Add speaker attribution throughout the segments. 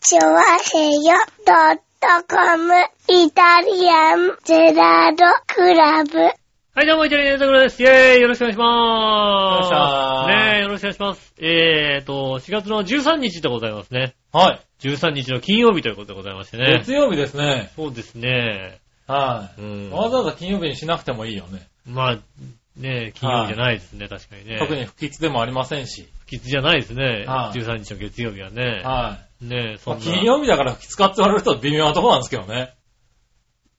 Speaker 1: チョワヘヨドットコムイタリアンゼラードクラブ。
Speaker 2: はい、どうも、イタリアンところです。イェーイよろしくお願いしまーす。
Speaker 3: よっしゃー
Speaker 2: ねえ、よろしくお願いします。えーと、4月の13日でございますね。
Speaker 3: はい。
Speaker 2: 13日の金曜日ということでございましてね。
Speaker 3: 月曜日ですね。
Speaker 2: そうですね。
Speaker 3: はい、
Speaker 2: うん
Speaker 3: わざわざ金曜日にしなくてもいいよね。
Speaker 2: まあ、ねえ、金曜日じゃないですね、確かにね。
Speaker 3: 特に不吉でもありませんし。
Speaker 2: 不吉じゃないですね。
Speaker 3: はい
Speaker 2: 13日の月曜日はね。
Speaker 3: はい、
Speaker 2: ねえ、そ
Speaker 3: まあ
Speaker 2: んな。
Speaker 3: 金曜日だから不吉かって言われると微妙なとこなんですけどね。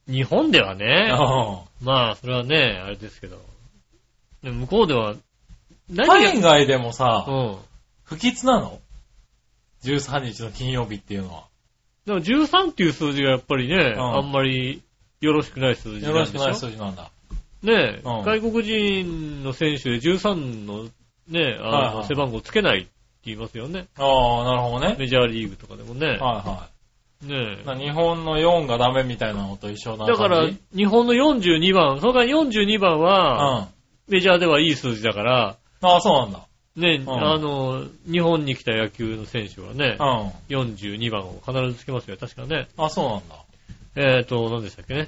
Speaker 2: 日本では
Speaker 3: う
Speaker 2: ね。
Speaker 3: ん
Speaker 2: まあ、それはね、あれですけど。でも向こうでは、何が、
Speaker 3: 海外でも
Speaker 2: う
Speaker 3: さ、
Speaker 2: ん。
Speaker 3: 不吉なの ?13 日の金曜日っていうのは。
Speaker 2: でも13っていう数字がやっぱりね、
Speaker 3: うん
Speaker 2: あんまりよろしくない数字なん
Speaker 3: よ
Speaker 2: で
Speaker 3: ろ
Speaker 2: し
Speaker 3: し
Speaker 2: ょ
Speaker 3: くない数字なんだ。
Speaker 2: ねえ、
Speaker 3: うん
Speaker 2: 外国人の選手で13のね、あの
Speaker 3: はいはい
Speaker 2: 背番号つけないって言いますよね。
Speaker 3: ああ、なるほどね。
Speaker 2: メジャーリーグとかでもね。
Speaker 3: はいは
Speaker 2: ね
Speaker 3: い。
Speaker 2: え
Speaker 3: な日本の4がダメみたいなのと一緒な
Speaker 2: だ
Speaker 3: 感じ
Speaker 2: から、日本の42番、その代わり42番は、
Speaker 3: うん。
Speaker 2: メジャーではいい数字だから、
Speaker 3: ああ、そうなんだ。
Speaker 2: ね、
Speaker 3: ん
Speaker 2: あの、日本に来た野球の選手はね、
Speaker 3: うん。
Speaker 2: 42番を必ずつけますよ、確かね。
Speaker 3: あそうなんだ。
Speaker 2: えっ、と、何でしたっけね。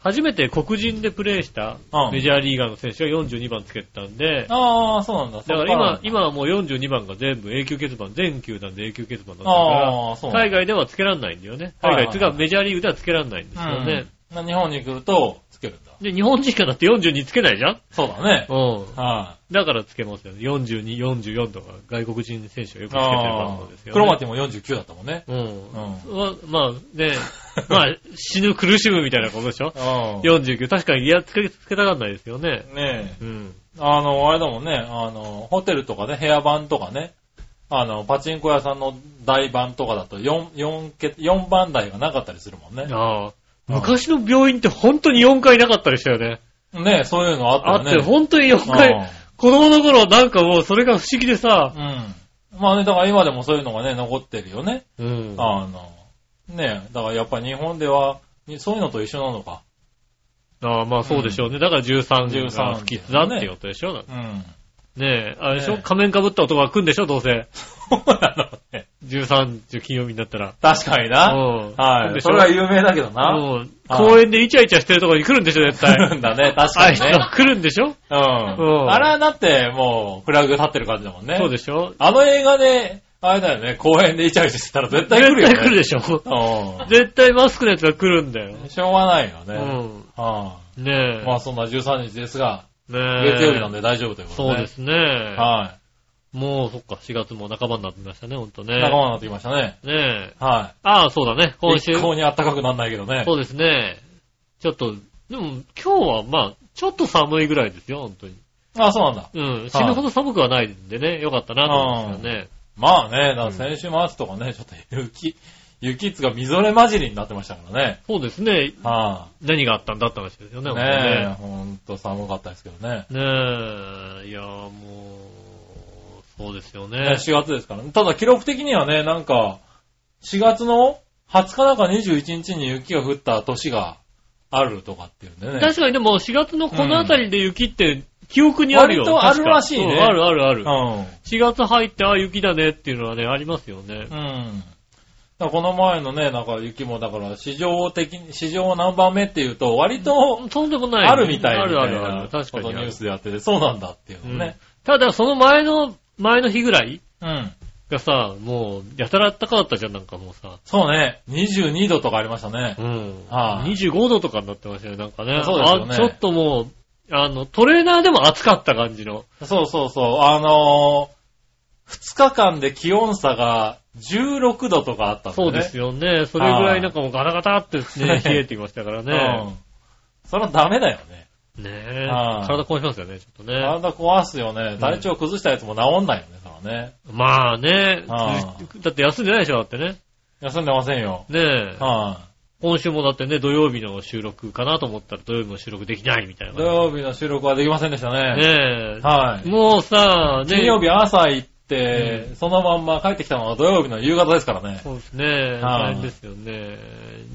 Speaker 2: 初めて黒人でプレーした
Speaker 3: うん
Speaker 2: メジャーリーガーの選手が42番つけてたんで、
Speaker 3: ああ、そうなんだ。
Speaker 2: だか
Speaker 3: そっな
Speaker 2: ら今
Speaker 3: ん、
Speaker 2: 今はもう42番が全部永久欠番、全球団で永久欠番だったか
Speaker 3: ああ、そう
Speaker 2: ら、
Speaker 3: なんだ
Speaker 2: 海外ではつけらんないんだよね。
Speaker 3: はい
Speaker 2: 海
Speaker 3: はい
Speaker 2: 外、つうかメジャーリーグではつけらんないんですよね。
Speaker 3: うん、日本に来ると、つけるんだ。
Speaker 2: で、日本人かだって42つけないじゃん
Speaker 3: そうだね。
Speaker 2: うん。
Speaker 3: は
Speaker 2: だからつけますよね。42、44とか外国人選手がよ
Speaker 3: い。
Speaker 2: くつけてる番号ですよね。
Speaker 3: クロマティも49だったもんね。
Speaker 2: うん。はまあ ね、まあ死ぬ苦しむみたいなことでしょ
Speaker 3: う
Speaker 2: 49、確かに、いや、つけ、つけたがんないですよね。
Speaker 3: ん。ねえ。
Speaker 2: うん。
Speaker 3: あの、あれだもんね、あの、ホテルとかね、部屋番とかね、あの、パチンコ屋さんの台番とかだと4、4け、4番台がなかったりするもんね。
Speaker 2: ああ。昔の病院って本当に4回なかったでしたよね。
Speaker 3: ねえ、そういうのあ
Speaker 2: あ
Speaker 3: っ
Speaker 2: ったて、
Speaker 3: よね。
Speaker 2: 本当に4回、子供の頃なんかもうそれが不思議でさ、
Speaker 3: うん。うん。まあね、だから今でもそういうのがね、残ってるよね。
Speaker 2: うん。
Speaker 3: あの、ねえ、だからやっぱり日本では、にそういうのと一緒なのか。
Speaker 2: ああ、まあそうでしょうね。だから13
Speaker 3: 13
Speaker 2: が不吉だってことでしょ。ね
Speaker 3: うん。
Speaker 2: え、あれでしょ、
Speaker 3: ねえ
Speaker 2: 仮面被った男が来るんでしょどうせ。
Speaker 3: そうなのね。
Speaker 2: 13っていう金曜日になったら。
Speaker 3: 確かに
Speaker 2: う
Speaker 3: な。
Speaker 2: ん来る
Speaker 3: は
Speaker 2: で
Speaker 3: い。
Speaker 2: しょ
Speaker 3: それは有名だけどな。
Speaker 2: うん
Speaker 3: あ
Speaker 2: 公園でイチャイチャしてるとこに来るんでしょ絶
Speaker 3: 来る
Speaker 2: 対。
Speaker 3: ん だ ね、確
Speaker 2: あ
Speaker 3: か
Speaker 2: い
Speaker 3: に
Speaker 2: つ
Speaker 3: ね。
Speaker 2: が来るんでしょ、
Speaker 3: うん
Speaker 2: うん。
Speaker 3: あれはだって、もう、フラグ立ってる感じだもんね。
Speaker 2: そうでしょ
Speaker 3: あの映画で、あれだよね、公園でイチャイチャしてたら絶対来るよ
Speaker 2: 絶
Speaker 3: ね。
Speaker 2: 対来るでしょ
Speaker 3: う
Speaker 2: 絶対マスクのやつが来るんだよ。
Speaker 3: ん。しょうがないよ
Speaker 2: う
Speaker 3: ね。
Speaker 2: ん。
Speaker 3: は
Speaker 2: ねえ。
Speaker 3: い。まあそんな13日ですが、
Speaker 2: ねえ
Speaker 3: 月曜日なんで大丈夫ということ
Speaker 2: そうで
Speaker 3: ね。
Speaker 2: すね。
Speaker 3: は
Speaker 2: もう、そっか、4月も半ばになってきましたね、ほんと
Speaker 3: い。
Speaker 2: ね。
Speaker 3: 仲間になってきましたね。
Speaker 2: ねえ。
Speaker 3: は
Speaker 2: ああ、そうだね、
Speaker 3: い。
Speaker 2: 今週。
Speaker 3: 一
Speaker 2: そ
Speaker 3: 向に暖かくなんないけどね。
Speaker 2: うですね。ちょっと、でも、今日はまあ、ちょっと寒いぐらいですよ、本当に。
Speaker 3: あ、そうなんだ。
Speaker 2: うん、死ぬほど寒くはないんでね、よかったなと思うんですよね。
Speaker 3: まあね、だから先週末とかね、ちょっと雪、雪っつうかみぞれ混じりになってましたからね。
Speaker 2: そうですね。
Speaker 3: はい。
Speaker 2: 何があったんだった話ですよね、
Speaker 3: ねえ、ほんと寒かったですけどね。
Speaker 2: 本当にね。ねえ、いやーもう、そうですよ
Speaker 3: ね
Speaker 2: ね。
Speaker 3: 4月ですからね。ただ記録的にはね、なんか、4月の20日なんか21日に雪が降った年があるとかっていうんでね。
Speaker 2: 確かにでも、4月のこのあたりで雪って、記憶にあるよ。
Speaker 3: 割とある
Speaker 2: 確から
Speaker 3: しいね
Speaker 2: うんあるあるある。
Speaker 3: うん。
Speaker 2: 4月入って、あ、雪だねっていうのはね、ありますよね
Speaker 3: う。ん。だからこの前のね、なんか雪もだから、市場的に、市場何番目っていうと、割と
Speaker 2: とんでもない。
Speaker 3: あるみたいな、
Speaker 2: あるあるある。確か
Speaker 3: こ
Speaker 2: に
Speaker 3: の
Speaker 2: あ
Speaker 3: ニュ
Speaker 2: る
Speaker 3: ー。スでやってて、そうなんだっていう
Speaker 2: う
Speaker 3: の
Speaker 2: ん
Speaker 3: ね。
Speaker 2: ただ、その前の、前の日ぐらい
Speaker 3: うん。
Speaker 2: がさ、もう、やたら暖かかったじゃん、なんかもうさ。
Speaker 3: そうね。22度とかありましたね
Speaker 2: う。ん。
Speaker 3: はい
Speaker 2: 25度とかになってましたよ、なんかね。
Speaker 3: そうですよね
Speaker 2: あちょっともう、あの、トレーナーでも暑かった感じの。
Speaker 3: そうそうそう。あのー、2日間で気温差が16度とかあったんだ
Speaker 2: そ
Speaker 3: よ
Speaker 2: うで
Speaker 3: ね。
Speaker 2: すよね。それぐらいなんかもうガタガタって ね、冷えてきましたから
Speaker 3: う
Speaker 2: ね。
Speaker 3: ん。それはダメだよね。
Speaker 2: ねえ。
Speaker 3: はい
Speaker 2: 体壊しますよね、ちょっとね。
Speaker 3: 体壊すよね。体調崩したやつも治んないよね、そらね。
Speaker 2: まあね。
Speaker 3: は
Speaker 2: だって休んでないでしょ、だってね。
Speaker 3: 休んでませんよ。
Speaker 2: ねえ。
Speaker 3: は
Speaker 2: 今週もだってね、土曜日の収録かなと思ったら土曜日の収録できないみたい
Speaker 3: い。
Speaker 2: な
Speaker 3: 土
Speaker 2: 感
Speaker 3: 曜日の収録はできませんでした
Speaker 2: じ。
Speaker 3: ね。
Speaker 2: ね
Speaker 3: は
Speaker 2: え。。
Speaker 3: い
Speaker 2: もうさ、ね
Speaker 3: 金曜日朝行って
Speaker 2: う、
Speaker 3: そのまんま帰ってきたのが土曜日の夕方ですからね。
Speaker 2: そうですね。
Speaker 3: は
Speaker 2: 大
Speaker 3: い
Speaker 2: 変ですよね。ね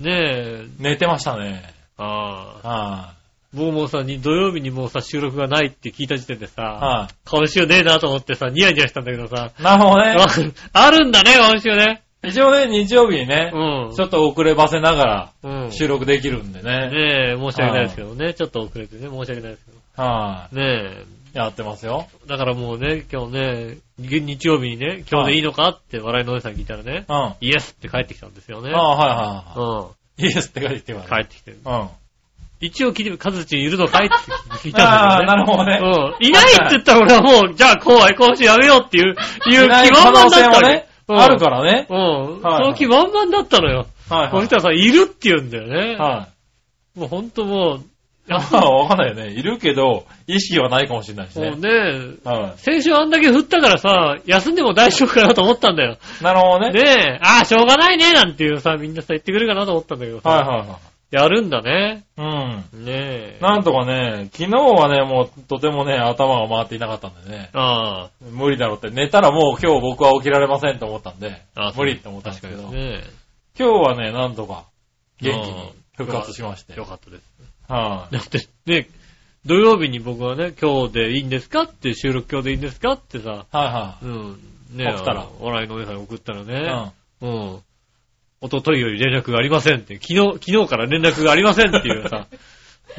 Speaker 2: え。
Speaker 3: 寝てましたね。
Speaker 2: ああ。
Speaker 3: は
Speaker 2: 僕もさ、に土曜日にもうさ、収録がないって聞いた時点で
Speaker 3: い。
Speaker 2: さ、
Speaker 3: は
Speaker 2: 今週ねえなと思ってさ、ニヤニヤしたんだけどさ、
Speaker 3: い。なるほどね。
Speaker 2: あるんだね、今週ね。
Speaker 3: 一応ね、日曜日にね、
Speaker 2: うん。
Speaker 3: ちょっと遅ればせなが
Speaker 2: うん
Speaker 3: ら。収録できるんで
Speaker 2: ね
Speaker 3: ね。
Speaker 2: え、申し訳ないですけどね。ちょっと遅れてね、申し訳ないですけど。
Speaker 3: は
Speaker 2: ね
Speaker 3: い。やってますよ。
Speaker 2: え、だからもうね、今日ね、日日曜日にね、今日でいいのかって笑いのおじさん聞いたらね、
Speaker 3: うん。あ
Speaker 2: イエスって帰ってきたんですよね。
Speaker 3: あ、はいはいは
Speaker 2: うん。
Speaker 3: い。イエスって書いてきてます。
Speaker 2: 帰ってきて。
Speaker 3: うん。あ
Speaker 2: 一応聞いて、カズチンいるのかいって聞いた
Speaker 3: あ
Speaker 2: ん
Speaker 3: ー、
Speaker 2: だ
Speaker 3: な
Speaker 2: よね。
Speaker 3: るほどね。
Speaker 2: うん。いないって言ったら俺はもう、じゃあ怖い、今週やめようっていう、いう
Speaker 3: いない
Speaker 2: 気
Speaker 3: 可
Speaker 2: 満々だっ
Speaker 3: 能
Speaker 2: た
Speaker 3: 性も
Speaker 2: わ
Speaker 3: ね
Speaker 2: け、うん
Speaker 3: あるからね。
Speaker 2: うん。そ
Speaker 3: はいはい
Speaker 2: の気満々だったのよ。
Speaker 3: はい
Speaker 2: そ
Speaker 3: はい。
Speaker 2: したらさ、いるって言うんだよね。
Speaker 3: はい。
Speaker 2: もうほんともう、
Speaker 3: ああ、わかんないよね。いるけど、意識はないかもしれないし
Speaker 2: もう
Speaker 3: ね。
Speaker 2: ね、
Speaker 3: は
Speaker 2: 先週あんだけ降ったからさ、休んでも大丈夫かなと思ったんだよ。
Speaker 3: い。なるほどね。
Speaker 2: ねえ、ああ、しょうがないね、なんていうさ、みんなさ、言ってくるかなと思ったんだけどさ、
Speaker 3: はいは
Speaker 2: やるんだね。
Speaker 3: いはい。う
Speaker 2: ね
Speaker 3: ん。
Speaker 2: え。
Speaker 3: なんとかね、昨日はね、もうとてもね、頭が回っていなかったんでね、
Speaker 2: ああ、
Speaker 3: 無理だろうって、寝たらもう今日僕は起きられませんと思ったんで、
Speaker 2: ああ
Speaker 3: 無理って思ったんですけど、
Speaker 2: 確かにね
Speaker 3: 今日はね、なんとか元気に復活しまして。
Speaker 2: よ
Speaker 3: はい、
Speaker 2: かったです。だって、ね、土曜日に僕はね、今日でいいんですかって、収録今日でいいんですかってさ、
Speaker 3: は
Speaker 2: うん、ねえ、
Speaker 3: 送ったら
Speaker 2: あのお笑いのお姉さんに送ったら
Speaker 3: いはい。
Speaker 2: ね、うん。おとといより連絡がありませんって、昨日、昨日から連絡がありませんっていう さ、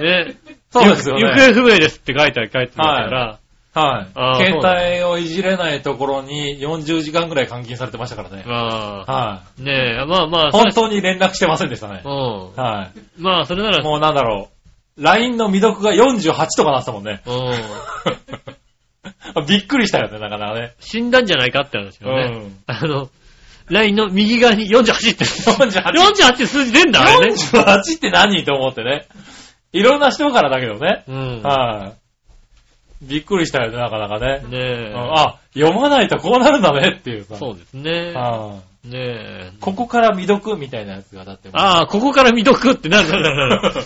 Speaker 2: ね、
Speaker 3: そうですよね
Speaker 2: 行行方不明ですって書いてある、書いてあるから、
Speaker 3: うん。
Speaker 2: あ
Speaker 3: は
Speaker 2: あ
Speaker 3: い。携帯をいじれないところに40時間ぐらい監禁されてましたからね。
Speaker 2: まあ、
Speaker 3: は
Speaker 2: ねえ、まあまあ、
Speaker 3: い。本当に連絡してませんでしたね。
Speaker 2: う
Speaker 3: は。
Speaker 2: ん。まあ、それないら、
Speaker 3: もうなんだろう。LINE の未読が48とかなってたもんね。
Speaker 2: うん。
Speaker 3: びっくりしたよね、なかなかね。
Speaker 2: 死んだんじゃないかって話よね。
Speaker 3: うん
Speaker 2: あの、ラインの右側に48って。
Speaker 3: 48
Speaker 2: 48って数字出んだ、あれね。
Speaker 3: 48って何と思ってね。いろんな人からだけどね。
Speaker 2: うん。
Speaker 3: はい。びっくりしたよね、なかなかね。
Speaker 2: ね
Speaker 3: う
Speaker 2: え。
Speaker 3: んあ、読まないとこうなるんだねっていうさ。
Speaker 2: そうですね。
Speaker 3: はい
Speaker 2: ねえ。
Speaker 3: ここから未読みたいなやつが、だってもう
Speaker 2: ああ、ここから未読ってなるなるなる。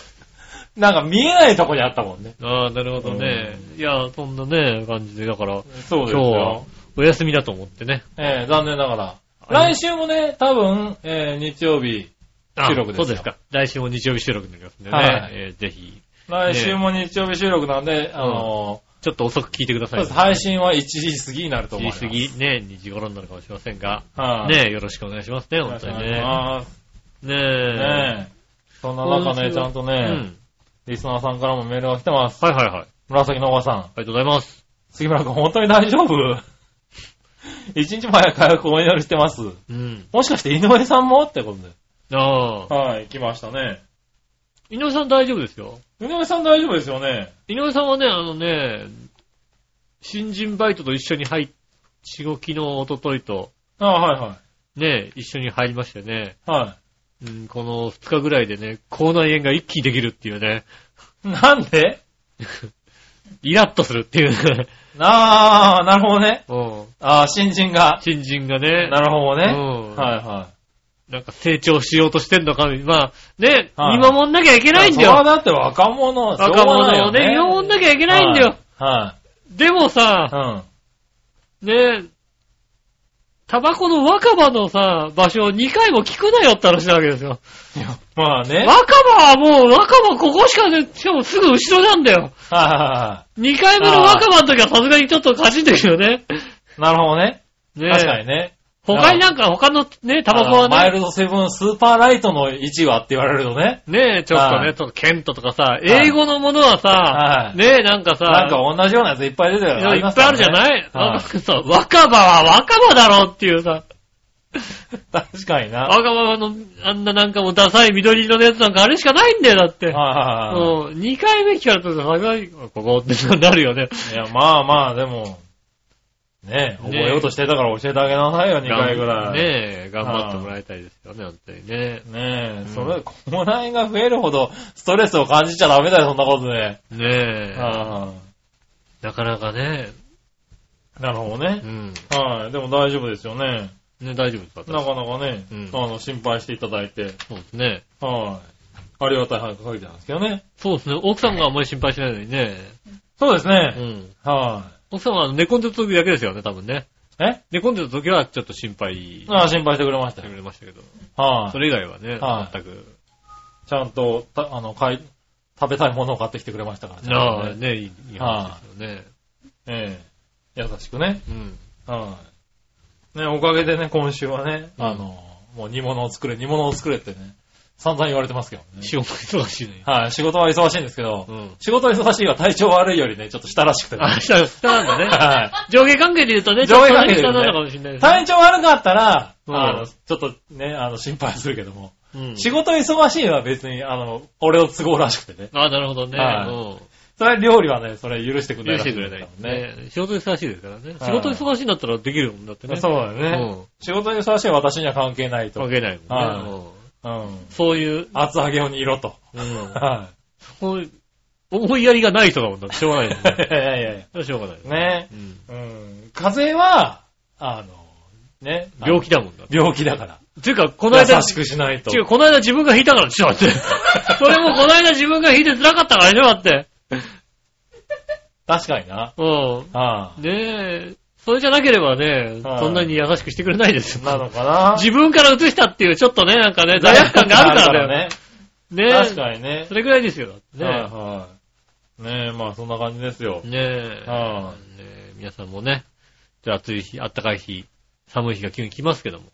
Speaker 3: なんか見えないとこにあったもんね。
Speaker 2: ああ、なるほどね。いや、そんなね、感じで、だから、
Speaker 3: そう
Speaker 2: 今日は。お休みだと思ってね。
Speaker 3: ええ残念ながら。
Speaker 2: あれ
Speaker 3: 来週もね、多分、えー日曜日、
Speaker 2: あ
Speaker 3: 収録です
Speaker 2: そう
Speaker 3: よ
Speaker 2: ですか。来週も日曜日収録になりますんでね。
Speaker 3: はい
Speaker 2: えーぜひ、
Speaker 3: 来週も日曜日収録なんで、あの
Speaker 2: ちょっと遅く聞いてくだ
Speaker 3: ー、そ
Speaker 2: さ
Speaker 3: う
Speaker 2: いね、
Speaker 3: です配信は1時過ぎになると思
Speaker 2: 1
Speaker 3: います。
Speaker 2: 時過ぎ、ね、2時頃になるかもしれませんが、
Speaker 3: はい、
Speaker 2: ね、よろしくお願いしますね、
Speaker 3: よろ
Speaker 2: 本
Speaker 3: し
Speaker 2: 当
Speaker 3: くお
Speaker 2: に
Speaker 3: 願いし
Speaker 2: ね。
Speaker 3: ます。
Speaker 2: ね
Speaker 3: ねえ。そんな中ね、ちゃんと
Speaker 2: え。う
Speaker 3: ね、
Speaker 2: ん。
Speaker 3: リスナーさんからもメールが来てます。
Speaker 2: はいはいはい。あ
Speaker 3: 紫のおばさん。
Speaker 2: りがとうございます。
Speaker 3: 杉村君、本当に大丈夫 一日前回復お祈りしてます。
Speaker 2: うん。
Speaker 3: もしかして井上さんもってことで。
Speaker 2: ああ。
Speaker 3: はい、来ましたね。
Speaker 2: 井上さん大丈夫ですよ。
Speaker 3: 井上さん大丈夫ですよね。
Speaker 2: 井上さんはね、あのね、新人バイトと一緒に入っ、仕事昨日、おとといと、
Speaker 3: あはいは
Speaker 2: ね、一緒に入りましてね、
Speaker 3: い。は
Speaker 2: うん、この2日ぐらいでね、口内炎が一気にできるっていうね、
Speaker 3: い。 なんで
Speaker 2: イラッとするっていうね、
Speaker 3: ああ、なるほどね。
Speaker 2: うん
Speaker 3: ああ、新人が。
Speaker 2: 新人がね、
Speaker 3: なるほど
Speaker 2: う
Speaker 3: ね。
Speaker 2: ん
Speaker 3: はいは
Speaker 2: なんか成長しようとしてんのか、まあ、ね、
Speaker 3: はい
Speaker 2: 見守んなきゃいけ
Speaker 3: い。
Speaker 2: ないんだ
Speaker 3: それは
Speaker 2: よ。
Speaker 3: だって若者、
Speaker 2: 若者をね、見
Speaker 3: い
Speaker 2: 守んなきゃいけないんだよ。。
Speaker 3: は
Speaker 2: でも
Speaker 3: い。
Speaker 2: さ、
Speaker 3: は
Speaker 2: ね、タバコの若葉のさ、場所を2回も聞くなよって話なわけですよ。
Speaker 3: い。うん。いやまあね。はい
Speaker 2: 若葉はもう、若葉ここしかね、しかもすぐ後ろなんだよ。
Speaker 3: は
Speaker 2: 2回目の若葉の時はさすがにちょっとかじってるよね。
Speaker 3: いはい。なるほどね。
Speaker 2: ね
Speaker 3: 確かにね。
Speaker 2: 他になんか他のね、タバコは
Speaker 3: あのマイ
Speaker 2: ね、
Speaker 3: ルドセブンスーパーライトの1はって言われるとね。
Speaker 2: ねちょっと
Speaker 3: は
Speaker 2: ね、
Speaker 3: い
Speaker 2: とケントとかさ、英語のものはさ
Speaker 3: は、い
Speaker 2: ねなんかさ、
Speaker 3: なんか同じようなやついっぱい出てる
Speaker 2: い
Speaker 3: の
Speaker 2: や
Speaker 3: あ
Speaker 2: い
Speaker 3: りま
Speaker 2: っ
Speaker 3: す
Speaker 2: ぱい
Speaker 3: か
Speaker 2: あ
Speaker 3: ら
Speaker 2: る
Speaker 3: ね
Speaker 2: じゃないなんかさ、若葉は若葉だろっていうさ、
Speaker 3: はい確かにな。
Speaker 2: 若葉のあんななんかもうダサい緑色のやつなんかあれしかないんだよ、だって。
Speaker 3: はいはいはい
Speaker 2: うん、2回目聞かれたらさ、長い、ここってなるよね。
Speaker 3: いや、まあまあ、でも、ね覚えようとしてたから教えてあげなさいよ、2回ぐらい。ね
Speaker 2: ねえ、頑張ってもらいたいですよね、本当にね。
Speaker 3: え。
Speaker 2: ん
Speaker 3: それ、この辺が増えるほど、ストレスを感じちゃダメだよ、そんなことで。
Speaker 2: ねえ、
Speaker 3: は
Speaker 2: なかなかね、
Speaker 3: いなるほど
Speaker 2: う
Speaker 3: ね。
Speaker 2: ん。
Speaker 3: はい。でも大丈夫ですよね。
Speaker 2: ね、大丈夫ですか私
Speaker 3: なかなかね、
Speaker 2: うん
Speaker 3: あの、心配していただいて、
Speaker 2: そうですね。
Speaker 3: はい。ありがたい話かけてたんですけどね。
Speaker 2: そうですね。奥さんがあんまり心配しないのにね。
Speaker 3: そうです
Speaker 2: う
Speaker 3: ね。
Speaker 2: ん。
Speaker 3: は
Speaker 2: 奥さんは寝込んでた時だけですよね、多分ね。
Speaker 3: い。え
Speaker 2: 寝込んでた時はちょっと心配して
Speaker 3: ああ、心配してくれましたよ
Speaker 2: く。れましたけど。
Speaker 3: はい
Speaker 2: そ。れ以外はね、
Speaker 3: はい
Speaker 2: 全く。
Speaker 3: ちゃんと、たあの、買い、食べたいものを買ってきてくれましたから。ちゃん
Speaker 2: な
Speaker 3: と
Speaker 2: あ、ね、いいいい話ですよね。
Speaker 3: ええ優しくね。
Speaker 2: うん。
Speaker 3: はい。ね、おかげでね、今週はね、
Speaker 2: うん
Speaker 3: あの、もう煮物を作れ、煮物を作れってね、散々言われてますけどね。
Speaker 2: 仕事忙しいね。
Speaker 3: はい、仕事は忙しいんですけど、
Speaker 2: うん。
Speaker 3: 仕事は忙しいが体調悪いよりね、ちょっと下らしくて ね。
Speaker 2: あ、下、下なんだね。
Speaker 3: は
Speaker 2: 上下関係で言うとね、
Speaker 3: 上下関係で
Speaker 2: ち
Speaker 3: 言
Speaker 2: ょ
Speaker 3: う
Speaker 2: っと
Speaker 3: とね
Speaker 2: 下なのかもしれない
Speaker 3: い。
Speaker 2: ですね。
Speaker 3: 体調悪かったら、
Speaker 2: うん
Speaker 3: あの、ちょっとね、あの、心配するけども、
Speaker 2: うん
Speaker 3: 仕事忙しいは別に、あの、俺の都合らしくてね。
Speaker 2: あ、なるほどね。
Speaker 3: はい
Speaker 2: うん
Speaker 3: それは料理はね、それ許してく
Speaker 2: 許
Speaker 3: れな
Speaker 2: し
Speaker 3: い。
Speaker 2: てくれない。
Speaker 3: ね。
Speaker 2: ね。仕事忙しいですからね。
Speaker 3: はい
Speaker 2: 仕事忙しいんだったらできるもんだってね。
Speaker 3: そうだよね。
Speaker 2: うん。
Speaker 3: 仕事忙しいは私には関係ないと。
Speaker 2: 関係ないもんね
Speaker 3: は
Speaker 2: うん。
Speaker 3: うん。
Speaker 2: そういう、
Speaker 3: 厚揚げを煮ろと。
Speaker 2: うん。
Speaker 3: は
Speaker 2: そういう、思いやりがない人だもんだってしょうがない もん
Speaker 3: い。い
Speaker 2: ね。
Speaker 3: やいやい
Speaker 2: それはしょうがない。
Speaker 3: や。ね。
Speaker 2: うん。
Speaker 3: うん。風邪は、あの、ね。
Speaker 2: 病気だもんだ。
Speaker 3: 病気だから。
Speaker 2: ていうか、この間
Speaker 3: 優、しくしないと
Speaker 2: 違。う、この間自分が引いたからでしょ、だ って。それもこの間自分が引いて辛かったからでしょ、だって。
Speaker 3: 確かにな。
Speaker 2: う
Speaker 3: あ
Speaker 2: ん。ねえ、それじゃなければね、
Speaker 3: はい
Speaker 2: そんなに優しくしてくれないです
Speaker 3: あ。
Speaker 2: よ。
Speaker 3: なのかな。
Speaker 2: 自分から移したっていう、ちょっとね、なんかね、罪悪感があ るからね。
Speaker 3: ね。
Speaker 2: ねえ。
Speaker 3: 確かにね
Speaker 2: そ。れぐらいですよ、だってね。
Speaker 3: はいはい。ねえ、まあそんな感じですよ。
Speaker 2: ねえ。ね
Speaker 3: は
Speaker 2: え皆さんもね、じゃあ暑い日、暖かい日、寒い日が急に来ますけども。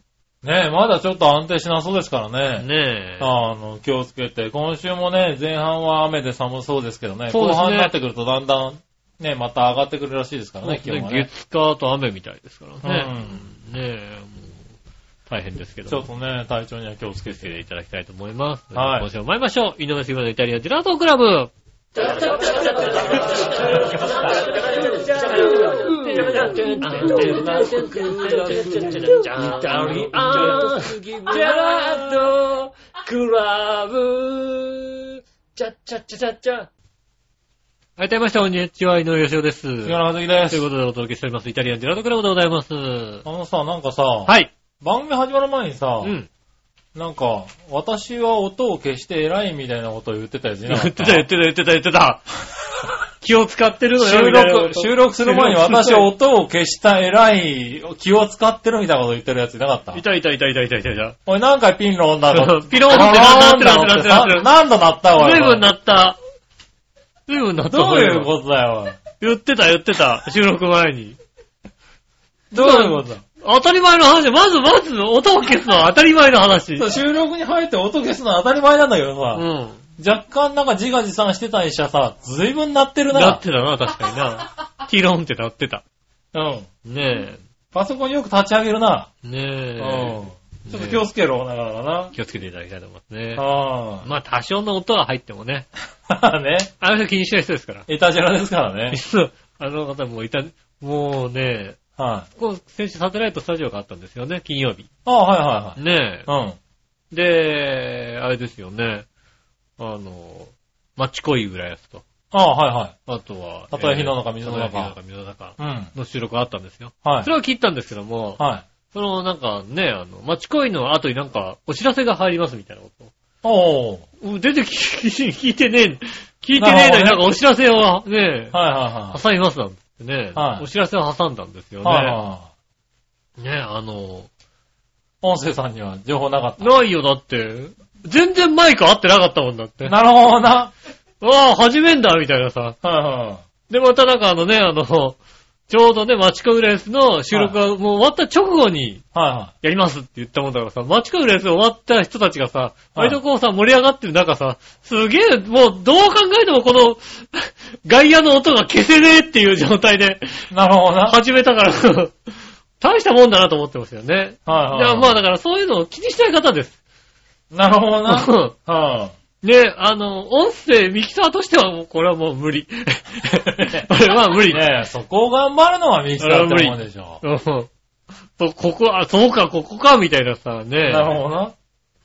Speaker 3: ねえ、まだちょっと安定しなそうですからね。
Speaker 2: ねえ。
Speaker 3: あの、気をつけて、今週もね、前半は雨で寒そうですけどね、
Speaker 2: そう
Speaker 3: 後
Speaker 2: ですね
Speaker 3: 半になってくるとだんだん、ね、また上がってくるらしいですから
Speaker 2: そうで
Speaker 3: ね、
Speaker 2: す
Speaker 3: 気温
Speaker 2: ね
Speaker 3: がね。
Speaker 2: 月火と雨みたいですからね。ねえ、もう、大変ですけ
Speaker 3: う
Speaker 2: ど
Speaker 3: ん。
Speaker 2: も。
Speaker 3: ちょっとね、体調には気をつけ
Speaker 2: つけて
Speaker 3: て。
Speaker 2: いただきたいと思います。
Speaker 3: はい
Speaker 2: 今週も参りましょう。井上杉村のイタリアンジェラートクラブ。はい、どうもみなさん、こんにちは、井上義雄です。と
Speaker 3: 杉
Speaker 2: いう
Speaker 3: 村和樹です。
Speaker 2: ことでお届けしております、イタリアンジェラートクラブでございます。
Speaker 3: あのさ、なんかさ、
Speaker 2: はい。
Speaker 3: 番組始まる前にさ、
Speaker 2: うん。
Speaker 3: なんか、私は音を消して偉いみたいなことを言ってたやつい
Speaker 2: 言
Speaker 3: なか
Speaker 2: っ
Speaker 3: って
Speaker 2: た、言ってた、言ってた、言ってた。気を使ってるのよ、みたいなこと
Speaker 3: 収録する前に私は音を消した偉い気を使ってるみたいなこと言ってるやついなかった
Speaker 2: いたいたいたいたいたいたいた。
Speaker 3: おい、何回ピンロンだろ
Speaker 2: ピローンってなってるなってるなってるなってる
Speaker 3: 何度なったおい。
Speaker 2: 随分なった。随分なった。
Speaker 3: どう
Speaker 2: こ
Speaker 3: いう
Speaker 2: れは
Speaker 3: ことだよ、
Speaker 2: 言ってた言ってた。収録前に。
Speaker 3: おいどういうことだ
Speaker 2: 当たり前の話。まずまず音を消すのは当たり前の話。
Speaker 3: そう収録に入って音消すのは当たり前なんだけど
Speaker 2: う
Speaker 3: さ、
Speaker 2: ん。
Speaker 3: 若干なんか自画自賛してた医者さ、随分なってるな。
Speaker 2: なってたな、確かにな。ティロンってなってた。
Speaker 3: うん。
Speaker 2: ね
Speaker 3: パソコンよく立ち上げるな。
Speaker 2: え。
Speaker 3: う
Speaker 2: ね
Speaker 3: ん。
Speaker 2: え。
Speaker 3: ちょっと気をつけろ、なかなか
Speaker 2: 気をつけていただきたいと思いますね
Speaker 3: な。。は
Speaker 2: まあ、多少の音は入ってもね。
Speaker 3: ぁ。 ね。
Speaker 2: あの人気にしない人ですから。
Speaker 3: いたじらですからね。
Speaker 2: あの方もいた、もうね、
Speaker 3: はい。
Speaker 2: こう、先週サテライトスタジオがあったんですよね、金曜日。
Speaker 3: あはいはい
Speaker 2: ねえ。
Speaker 3: はい。うん。
Speaker 2: で、あれですよね。あの、マッチ濃いぐらいやつと。
Speaker 3: あはいはい。
Speaker 2: あとは、
Speaker 3: たとえ火の中水の中
Speaker 2: たとえ火の中、水の中
Speaker 3: うん。
Speaker 2: の収録があったんですよ。
Speaker 3: はい
Speaker 2: そ。れは切ったんですけども、
Speaker 3: はい。
Speaker 2: そのなんかね、あの、マッチ恋の後になんかお知らせが入りますみたいなこと。
Speaker 3: おー。
Speaker 2: うん出てき、聞いてねえ、聞いてねえのにな
Speaker 3: なるほどね
Speaker 2: んかお知らせをね、
Speaker 3: はいは
Speaker 2: 挟みますなんてね、
Speaker 3: はい
Speaker 2: お知らせを挟んだんですよ
Speaker 3: い
Speaker 2: ね。
Speaker 3: はい。はいはい。
Speaker 2: ね、あの、
Speaker 3: 音声さんには情報なかっ
Speaker 2: ないよだって、全然マイク合ってなかったもんだって。
Speaker 3: た。なるほどな。
Speaker 2: わあ、始めんだみたいなさ。
Speaker 3: はいはい。
Speaker 2: で、またなんかあのね、あの、ちょうどね、マチコウレースの収録がもう終わった直後に
Speaker 3: はいは
Speaker 2: やりますって言ったもんだからさ、マチコウレース終わった人たちがさ、割とこうさ、盛り上がってる中さ、すげえ、もうどう考えてもこの、 外野の音が消せねえっていう状態で
Speaker 3: い。なるほどな。はい
Speaker 2: 始めたから、 大したもんだなと思ってましたよね。
Speaker 3: はい
Speaker 2: い
Speaker 3: は
Speaker 2: や、
Speaker 3: い。
Speaker 2: まあだからそういうのを気にしない方です。
Speaker 3: なるほどな。は
Speaker 2: ね、あの、音声、ミキサーとしてはもう、これはもう無 理。これは無
Speaker 3: い。
Speaker 2: 理。
Speaker 3: ねえ、そこを頑張るのはミキサーってもんでしょ。
Speaker 2: うんとここ、あ、そうか、ここか、みたいなさ、ね。
Speaker 3: なるほどな。
Speaker 2: ね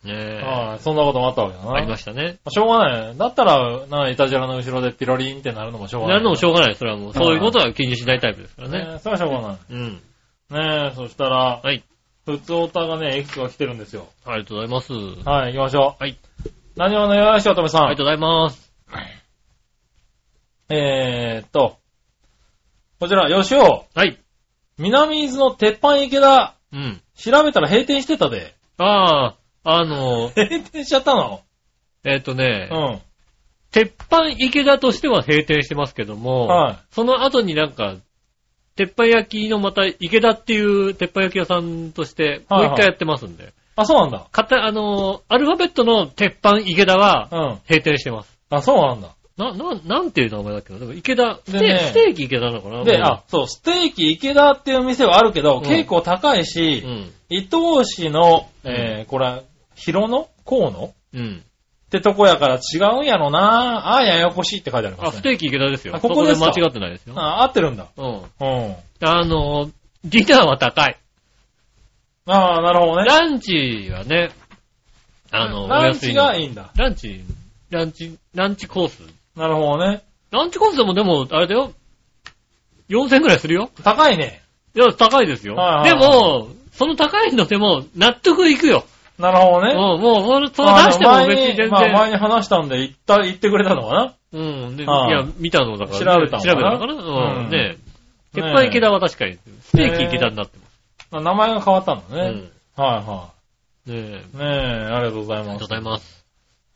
Speaker 2: え
Speaker 3: はい。そんなこともあったわけだな。
Speaker 2: ありましたね。
Speaker 3: しょうがない。だったら、な、イタジラの後ろでピロリンってなるのもしょうがな。
Speaker 2: ないるのもしょうがない、それはもう。
Speaker 3: ん
Speaker 2: そういうことは気にしないタイプですから
Speaker 3: ね
Speaker 2: ね。
Speaker 3: えそれはしょうがない。
Speaker 2: うん。
Speaker 3: ねえ、そしたら、
Speaker 2: はい。
Speaker 3: 普通オタがね、いくつか来てるんですよ。
Speaker 2: ありがとうございます。あ
Speaker 3: はい、行きましょう。
Speaker 2: はい。
Speaker 3: 何をのよよしおとめさん。
Speaker 2: りがとうございます。
Speaker 3: えーっと、こちら、よしお、
Speaker 2: はい。
Speaker 3: 南伊豆の鉄板池田、
Speaker 2: うん。
Speaker 3: 調べたら閉店してたで。
Speaker 2: ああ、あの、
Speaker 3: 閉店しちゃったの
Speaker 2: えっとね
Speaker 3: う、ん。
Speaker 2: 鉄板池田としては閉店してますけども、
Speaker 3: は
Speaker 2: その後になんか、鉄板焼きのまた池田っていう鉄板焼き屋さんとして、もう
Speaker 3: はいはい
Speaker 2: 一回やってますんで。
Speaker 3: ああ、そうなんだ。
Speaker 2: かた、あのーアルファベットの鉄板池田は
Speaker 3: うん。
Speaker 2: 閉店してます。
Speaker 3: あ、そうなんだ。
Speaker 2: な、な、なんていう名前だっけなでも池田、ステ
Speaker 3: でね
Speaker 2: ステーキ池田なのかな
Speaker 3: で、
Speaker 2: もう
Speaker 3: あ、そう、ステーキ池田っていう店はあるけど、
Speaker 2: うん
Speaker 3: 結構高いうし、
Speaker 2: ん。
Speaker 3: 伊東市の、えー、これ、広野河野
Speaker 2: うん。
Speaker 3: ってとこやから違うんやろなあーややこしいって書いてあり
Speaker 2: あ、
Speaker 3: ま
Speaker 2: ス
Speaker 3: すね。
Speaker 2: テーキ池田ですよ。
Speaker 3: あここです
Speaker 2: そ
Speaker 3: か
Speaker 2: で間違ってないですよ。
Speaker 3: あ、合ってるんだ。
Speaker 2: うん。
Speaker 3: うん。
Speaker 2: あのーディナーは高い。
Speaker 3: ああ、なるほどね。
Speaker 2: ランチはね、あの、お
Speaker 3: ラン
Speaker 2: 安い
Speaker 3: チ
Speaker 2: の
Speaker 3: がいいんだ。
Speaker 2: ランチ、ランチ、ランチコース。
Speaker 3: なるほどね。
Speaker 2: ランチコースでもでも、あれだよ。4000円くらいするよ。
Speaker 3: 高いね。
Speaker 2: いや、高いですよ。
Speaker 3: はい
Speaker 2: で
Speaker 3: はいはい
Speaker 2: も、その高いのでも、納得いくよ。
Speaker 3: なるほど
Speaker 2: うん
Speaker 3: ね。
Speaker 2: もう、それ、それ
Speaker 3: あ
Speaker 2: 出しても別に
Speaker 3: 前
Speaker 2: 全
Speaker 3: まあ前
Speaker 2: 然。
Speaker 3: に話したんで、言った、言ってくれたのかな
Speaker 2: うん。で、い
Speaker 3: はい
Speaker 2: や、見たのだからね、
Speaker 3: 調べたのかな
Speaker 2: 調べたのかなう。
Speaker 3: うんん
Speaker 2: ね鉄板池田は確かに、ステーキ池田になってます。
Speaker 3: あ名前が変わったんだ
Speaker 2: う
Speaker 3: ね。
Speaker 2: ん。
Speaker 3: は
Speaker 2: ねえ。
Speaker 3: いはい。ねえ、ありがとうござい
Speaker 2: ありが
Speaker 3: ま
Speaker 2: とうご
Speaker 3: す。
Speaker 2: ざいます。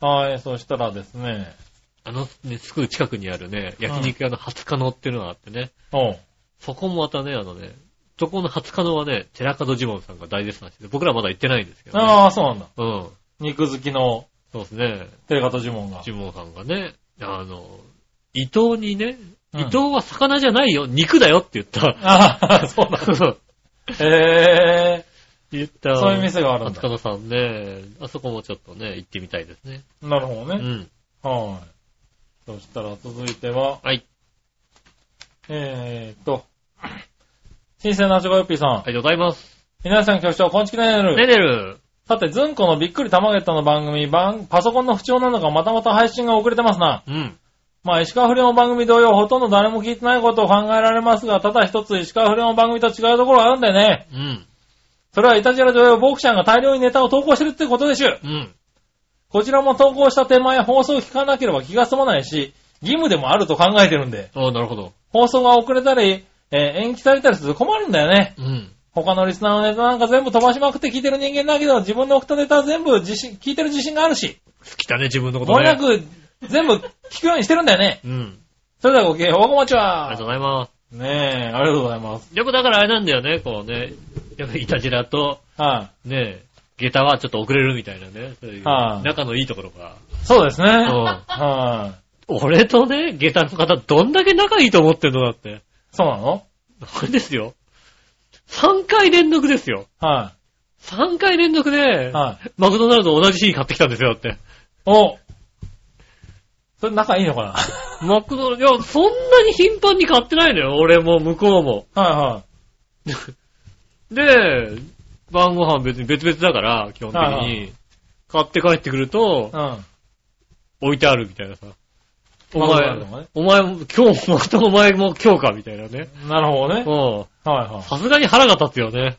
Speaker 3: はい、そしたらですね、
Speaker 2: あの、ね、すぐ近くにあるね、焼肉屋の初カノっていうのがあってね。
Speaker 3: おう
Speaker 2: そこもまたね、あのね、そこの初カノはね、寺門ジモンさんが大絶賛してて、僕らまだ行ってないんですけど、ね。
Speaker 3: ああ、そうなんだ。
Speaker 2: うん。
Speaker 3: 肉好きの
Speaker 2: そうですね。
Speaker 3: 手形呪文が。
Speaker 2: ジモンさんがね、あの、伊藤にね、
Speaker 3: うん
Speaker 2: 伊藤は魚じゃないよ、肉だよって言った。
Speaker 3: ああ、そうなんだ。へえ、
Speaker 2: 言った。
Speaker 3: そういう店があるん
Speaker 2: 初
Speaker 3: だ
Speaker 2: カ。ノさんね、あそこもちょっとね、行ってみたいですね。
Speaker 3: なるほど
Speaker 2: う
Speaker 3: ね。
Speaker 2: ん。
Speaker 3: はい。そしたら続いては、
Speaker 2: はい。
Speaker 3: えーっと、新鮮なチョコヨッピーさん
Speaker 2: あ。りがとうございます。
Speaker 3: 皆さん局長、こんちきなやる。
Speaker 2: ねねる。
Speaker 3: さて、ズンコのびっくり玉ゲットの番組、番パソコンの不調なのか、またまた配信が遅れてますな。
Speaker 2: うん。
Speaker 3: まあ、石川不良の番組同様、ほとんど誰も聞いてないことを考えられますが、ただ一つ石川不良の番組と違うところがあるんだよね。
Speaker 2: うん。
Speaker 3: それはイタジラ同様、ボクちゃんが大量にネタを投稿してるってことでしゅ。
Speaker 2: うん。
Speaker 3: こちらも投稿した手前、放送を聞かなければ気が済まないし、義務でもあると考えてるんで、
Speaker 2: ああ、なるほど。
Speaker 3: 放送が遅れたり、えー延期されたりすると困るんだよね。
Speaker 2: うん。
Speaker 3: 他のリスナーのネタなんか全部飛ばしまくって聞いてる人間だけど、自分の送ったネタは全部自信、聞いてる自信があるし、
Speaker 2: 好きだね、自分のこと
Speaker 3: もれ
Speaker 2: ね
Speaker 3: な。く全部聞くようにしてるんだよね。
Speaker 2: うん。
Speaker 3: それではごきげんよう、おはこまち
Speaker 2: ありがとう
Speaker 3: は。
Speaker 2: ございます。
Speaker 3: ねえ、ありがとうございます。
Speaker 2: よくだからあれなんだよね、こうね。やっぱりイタジラと、
Speaker 3: は
Speaker 2: ねえ、下駄はちょっと遅れるみたいなね。そういう
Speaker 3: はい
Speaker 2: 仲のいいところが。
Speaker 3: い。そうですね。
Speaker 2: うん
Speaker 3: はい。
Speaker 2: 俺とね、下駄の方どんだけ仲いいと思ってんのだって。
Speaker 3: そうなの
Speaker 2: あれですよ。3回連続ですよ。
Speaker 3: は
Speaker 2: 3回連続で
Speaker 3: い。、はい。
Speaker 2: マクドナルド同じ日に買ってきたんですよ、だって。
Speaker 3: おそれ仲いいのかな
Speaker 2: マクドナルド、いや、そんなに頻繁に買ってないのよ、俺も向こうも。
Speaker 3: は
Speaker 2: で、晩ご飯別に別々だから、基本的
Speaker 3: は
Speaker 2: に。買って帰ってくると
Speaker 3: い、はい。うん。
Speaker 2: 置いてあるみたいなさ。お
Speaker 3: マクドナ
Speaker 2: 前
Speaker 3: ルドがね、
Speaker 2: お前も、今日も、またお前も今日か、みたいなね。
Speaker 3: なるほどね。
Speaker 2: うん。
Speaker 3: はいはい。
Speaker 2: さすがに腹が立つよね。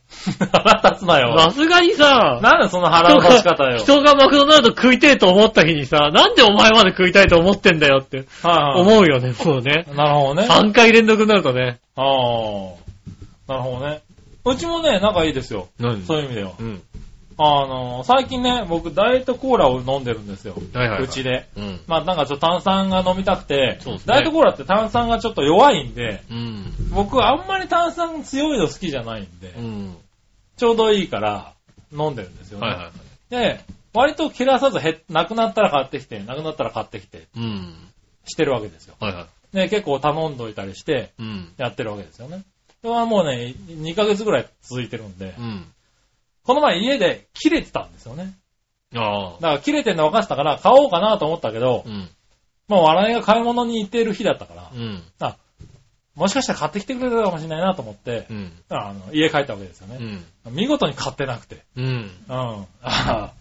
Speaker 3: 腹立つなよ。
Speaker 2: さすがにさ、
Speaker 3: なんでその腹の立ち方よ。
Speaker 2: 人がマクドナルド食いてえと思った日にさ、なんでお前まで食いたいと思ってんだよって
Speaker 3: はいはい。
Speaker 2: 思うよね、もうね。
Speaker 3: なるほどね。
Speaker 2: 3回連続になるとね。
Speaker 3: ああ。なるほどね。うちもね、仲いいですよ。
Speaker 2: 何
Speaker 3: そういう意味では。
Speaker 2: うん。
Speaker 3: あの、最近ね、僕、ダイエットコーラを飲んでるんですよ。
Speaker 2: はいはいはいう
Speaker 3: ちで。
Speaker 2: うん。
Speaker 3: まあ、なんかちょっと炭酸が飲みたくて、
Speaker 2: そうですね
Speaker 3: ダイエットコーラって炭酸がちょっと弱いんで、
Speaker 2: うん。
Speaker 3: 僕あんまり炭酸強いの好きじゃないんで、
Speaker 2: うん。
Speaker 3: ちょうどいいから飲んでるんですよね。
Speaker 2: はいはいはい。
Speaker 3: で、割と切らさず減っ、なくなったら買ってきて、なくなったら買ってきて、
Speaker 2: うん。
Speaker 3: してるわけですよ。
Speaker 2: はいは
Speaker 3: で、結構頼んどいたりして、
Speaker 2: い。うん。
Speaker 3: やってるわけですよね。それはもうね、2ヶ月ぐらい続いてるんで、
Speaker 2: うん。
Speaker 3: この前家で切れてたんですよね。
Speaker 2: ああ
Speaker 3: だ。から切れてんの分かってたから買おうかなと思ったけど、
Speaker 2: うん。
Speaker 3: まあ笑いが買い物に行っている日だったから、
Speaker 2: うん。
Speaker 3: もしかしたら買ってきてくれたかもしれないなと思って
Speaker 2: う、ん。
Speaker 3: あの家帰ったわけですよ
Speaker 2: う
Speaker 3: ね。
Speaker 2: ん。
Speaker 3: 見事に買ってなくて。
Speaker 2: うん。
Speaker 3: うん。ああ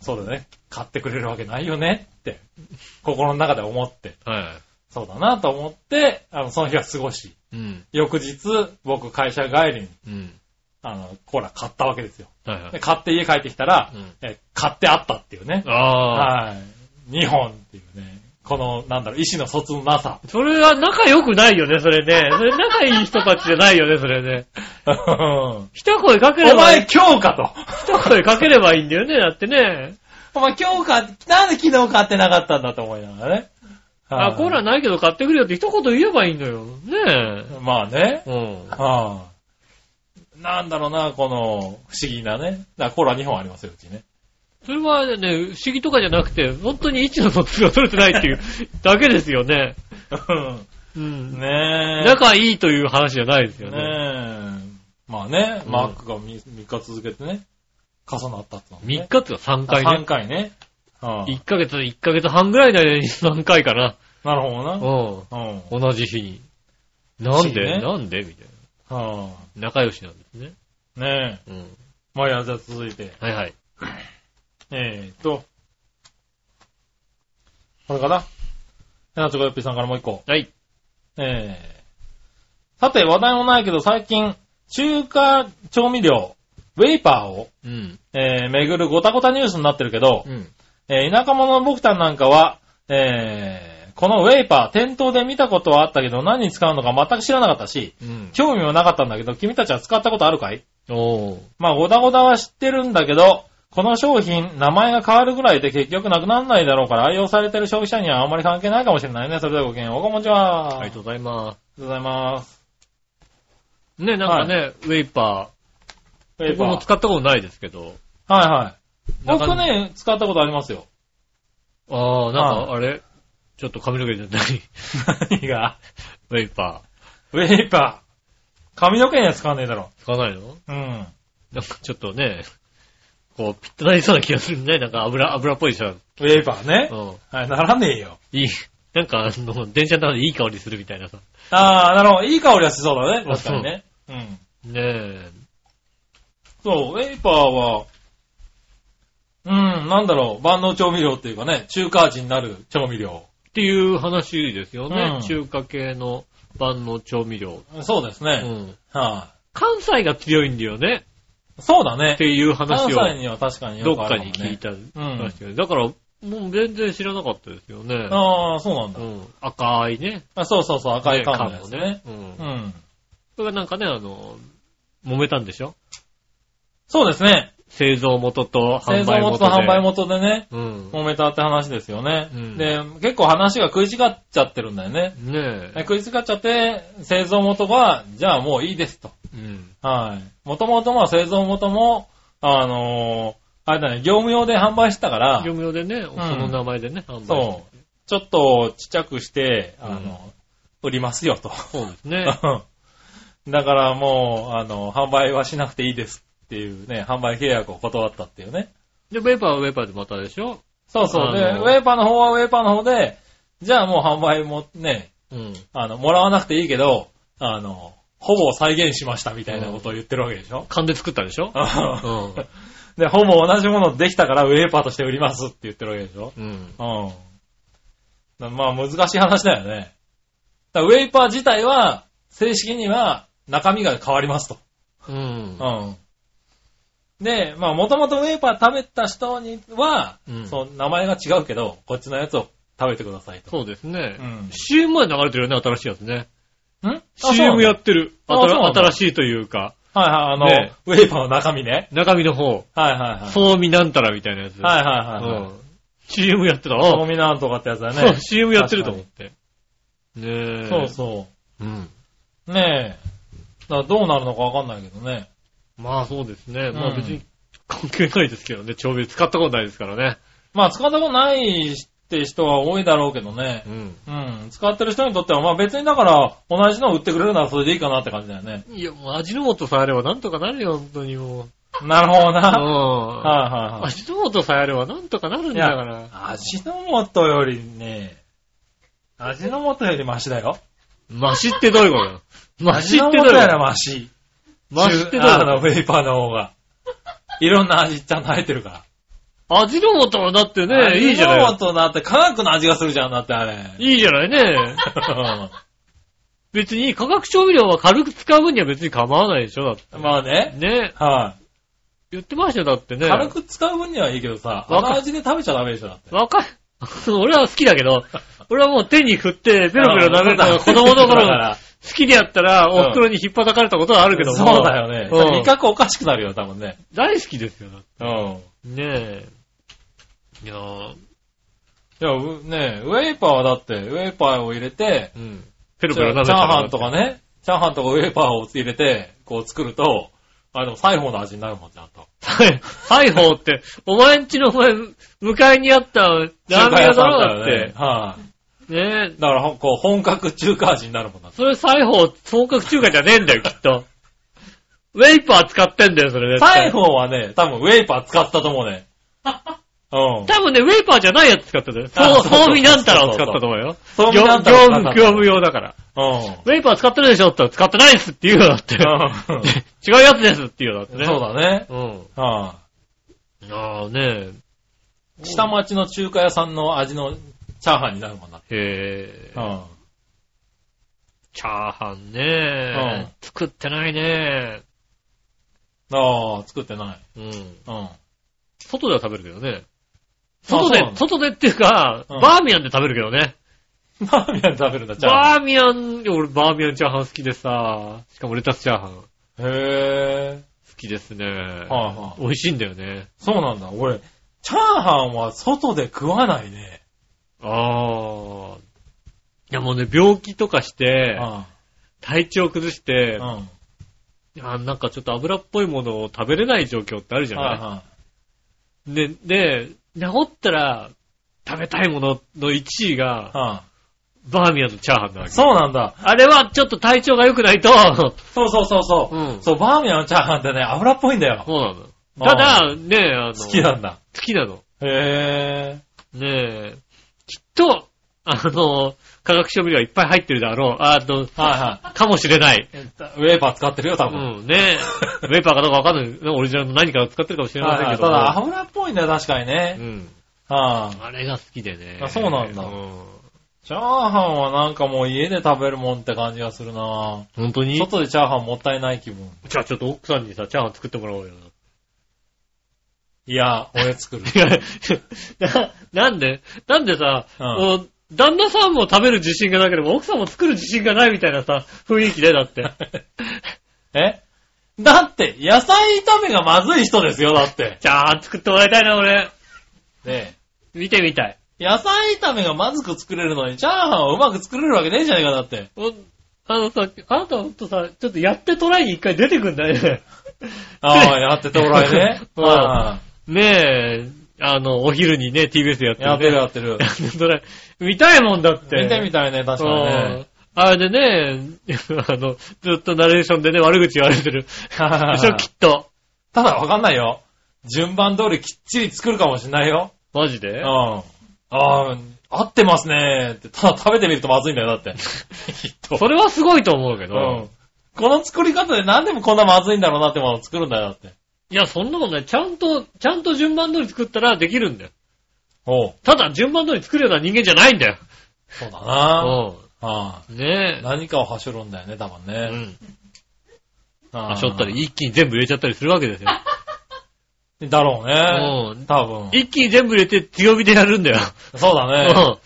Speaker 3: そうだね。買ってくれるわけないよねって、心の中で思って、
Speaker 2: はいは
Speaker 3: そうだなと思って、あの、その日は過ごし、
Speaker 2: い。うん。
Speaker 3: 翌日、僕会社帰りに、
Speaker 2: うん。
Speaker 3: あの、コーラ買ったわけですよ。
Speaker 2: はいは
Speaker 3: で
Speaker 2: い。
Speaker 3: 買って家帰ってきたら、
Speaker 2: うん
Speaker 3: え買ってあったっていうね。
Speaker 2: ああ。
Speaker 3: はい。2本っていうね。この、なんだろう、意思の疎通のな さ。
Speaker 2: それは仲良くないよね、それね。それ仲いい人たちじゃないよね、それね。
Speaker 3: お
Speaker 2: 一声かければいい
Speaker 3: 前今日か
Speaker 2: 一声かければいいんだよね、だってね。
Speaker 3: と。お前今日か、なんで昨日買ってなかったんだと思いながらね。
Speaker 2: あ、コーラ
Speaker 3: ね。
Speaker 2: ないけど買ってくれよって一言言えばいいんだよ。ね
Speaker 3: まあね。
Speaker 2: え。うん。
Speaker 3: はあ、なんだろうな、この、不思議なね。だからコーラ2本ありますよ、うちね。
Speaker 2: それはね、不思議とかじゃなくて、本当に位置の疎通が取れてない っていうだけですよね。うん。
Speaker 3: ねえ。
Speaker 2: 仲いいという話じゃないですよね。
Speaker 3: ねえ。まあね、
Speaker 2: うん
Speaker 3: マークが 3, 日続けてね、重なったってのも
Speaker 2: 3
Speaker 3: ね。
Speaker 2: 日っていうか3回
Speaker 3: 3
Speaker 2: ね。
Speaker 3: 回ね。はあ
Speaker 2: 1ヶ月、1ヶ月半ぐらいの間に3回かな。
Speaker 3: なるほどな。
Speaker 2: う
Speaker 3: うん。
Speaker 2: ん。同じ日に。なん
Speaker 3: 不思議
Speaker 2: で
Speaker 3: ね
Speaker 2: なんでみたい
Speaker 3: は
Speaker 2: な。仲良しなんですね。
Speaker 3: あ、ねえ。
Speaker 2: うん。
Speaker 3: まあいいや、じゃあ続いて。
Speaker 2: はいはい。
Speaker 3: えーっと。これかな。なつごよっぴーさんからもう一個。
Speaker 2: はい。
Speaker 3: えー。さて、話題もないけど最近、中華調味料、ウェイパーを、
Speaker 2: うん。
Speaker 3: えー、巡るごたごたニュースになってるけど、
Speaker 2: うん。
Speaker 3: えー田舎者の僕たちなんかは、えーこのウェイパー、店頭で見たことはあったけど、何に使うのか全く知らなかったし、
Speaker 2: うん。
Speaker 3: 興味もなかったんだけど、君たちは使ったことあるかい
Speaker 2: おー。
Speaker 3: まあ、ゴダゴダは知ってるんだけど、この商品、名前が変わるぐらいで結局なくならないだろうから、愛用されてる消費者にはあんまり関係ないかもしれないね。それではごきげんよう、こんにちは。
Speaker 2: ありがとうございま
Speaker 3: ありがとうございます。
Speaker 2: す。ね、なんかね、ウェイパ
Speaker 3: ウ
Speaker 2: ー。
Speaker 3: ェイパ
Speaker 2: 僕も
Speaker 3: ー。
Speaker 2: 使ったことないですけど。
Speaker 3: はいはい。
Speaker 2: なんか
Speaker 3: 僕ね、使ったことありますよ。
Speaker 2: ああ、なんかあれちょっと髪の毛じゃない。
Speaker 3: 何が
Speaker 2: ウェイパ
Speaker 3: ウェイパー。髪の毛には使わねえだろ。
Speaker 2: ー。使わないの
Speaker 3: うん。
Speaker 2: なんかちょっとね、こう、ぴったりそうな気がするね。なんか油、油っぽいじゃん。
Speaker 3: ウェイパーね。
Speaker 2: うん。
Speaker 3: はい、ならねえよ。
Speaker 2: いい。なんか、あの、電車の中でいい香りするみたいなさ。
Speaker 3: ああ、なるほど。いい香りはしそうだね。
Speaker 2: あ
Speaker 3: 確かにね。うん。
Speaker 2: ねえ。
Speaker 3: そう、ウェイパーは、うん、なんだろう、万能調味料っていうかね、中華味になる調味料。
Speaker 2: っていう話ですよね。
Speaker 3: うん
Speaker 2: 中華系の万能調味料。
Speaker 3: そうです
Speaker 2: う
Speaker 3: ね。はい、
Speaker 2: ん。関西が強いんだよね。
Speaker 3: そうだ
Speaker 2: っ
Speaker 3: ね
Speaker 2: て。いう話
Speaker 3: 関
Speaker 2: を
Speaker 3: 西には確かに
Speaker 2: ど
Speaker 3: よ
Speaker 2: っ
Speaker 3: くあ
Speaker 2: か
Speaker 3: るもん
Speaker 2: に
Speaker 3: ね。
Speaker 2: 聞いた
Speaker 3: ん
Speaker 2: らしいよねだから、もう全然知らなかったですよね。
Speaker 3: ああ、そうなんだ
Speaker 2: う。ん。赤いね。
Speaker 3: あそうそうそう、赤い缶のや
Speaker 2: も
Speaker 3: つね。。
Speaker 2: うん
Speaker 3: う。ん。
Speaker 2: それがなんかね、あの、揉めたんでしょ
Speaker 3: そうですね。
Speaker 2: 製造元と
Speaker 3: 製
Speaker 2: 販
Speaker 3: 造
Speaker 2: 売
Speaker 3: 元
Speaker 2: 元
Speaker 3: と
Speaker 2: で。
Speaker 3: 販売元でね、
Speaker 2: うん。
Speaker 3: 揉めたって話ですよね。
Speaker 2: うん
Speaker 3: で、結構話が食い違っちゃってるんだよね。
Speaker 2: ね
Speaker 3: え
Speaker 2: え。
Speaker 3: 食いつかっちゃって、製造元が、じゃあもういいですと。
Speaker 2: うん。
Speaker 3: はい。もともとまあ製造元も、あのーあれだね、業務用で販売してたから
Speaker 2: 業、務用でね、その名前でね、販売。
Speaker 3: そう。ちょっとちっちゃくして、
Speaker 2: うん
Speaker 3: あの、売りますよと。
Speaker 2: う。そうですね。
Speaker 3: だからもう、あの、販売はしなくていいですっていうね、販売契約を断ったっていうね。
Speaker 2: で、ウェーパーはウェーパーでまたでしょ
Speaker 3: そうそう。で、
Speaker 2: あの
Speaker 3: ウェーパーの方はウェーパーの方で、じゃあもう販売もね、
Speaker 2: うん。
Speaker 3: あの、もらわなくていいけど、あの、ほぼ再現しましたみたいなことを言ってるわけでしょ、
Speaker 2: 勘で作ったでしょうん。
Speaker 3: で、ほぼ同じものできたからウェーパーとして売りますって言ってるわけでしょ
Speaker 2: うん。
Speaker 3: うん。だまあ難しい話だよね。だウェイパー自体は、正式には中身が変わりますと。
Speaker 2: うん。
Speaker 3: うん。で、まあもともとウェイパー食べた人には、
Speaker 2: うん
Speaker 3: その名前が違うけど、こっちのやつを食べてくださいと。
Speaker 2: そうですね
Speaker 3: う。ん。
Speaker 2: CM まで流れてるよね、新しいやつね。
Speaker 3: ん
Speaker 2: CM や
Speaker 3: っ
Speaker 2: ってる。
Speaker 3: あ
Speaker 2: あた
Speaker 3: そうな
Speaker 2: ら
Speaker 3: んだ
Speaker 2: 新しいというか、
Speaker 3: はいはい、あの、
Speaker 2: ね
Speaker 3: ウェイパーの中身ね。
Speaker 2: 中身の方、
Speaker 3: はいはいはい。
Speaker 2: そうみなんたらみたいなやつ。
Speaker 3: はいはいはいはい。
Speaker 2: うん。CM やってた。
Speaker 3: ト
Speaker 2: あ、
Speaker 3: ミナンとかってやつだ
Speaker 2: そ
Speaker 3: ね
Speaker 2: う、。CM やってると思って。ねえ。
Speaker 3: そうそ
Speaker 2: うん。
Speaker 3: う。ねえ。だからどうなるのかわかんないけどね。
Speaker 2: まあそうですね。ま
Speaker 3: う
Speaker 2: あ
Speaker 3: ん
Speaker 2: 別に関係ないですけどね。調味料使ったことないですからね。
Speaker 3: まあ、使ったことないって人は多いだろうけどね
Speaker 2: う。ん。
Speaker 3: うん。使ってる人にとっては、まあ別にだから、同じのを売ってくれるならそれでいいかなって感じだよね。
Speaker 2: いや、もう味の素さえあればなんとかなるよ、本当にもう。
Speaker 3: なるほど
Speaker 2: う
Speaker 3: な。 はい
Speaker 2: ん。
Speaker 3: はいはい。
Speaker 2: 味の素さえあればなんとかなるんだから。
Speaker 3: 味の素よりね、味の素よりマシだよ。
Speaker 2: マシってどういうことよマシ
Speaker 3: 味
Speaker 2: ってどう
Speaker 3: の素
Speaker 2: いうこ
Speaker 3: より
Speaker 2: と
Speaker 3: マシ。
Speaker 2: マシってどういう
Speaker 3: あ
Speaker 2: こ
Speaker 3: の、
Speaker 2: と
Speaker 3: ウェイパーの方が。いろんな味ちゃんと入ってるから。
Speaker 2: 味の素はだってね、いいじゃ
Speaker 3: 味
Speaker 2: ない。
Speaker 3: の素だって科学の味がするじゃん、だってあれ。
Speaker 2: いいじゃないね。別に化学調味料は軽く使う分には別に構わないでしょ、だって。
Speaker 3: まあね。
Speaker 2: ね。
Speaker 3: は
Speaker 2: 言ってましたよ、だって
Speaker 3: い。
Speaker 2: ね。
Speaker 3: 軽く使う分にはいいけどさ、あ
Speaker 2: わか
Speaker 3: の味で食べちゃダメでしょ、だって。
Speaker 2: 若い。 俺は好きだけど、俺はもう手に振って、ペロペロ舐めるのが子供の頃から
Speaker 3: ら。
Speaker 2: 好きでやったら、
Speaker 3: うん
Speaker 2: お袋に引っ張かれたことはあるけども。
Speaker 3: そうだよね。
Speaker 2: うん
Speaker 3: 味覚おかしくなるよ、多分ね。
Speaker 2: 大好きですよ。
Speaker 3: うん。
Speaker 2: ねえ。いやー
Speaker 3: いや、うねウェイパーはだって、ウェイパーを入れて、
Speaker 2: うん。ペ
Speaker 3: チ
Speaker 2: ロ
Speaker 3: ャ
Speaker 2: ペロ舐め
Speaker 3: ー
Speaker 2: たら
Speaker 3: ハンとかね、チャーハンとかウェイパーを入れて、こう作ると、あ、でも裁縫の味になるもんね、あと。
Speaker 2: はい、はい、ほうって、お前んちの前、向かいにあったラーメン屋だろだっ
Speaker 3: 中華屋さ
Speaker 2: て
Speaker 3: んだ。からねはい、
Speaker 2: ねえ。
Speaker 3: だから、ほこう、本格中華味になるもんだって。
Speaker 2: それ裁縫、本格中華じゃねえんだよ、きっと。ウェイパー使ってんだよ、それね。
Speaker 3: 裁縫はね、多分ウェイパー使ったと思 うね。うん。
Speaker 2: 多分ね、ウェイパーじゃないやつ使ったんだよ。
Speaker 3: あ
Speaker 2: そう、
Speaker 3: そうそう
Speaker 2: 装備なんたらを使ったと思うよ。
Speaker 3: そうそうそう装備なんたらを
Speaker 2: 業
Speaker 3: 使った
Speaker 2: 務、業務用だから。
Speaker 3: うん。
Speaker 2: ウェイパー使ってるでしょって言ったら使ってないですって言うよだって。
Speaker 3: うん
Speaker 2: 違うやつですって言うよだってね。
Speaker 3: そうだね。
Speaker 2: うん。
Speaker 3: は
Speaker 2: ああね
Speaker 3: い。下町の中華屋さんの味のチャーハンになるもんだって。
Speaker 2: え。へえ
Speaker 3: う。ん。
Speaker 2: チャーハンね、作ってないね
Speaker 3: ああ、作ってない。
Speaker 2: うん。
Speaker 3: うん。
Speaker 2: 外では食べるけどね。
Speaker 3: そう
Speaker 2: 外で
Speaker 3: な、の
Speaker 2: 外でっていうか、
Speaker 3: うん
Speaker 2: バーミヤンで食べるけどね。
Speaker 3: バーミヤンで食べるんだ、チャーハン。
Speaker 2: バーミヤン、俺バーミヤンチャーハン好きでさ、しかもレタスチャーハン好
Speaker 3: へえ。
Speaker 2: きですね。
Speaker 3: はいはい
Speaker 2: 美味しいんだよね。
Speaker 3: そうなんだ。俺、チャーハンは外で食わないね。
Speaker 2: ああ。いやもうね、病気とかして、
Speaker 3: う
Speaker 2: 体調崩して
Speaker 3: ん。うん。、はい
Speaker 2: あなんかちょっと油っぽいものを食べれない状況ってあるじゃない、
Speaker 3: は
Speaker 2: で、で、治ったら食べたいものの1位が
Speaker 3: い。、は
Speaker 2: バーミヤンのチャーハンなわ
Speaker 3: い。
Speaker 2: け。
Speaker 3: そうなんだ。
Speaker 2: あれはちょっと体調が良くないと、
Speaker 3: そうそうそうそう。
Speaker 2: うん
Speaker 3: そう、バーミヤンのチャーハンってね、油っぽいんだよ。
Speaker 2: そうなの。ただ、
Speaker 3: あ
Speaker 2: ねえ、あの、
Speaker 3: 好きなんだ。
Speaker 2: 好きなの。
Speaker 3: へえ。
Speaker 2: ねえ、きっと、あの、化学調味料いっぱい入ってるだろう。あの、
Speaker 3: は
Speaker 2: かもしれない。
Speaker 3: いはい。ウェーパー使ってるよ、多
Speaker 2: う
Speaker 3: 分。
Speaker 2: ん、ね え、ウェーパーかどうかわかんない。ねオリジナルの何かを使ってるかもしれま
Speaker 3: はい
Speaker 2: せん
Speaker 3: は
Speaker 2: け
Speaker 3: い
Speaker 2: ど
Speaker 3: た
Speaker 2: も。
Speaker 3: だ、油っぽいんだよ、確かに
Speaker 2: う
Speaker 3: ね。
Speaker 2: ん。
Speaker 3: は
Speaker 2: あれが好きでね。
Speaker 3: あそうなんだ
Speaker 2: うん
Speaker 3: い。チャーハンはなんかもう家で食べるもんって感じがするな
Speaker 2: 本当に
Speaker 3: 外でチャーハンもったいない気分。
Speaker 2: じゃあちょっと奥さんにさ、チャーハン作ってもらお うよ。
Speaker 3: いや、俺作る。
Speaker 2: いや、な、なんでなんでさ、
Speaker 3: うん
Speaker 2: もう旦那さんも食べる自信がなければ、奥さんも作る自信がないみたいなさ、雰囲気で、だって。
Speaker 3: えだって、野菜炒めがまずい人ですよ、だって。
Speaker 2: チャーハン作ってもらいたいな、俺。
Speaker 3: ね
Speaker 2: 見てみたい。
Speaker 3: え野菜炒めがまずく作れるのに、チャーハンはうまく作れるわけねえじゃねえか、だって。
Speaker 2: おあのさ、あなたほんとさ、ちょっとやってトライに一回出てくんだよね。。
Speaker 3: ああ、やってておらえ ね
Speaker 2: うん
Speaker 3: は
Speaker 2: ねえ、あの、お昼にね、TBS でやっ
Speaker 3: い
Speaker 2: て
Speaker 3: やってる
Speaker 2: ね。
Speaker 3: やってる。
Speaker 2: トライ。見たいもんだって。
Speaker 3: 見てみたいね、確かに ね。
Speaker 2: あれでね、 あの、ずっとナレーションでね、悪口言われてる。でしょ、きっと。
Speaker 3: ただわかんないよ。順番通りきっちり作るかもしんないよ。
Speaker 2: マジ
Speaker 3: う
Speaker 2: で
Speaker 3: ん。ああ、合ってますねって。ただ食べてみるとまずいんだよ、だって。きっと。
Speaker 2: それはすごいと 思うけ
Speaker 3: う
Speaker 2: ど、
Speaker 3: ん。この作り方で何でもこんなまずいんだろうなってものを作るんだよ、だって。
Speaker 2: いや、そんなことない。ちゃんと、ちゃんと順番通り作ったらできるんだよ。
Speaker 3: おう。
Speaker 2: ただ、順番通り作るような人間じゃないんだよ。
Speaker 3: そうだな。
Speaker 2: う
Speaker 3: あ
Speaker 2: ん。ね
Speaker 3: あ
Speaker 2: え。
Speaker 3: 何かをはしょるんだよね、多分
Speaker 2: う
Speaker 3: ね。
Speaker 2: ん。
Speaker 3: あ
Speaker 2: あしょったり、一気に全部入れちゃったりするわけ ですよ。
Speaker 3: い。だろうね。
Speaker 2: うん。
Speaker 3: 多分。
Speaker 2: 一気に全部入れて強火でやるんだよ。
Speaker 3: そう
Speaker 2: う
Speaker 3: だね。
Speaker 2: ん。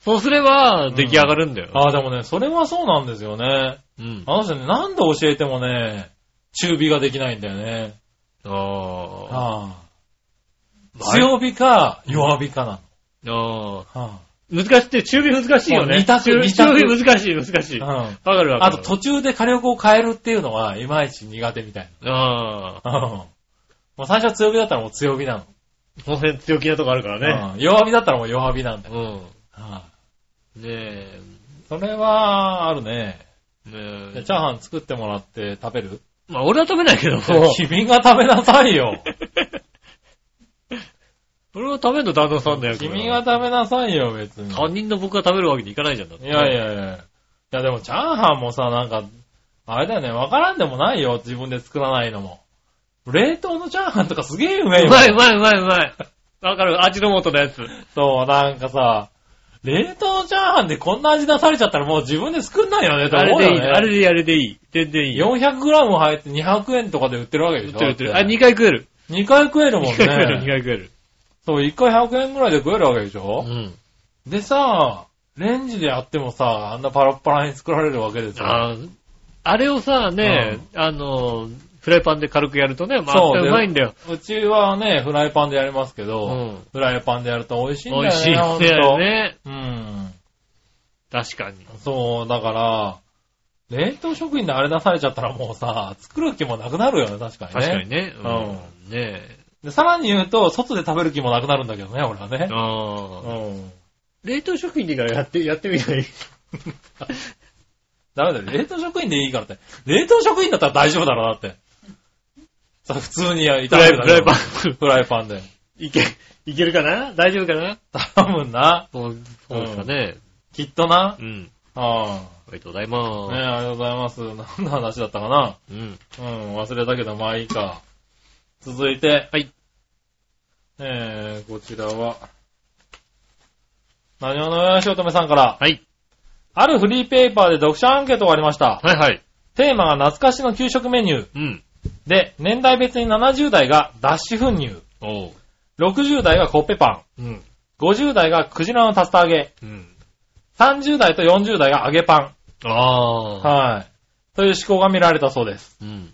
Speaker 2: そうすれば、出来上がるんだよ。
Speaker 3: ああ、でもね、それはそうなんですよね。
Speaker 2: うん。
Speaker 3: あの人ね、何度教えてもね、中火ができないんだよね。
Speaker 2: ああ。
Speaker 3: ああ。
Speaker 2: はい
Speaker 3: 強火か、弱火かな。
Speaker 2: ああ。
Speaker 3: あ
Speaker 2: 難しいって、中火難しいよ
Speaker 3: もう
Speaker 2: ね。
Speaker 3: 二択
Speaker 2: 中
Speaker 3: 二
Speaker 2: 火中
Speaker 3: 択
Speaker 2: 火難しい、難しい。わ
Speaker 3: あ
Speaker 2: かるわか
Speaker 3: あ
Speaker 2: る。
Speaker 3: と途中で火力を変えるっていうのは、いまいち苦手みたい
Speaker 2: ああ。
Speaker 3: な。うんもう最初は強火だったらもう強火な
Speaker 2: この辺強気なとこあるからね。
Speaker 3: の。うん弱火だったらもう弱火なんだよ。
Speaker 2: う
Speaker 3: はあ
Speaker 2: ん。ね
Speaker 3: それは、あるね。
Speaker 2: え、ねえ
Speaker 3: じゃあ。チャーハン作ってもらって食べる
Speaker 2: まあ俺は食べないけど、
Speaker 3: 君が食べなさいよ。
Speaker 2: 俺は食べんの旦那さんだよ。
Speaker 3: 君が食べなさいよ、別に。
Speaker 2: 他人の僕が食べるわけにいかないじゃん。だって
Speaker 3: いやい。やいや。いやでもチャーハンもさ、なんか、あれだよね、わからんでもないよ、自分で作らないのも。冷凍のチャーハンとかすげえうめえよ。
Speaker 2: うまいうまいうまいうまい。わかる、味の素のやつ。
Speaker 3: そう、なんかさ、冷凍のチャーハンでこんな味出されちゃったらもう自分で作んないよね、と
Speaker 2: あ
Speaker 3: 思
Speaker 2: れ
Speaker 3: う
Speaker 2: で
Speaker 3: よ
Speaker 2: いい、
Speaker 3: ね。
Speaker 2: あれでいい、あれでいい。全然いい。
Speaker 3: 400g 入って200円とかで売ってるわけで
Speaker 2: 売
Speaker 3: し
Speaker 2: っ
Speaker 3: ょ
Speaker 2: てる売ってる。あ、2回食える。
Speaker 3: 2回食えるもん
Speaker 2: 2回食える、2
Speaker 3: ね。
Speaker 2: 回食える。
Speaker 3: そう、1回100円ぐらいで食えるわけでし
Speaker 2: う
Speaker 3: ょ、
Speaker 2: ん。
Speaker 3: でさ、レンジでやってもさ、あんなパラッパラに作られるわけですよ。
Speaker 2: あーあれをさ、ね、あの、フライパンで軽くやるとね、ま
Speaker 3: そう
Speaker 2: あ、うまいんだよ。
Speaker 3: うちはね、フライパンでやりますけど、
Speaker 2: うん
Speaker 3: フライパンでやると美味しいんだよ
Speaker 2: 美
Speaker 3: ね。
Speaker 2: 味しい
Speaker 3: ほん
Speaker 2: よ
Speaker 3: と
Speaker 2: ね。
Speaker 3: うん。
Speaker 2: 確かに。
Speaker 3: そう、だから、冷凍食品であれ出されちゃったらもうさ、作る気もなくなるよね、確かにね。
Speaker 2: 確かにね。
Speaker 3: うん
Speaker 2: うん。ね
Speaker 3: で、さらに言うと、外で食べる気もなくなるんだけどね、俺は
Speaker 2: え。
Speaker 3: ね。
Speaker 2: ああ。
Speaker 3: うん。
Speaker 2: 冷凍食品でいいからやって、やってみない
Speaker 3: ダメだよ。冷凍食品でいいからって。冷凍食品だったら大丈夫だろ、だって。さ、普通に炒める
Speaker 2: フ ライ
Speaker 3: だ
Speaker 2: フ
Speaker 3: け
Speaker 2: ライ
Speaker 3: だもん
Speaker 2: パン。
Speaker 3: フライパンで。
Speaker 2: いけ、いけるかな大丈夫かな
Speaker 3: 多分な。
Speaker 2: そうそうですかね。
Speaker 3: きっとな。
Speaker 2: うん。
Speaker 3: あ
Speaker 2: ありがとうござい
Speaker 3: あ。
Speaker 2: ま
Speaker 3: ねえ、ありがとうございます。何の話だったかな。
Speaker 2: す。うん。
Speaker 3: うん、忘れたけど、まあいいか。続いて。
Speaker 2: はい。
Speaker 3: えー、こちらは。何をのよしおとめさんから。
Speaker 2: はい。
Speaker 3: あるフリーペーパーで読者アンケートがありました。
Speaker 2: はいはい。
Speaker 3: テーマが懐かしの給食メニュー。
Speaker 2: うん。
Speaker 3: で、年代別に70代が脱脂粉乳。
Speaker 2: おう。
Speaker 3: 60代がコッペパ
Speaker 2: うん。
Speaker 3: ン。50代がクジラの竜田揚げ。
Speaker 2: うん。
Speaker 3: 30代と40代が揚げパン。
Speaker 2: ああ。
Speaker 3: はい。という思考が見られたそうです。
Speaker 2: うん。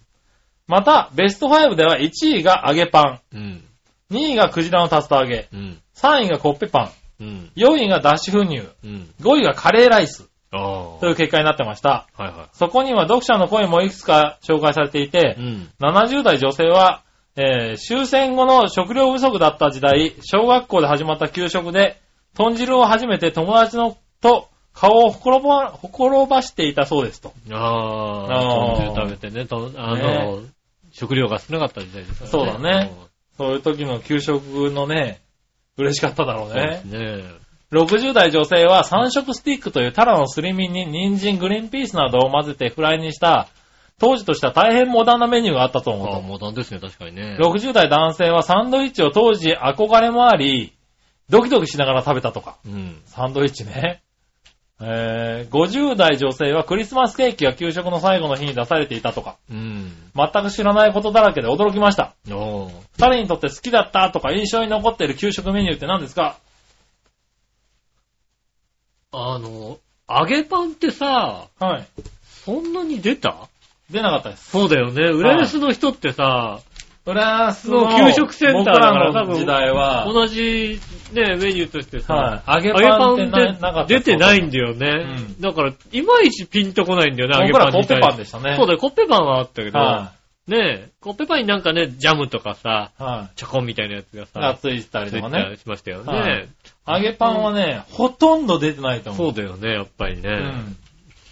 Speaker 3: また、ベスト5では1位が揚げパ
Speaker 2: うん。
Speaker 3: ン。2位がクジラの竜田揚げ。
Speaker 2: うん。
Speaker 3: 3位がコッペパ
Speaker 2: うん。
Speaker 3: ン。4位が脱脂粉乳。
Speaker 2: うん。
Speaker 3: 5位がカレーライス。
Speaker 2: ああ。
Speaker 3: という結果になってました。
Speaker 2: はいは
Speaker 3: そこには読者の声もいくつか紹介されていて
Speaker 2: い。う、ん。
Speaker 3: 70代女性は、えー終戦後の食料不足だった時代、小学校で始まった給食で、豚汁を初めて友達のと顔をほころば、ほころばしていたそうですと。
Speaker 2: ああ。
Speaker 3: あー
Speaker 2: 豚汁食べてね、とあの、食料が少なかった時代ですからね。
Speaker 3: そうだねそういう時の給食のね、嬉しかっただろ
Speaker 2: そ
Speaker 3: う
Speaker 2: うで
Speaker 3: ね
Speaker 2: す。ね。
Speaker 3: 60代女性は3色スティックというタラのすり身に人参、グリーンピースなどを混ぜてフライにした、当時としては大変モダンなメニューがあったと思う
Speaker 2: ああ、
Speaker 3: と。
Speaker 2: モダンですね、確かにね。
Speaker 3: 60代男性はサンドイッチを当時憧れもあり、ドキドキしながら食べたとか。
Speaker 2: うん。
Speaker 3: サンドイッチね。えー、50代女性はクリスマスケーキが給食の最後の日に出されていたとか、
Speaker 2: うん。
Speaker 3: 全く知らないことだらけで驚きました。
Speaker 2: おー
Speaker 3: 二人にとって好きだったとか印象に残っている給食メニューって何ですか
Speaker 2: あの、揚げパンってさ、
Speaker 3: はい。
Speaker 2: そんなに出た
Speaker 3: 出なかったです。
Speaker 2: そうだよね。浦安の人ってさ、
Speaker 3: フランス
Speaker 2: の
Speaker 3: の
Speaker 2: 給食センターだから
Speaker 3: 僕らの時代は、
Speaker 2: 同じね、メニューとしてさ、
Speaker 3: はい、揚げ
Speaker 2: 揚げパ
Speaker 3: パンって
Speaker 2: ン
Speaker 3: ななか
Speaker 2: っ
Speaker 3: った
Speaker 2: て出てないん
Speaker 3: で。
Speaker 2: だよね
Speaker 3: う。
Speaker 2: だから、いまいちピンとこないんだよね、揚げパ
Speaker 3: 僕ら
Speaker 2: ン
Speaker 3: コッ
Speaker 2: 自
Speaker 3: ペ
Speaker 2: 体
Speaker 3: パンでしたね。
Speaker 2: そうだよ、コッペパンはあったけど、
Speaker 3: は
Speaker 2: ねえ、コッペパンになんかね、ジャムとかさ、
Speaker 3: い。はい。
Speaker 2: チョコみたいなやつがさ、
Speaker 3: がついてたり
Speaker 2: つ
Speaker 3: と
Speaker 2: いて
Speaker 3: か
Speaker 2: た
Speaker 3: ね。
Speaker 2: りしましたよね。
Speaker 3: はい揚げパンはね、ほとんど出てないと
Speaker 2: そ
Speaker 3: 思う。
Speaker 2: うだよね、やっぱり
Speaker 3: う
Speaker 2: ね。
Speaker 3: ん。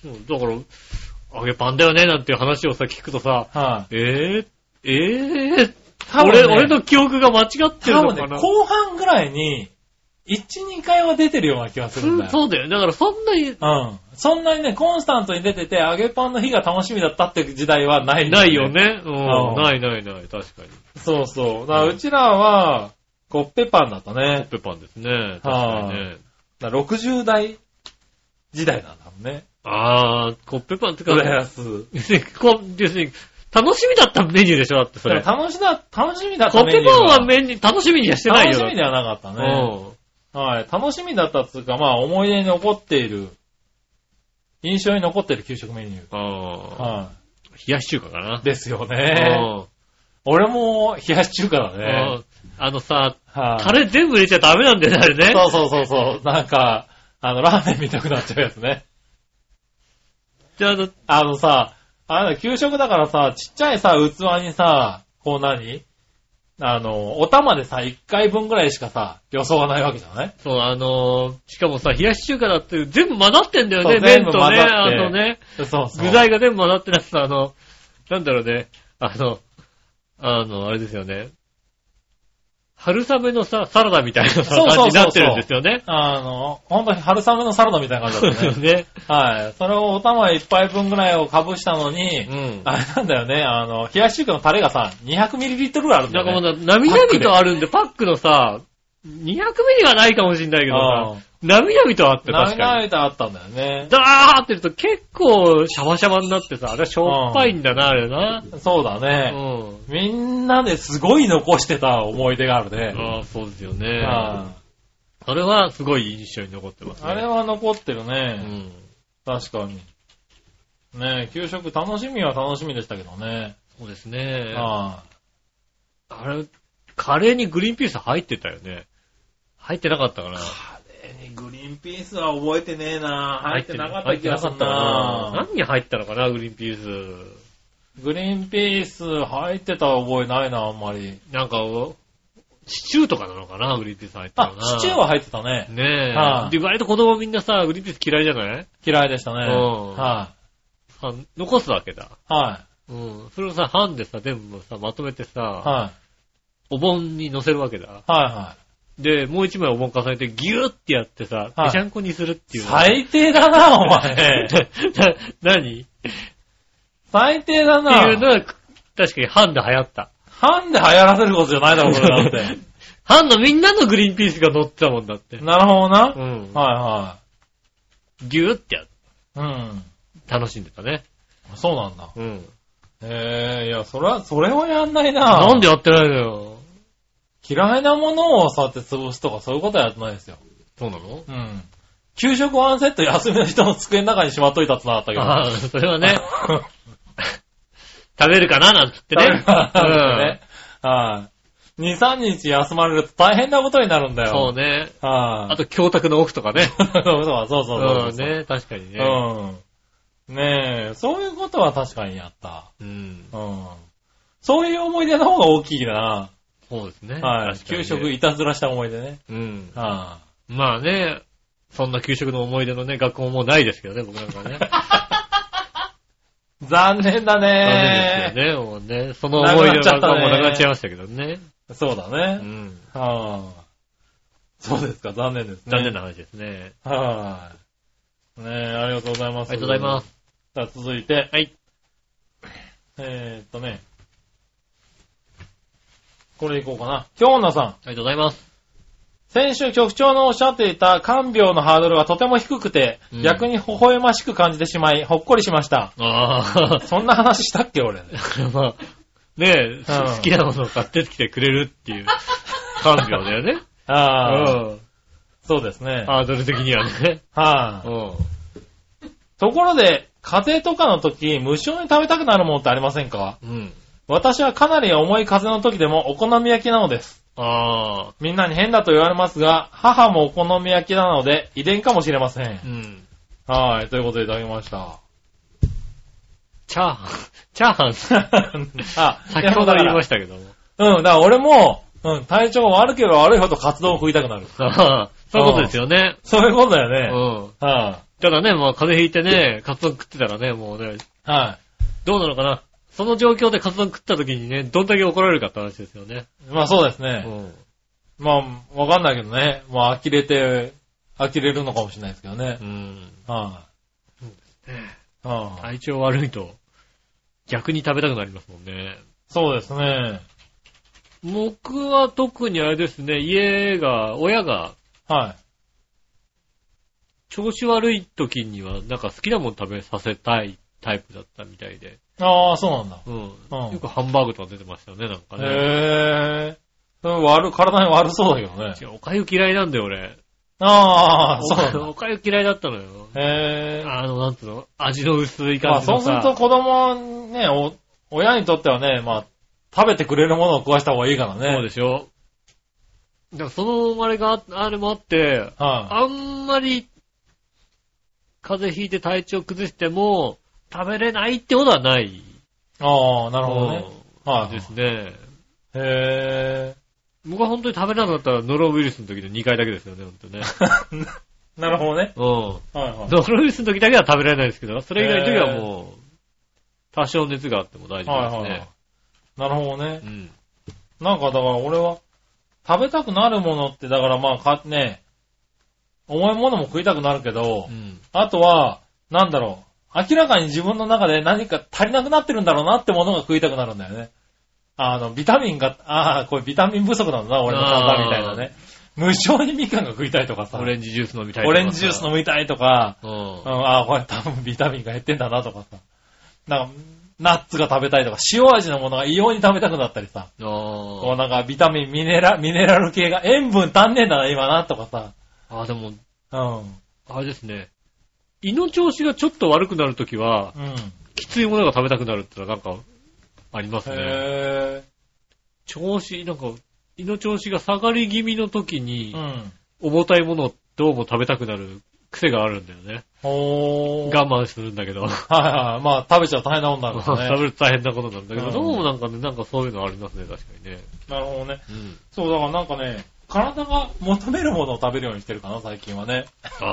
Speaker 2: そうだから、揚げパンだよね、なんていう話をさ、聞くとさ、
Speaker 3: はい。
Speaker 2: えー、えー、
Speaker 3: 多分ね
Speaker 2: 俺、俺の記憶が間違ってる
Speaker 3: 多
Speaker 2: の
Speaker 3: 分
Speaker 2: か
Speaker 3: ね、
Speaker 2: な。
Speaker 3: 後半ぐらいに、1、2回は出てるような気がするんだ
Speaker 2: そ
Speaker 3: よ。
Speaker 2: そうだよね。だからそんなに
Speaker 3: うん。そんなにね、コンスタントに出てて、揚げパンの日が楽しみだったって時代はない、
Speaker 2: ないよ。ね。うん
Speaker 3: う。ん
Speaker 2: ないないない。確かに。
Speaker 3: そうそう。だからうちらは、コッペパンだった
Speaker 2: コッ
Speaker 3: ね。
Speaker 2: ペパンですね。確かにね。
Speaker 3: だから60代時代なんだもんね。
Speaker 2: あー、コッペパンってか、
Speaker 3: 浦安。
Speaker 2: 別に、 こう別に、楽しみだったメニューでしょだってそれ。
Speaker 3: だ
Speaker 2: コ
Speaker 3: から楽しだ、楽しみだった
Speaker 2: ッ
Speaker 3: メニュ
Speaker 2: ペパ
Speaker 3: ー
Speaker 2: ンはメニュー、楽しみにはしてないよ。
Speaker 3: 楽しみではなかったね。
Speaker 2: ね。
Speaker 3: はい。楽しみだったっつうか、まあ思い出に残っている、印象に残っている給食メニュー。
Speaker 2: うん。あ
Speaker 3: は。。
Speaker 2: ー冷やし中華かない
Speaker 3: ですよ
Speaker 2: う
Speaker 3: ね。
Speaker 2: ん
Speaker 3: 俺も冷やし中華だ
Speaker 2: う
Speaker 3: ね。
Speaker 2: ん。あのさ、
Speaker 3: はい、
Speaker 2: タレ全部入れちゃダメなんだよね、あれね。
Speaker 3: そうそうそうそう。なんか、あの、ラーメン見たくなっちゃうやつね。
Speaker 2: じゃあ、あの
Speaker 3: あのさ、あの、給食だからさ、ちっちゃいさ、器にさ、こう何あの、お玉でさ、一回分ぐらいしかさ、予想がないわけじゃない
Speaker 2: そう、あのーしかもさ、冷やし中華だって全部混ざってんだよ
Speaker 3: そ
Speaker 2: ね、
Speaker 3: う
Speaker 2: 麺
Speaker 3: 全部
Speaker 2: とね、
Speaker 3: 混ざって
Speaker 2: あのね、
Speaker 3: そうそう。
Speaker 2: 具材が全部混ざってなくてさ、あの、なんだろうね、あの、あの、あれですよね。春雨のさ、サラダみたいなさ
Speaker 3: そうそ
Speaker 2: 感
Speaker 3: うそうそう
Speaker 2: じになってるんですよね。
Speaker 3: あの、ほんとに春雨のサラダみたいな
Speaker 2: そう
Speaker 3: 感
Speaker 2: で
Speaker 3: じ
Speaker 2: す
Speaker 3: だ
Speaker 2: よ
Speaker 3: ったね。
Speaker 2: ね。
Speaker 3: はい。それをお玉一杯分ぐらいをかぶしたのに、
Speaker 2: うん。
Speaker 3: あれなんだよね、あの、冷やし中華のタレがさ、200ml ぐらいあるんだ
Speaker 2: なん
Speaker 3: よ
Speaker 2: か
Speaker 3: ね。
Speaker 2: もうな、なみなみとあるんで、パックのさ、200ミリはないかもしんないけどさ、なみなみとあって
Speaker 3: な
Speaker 2: 確
Speaker 3: み
Speaker 2: か
Speaker 3: な
Speaker 2: に。
Speaker 3: みとあったんだよね。
Speaker 2: ダーってると結構シャバシャバになってさ、あれはしょっぱいんだな、あれな。
Speaker 3: そうだ
Speaker 2: う
Speaker 3: ね。
Speaker 2: ん。
Speaker 3: みんなですごい残してた思い出があるね。
Speaker 2: ああ、そうですよね。
Speaker 3: あ
Speaker 2: それはすごい印象に残ってますね。
Speaker 3: あれは残ってる
Speaker 2: う
Speaker 3: ね。
Speaker 2: ん。
Speaker 3: 確かに。ねえ、給食楽しみは楽しみでしたけどね。
Speaker 2: そうですね。あ
Speaker 3: あ
Speaker 2: れ、カレーにグリーンピース入ってたよね。入ってなかったかな。
Speaker 3: あ。カレーにグリーン
Speaker 4: リンピースは覚えてねえな入ってなかった気がする
Speaker 2: 入ってなかった
Speaker 4: な
Speaker 2: な何に入ったのかな、グリーンピース。
Speaker 3: グリーンピース入ってた覚えないな、あんまり。
Speaker 2: なんか、シチューとかなのかな、グリーンピース入った
Speaker 3: あ
Speaker 2: の、な。
Speaker 3: シチューは入ってたね。
Speaker 2: ねえ。
Speaker 3: はい
Speaker 2: で、割と子供みんなさ、グリーンピース嫌いじゃない
Speaker 3: 嫌いでしたね。
Speaker 2: うん
Speaker 3: は
Speaker 2: あ残すわけだ。
Speaker 3: い。は
Speaker 2: うん。それをさ、班でさ、全部さ、まとめてさ、
Speaker 3: い。は
Speaker 2: お盆に乗せるわけだ。
Speaker 3: い。は
Speaker 2: で、もう一枚お盆重ねて、ギューってやってさ、
Speaker 3: はい
Speaker 2: ぺちゃんこにするって
Speaker 3: いはい。
Speaker 2: いう。
Speaker 3: 最低だ な、お前。
Speaker 2: な、何っ
Speaker 3: 最低だ
Speaker 2: ていうの
Speaker 3: な。
Speaker 2: は、確かに班で流行った。
Speaker 3: ハンで流行らせることじゃないだろ、これだ って。
Speaker 2: 班のみんなのグリーンピースが乗ってたもんだって。
Speaker 3: なるほど
Speaker 2: う
Speaker 3: な。
Speaker 2: ん。
Speaker 3: は
Speaker 2: ギューってやっ
Speaker 3: いはい。うん。
Speaker 2: 楽しんでたね。
Speaker 3: そうなんだ。
Speaker 2: うん。
Speaker 3: ええいや、それは、それはやんないな。
Speaker 2: なんでやってないのよ。
Speaker 3: 嫌いなものをそうやって潰すとかそういうことはやってないですよ。
Speaker 2: そうなの
Speaker 3: うん。給食ワンセット休みの人の机の中にしまっといたってなかったけど。
Speaker 2: ああ、それは ね、食べるかななんつ ってね。
Speaker 3: ね。はい。2、3日休まれると大変なことになるんだ
Speaker 2: うん
Speaker 3: よ。
Speaker 2: そうね。
Speaker 3: はい。
Speaker 2: あと、教託の奥とかね。
Speaker 3: そう そうそうそうそう
Speaker 2: うんね、確かにね。
Speaker 3: うん。ねえ、そういうことは確かにやった。
Speaker 2: うん。
Speaker 3: うん。そういう思い出の方が大きいな。
Speaker 2: そうですね。
Speaker 3: はい。
Speaker 2: 確かに
Speaker 3: 給
Speaker 2: ね
Speaker 3: 食いたずらした思い出ね。
Speaker 2: うん。
Speaker 3: は
Speaker 2: まあね、そんな給食の思い出のね、学校もないですけどね、僕なんか ね。
Speaker 3: い。残念だ
Speaker 2: 残念
Speaker 3: ね
Speaker 2: ですよね、もうね。その思い出の学校もな
Speaker 3: な
Speaker 2: く
Speaker 3: く
Speaker 2: な
Speaker 3: な
Speaker 2: っ
Speaker 3: っ
Speaker 2: ち
Speaker 3: ち
Speaker 2: ゃい
Speaker 3: ゃ
Speaker 2: ましたけどね。
Speaker 3: そうだ
Speaker 2: う
Speaker 3: ね。
Speaker 2: ん。
Speaker 3: はあ。そうですか、残念ですね。
Speaker 2: 残念な話ですね。
Speaker 3: はい。ねえ、ありがとうございます。。
Speaker 2: ありがとうございますす。
Speaker 3: さあ、続いて。
Speaker 2: はい。
Speaker 3: えーっとね。これいこうかな。京女さん。
Speaker 2: ありがとうございます。
Speaker 3: 先週局長のおっしゃっていた看病のハードルがとても低くて、
Speaker 2: うん
Speaker 3: 逆に微笑ましく感じてしまい、ほっこりしました。
Speaker 2: あ
Speaker 3: そんな話したっけ、俺。
Speaker 2: あ、まあ、ねえ、好きなものを買ってきてくれるっていう看病だよね。
Speaker 3: ああ、
Speaker 2: うん。
Speaker 3: そうですね。はい、
Speaker 2: ハードル的にはね。うん。
Speaker 3: ところで、風邪とかの時、無性に食べたくなるものってありませんか
Speaker 2: うん。
Speaker 3: 私はかなり重い風邪の時でもお好み焼きなのです。
Speaker 2: ああ、
Speaker 3: みんなに変だと言われますが、母もお好み焼きなので、遺伝かもしれません
Speaker 2: う。ん。
Speaker 3: はい、ということでいただき ました。
Speaker 2: チャーハン、 チャーハン、
Speaker 3: あ、
Speaker 2: 先ほど言いま
Speaker 3: し
Speaker 2: したけども。
Speaker 3: た。うん、だから俺も、うん、体調が悪ければ悪いほど活動を食いたくなる。
Speaker 2: ああ そういうことですよね。
Speaker 3: そういうことだ
Speaker 2: う
Speaker 3: よね。
Speaker 2: ん。
Speaker 3: は
Speaker 2: ただね、まあ風邪ひいてね、カツ丼食ってたらね、もうね、
Speaker 3: い。は
Speaker 2: どうなのかな。その状況でカツ丼食った時にね、どんだけ怒られるかって話ですよね。
Speaker 3: い。まあそうです
Speaker 2: う
Speaker 3: ね。
Speaker 2: ん。
Speaker 3: まあ、わかんないけどね。まあ、呆れて、呆れるのかもしれないですけどね
Speaker 2: う。ん。
Speaker 3: はい。はい。
Speaker 2: 体調悪いと、逆に食べたくなりますもんね。
Speaker 3: そうですね。
Speaker 2: 僕は特にあれですね、家が、親が、
Speaker 3: はい。
Speaker 2: 調子悪い時には、なんか好きなもの食べさせたいタイプだったみたいで。
Speaker 3: ああ、そうなんだ。
Speaker 2: うん。
Speaker 3: うん
Speaker 2: よくハンバーグとか出てましたよね、なんかね。
Speaker 3: へえ。それ悪、体に悪そうだけどね。
Speaker 2: 違うおかゆ嫌いなんだよ、俺。
Speaker 3: ああ、そうなん
Speaker 2: おかゆ嫌いだったのよ。
Speaker 3: だ。へえ。
Speaker 2: あの、なんつうの、味の薄い
Speaker 3: ま
Speaker 2: 感
Speaker 3: あ
Speaker 2: じ
Speaker 3: そ
Speaker 2: の
Speaker 3: うす
Speaker 2: さ。
Speaker 3: ると子供、ね、お、親にとってはね、まあ、食べてくれるものを食わした方がいいからね。
Speaker 2: そうでしょだからそのあれがあ、あれもあって、
Speaker 3: はい、
Speaker 2: あんまり、風邪ひいて体調崩しても、食べれないってことはない。
Speaker 3: ああ、な
Speaker 2: な
Speaker 3: るほどね。はい、
Speaker 2: ですね。
Speaker 3: へ
Speaker 2: 僕は本当に食べなかったら、ノロウイルスの時の2回だけですよね、ほんとね。
Speaker 3: え。なるほどね。
Speaker 2: うん。
Speaker 3: はいはい。
Speaker 2: ノロウイルスの時だけは食べられないですけど、それ以外の時はもう、多少熱があっても大丈夫ですね。
Speaker 3: はいはい。なるほどね
Speaker 2: う。ん。
Speaker 3: なんかだから俺は、食べたくなるものって、だからまあか、ね、重いものも食いたくなるけど、
Speaker 2: うん。
Speaker 3: あとは、なんだろう、明らかに自分の中で何か足りなくなってるんだろうなってものが食いたくなるんだよね。あの、ビタミンが、ああ、これビタミン不足なんだな、俺の体みたいなね。無性にみかんが食いたいとかさ、
Speaker 2: オ
Speaker 3: オ
Speaker 2: レ
Speaker 3: レ
Speaker 2: ンジジュース飲みたいとかさ
Speaker 3: ンジジュース飲みたいとか、
Speaker 2: うん
Speaker 3: うん、。ああ、これ多分ビタミンが減ってんだなとかさ。なんか、ナッツが食べたいとか、塩味のものが異様に食べたくなったりさ。こ
Speaker 2: あ
Speaker 3: うなんかビタミン、ミネラ、ミネラル系が塩分足んねえんだな、今な、とかさ。
Speaker 2: あ。あ、でも、
Speaker 3: うん。
Speaker 2: あれですね。胃の調子がちょっと悪くなるときは、
Speaker 3: うん。
Speaker 2: きついものが食べたくなるってのはなんか、ありますね。
Speaker 3: へ
Speaker 2: 調子、なんか、胃の調子が下がり気味の時
Speaker 3: え。
Speaker 2: に
Speaker 3: う、ん。
Speaker 2: 重たいものをどうも食べたくなる癖があるんだよね。
Speaker 3: おー。
Speaker 2: 我慢するんだけど。
Speaker 3: はいはい。 まあ、食べちゃ大変なもんだ
Speaker 2: 食
Speaker 3: からね。
Speaker 2: べると大変なことなんだけど、
Speaker 3: うん
Speaker 2: どうもなんかね、なんかそういうのありますね、確かにね。
Speaker 3: なるほどね。
Speaker 2: うん。
Speaker 3: そう、だからなんかね、体が求めるものを食べるようにしてるかな、最近はね。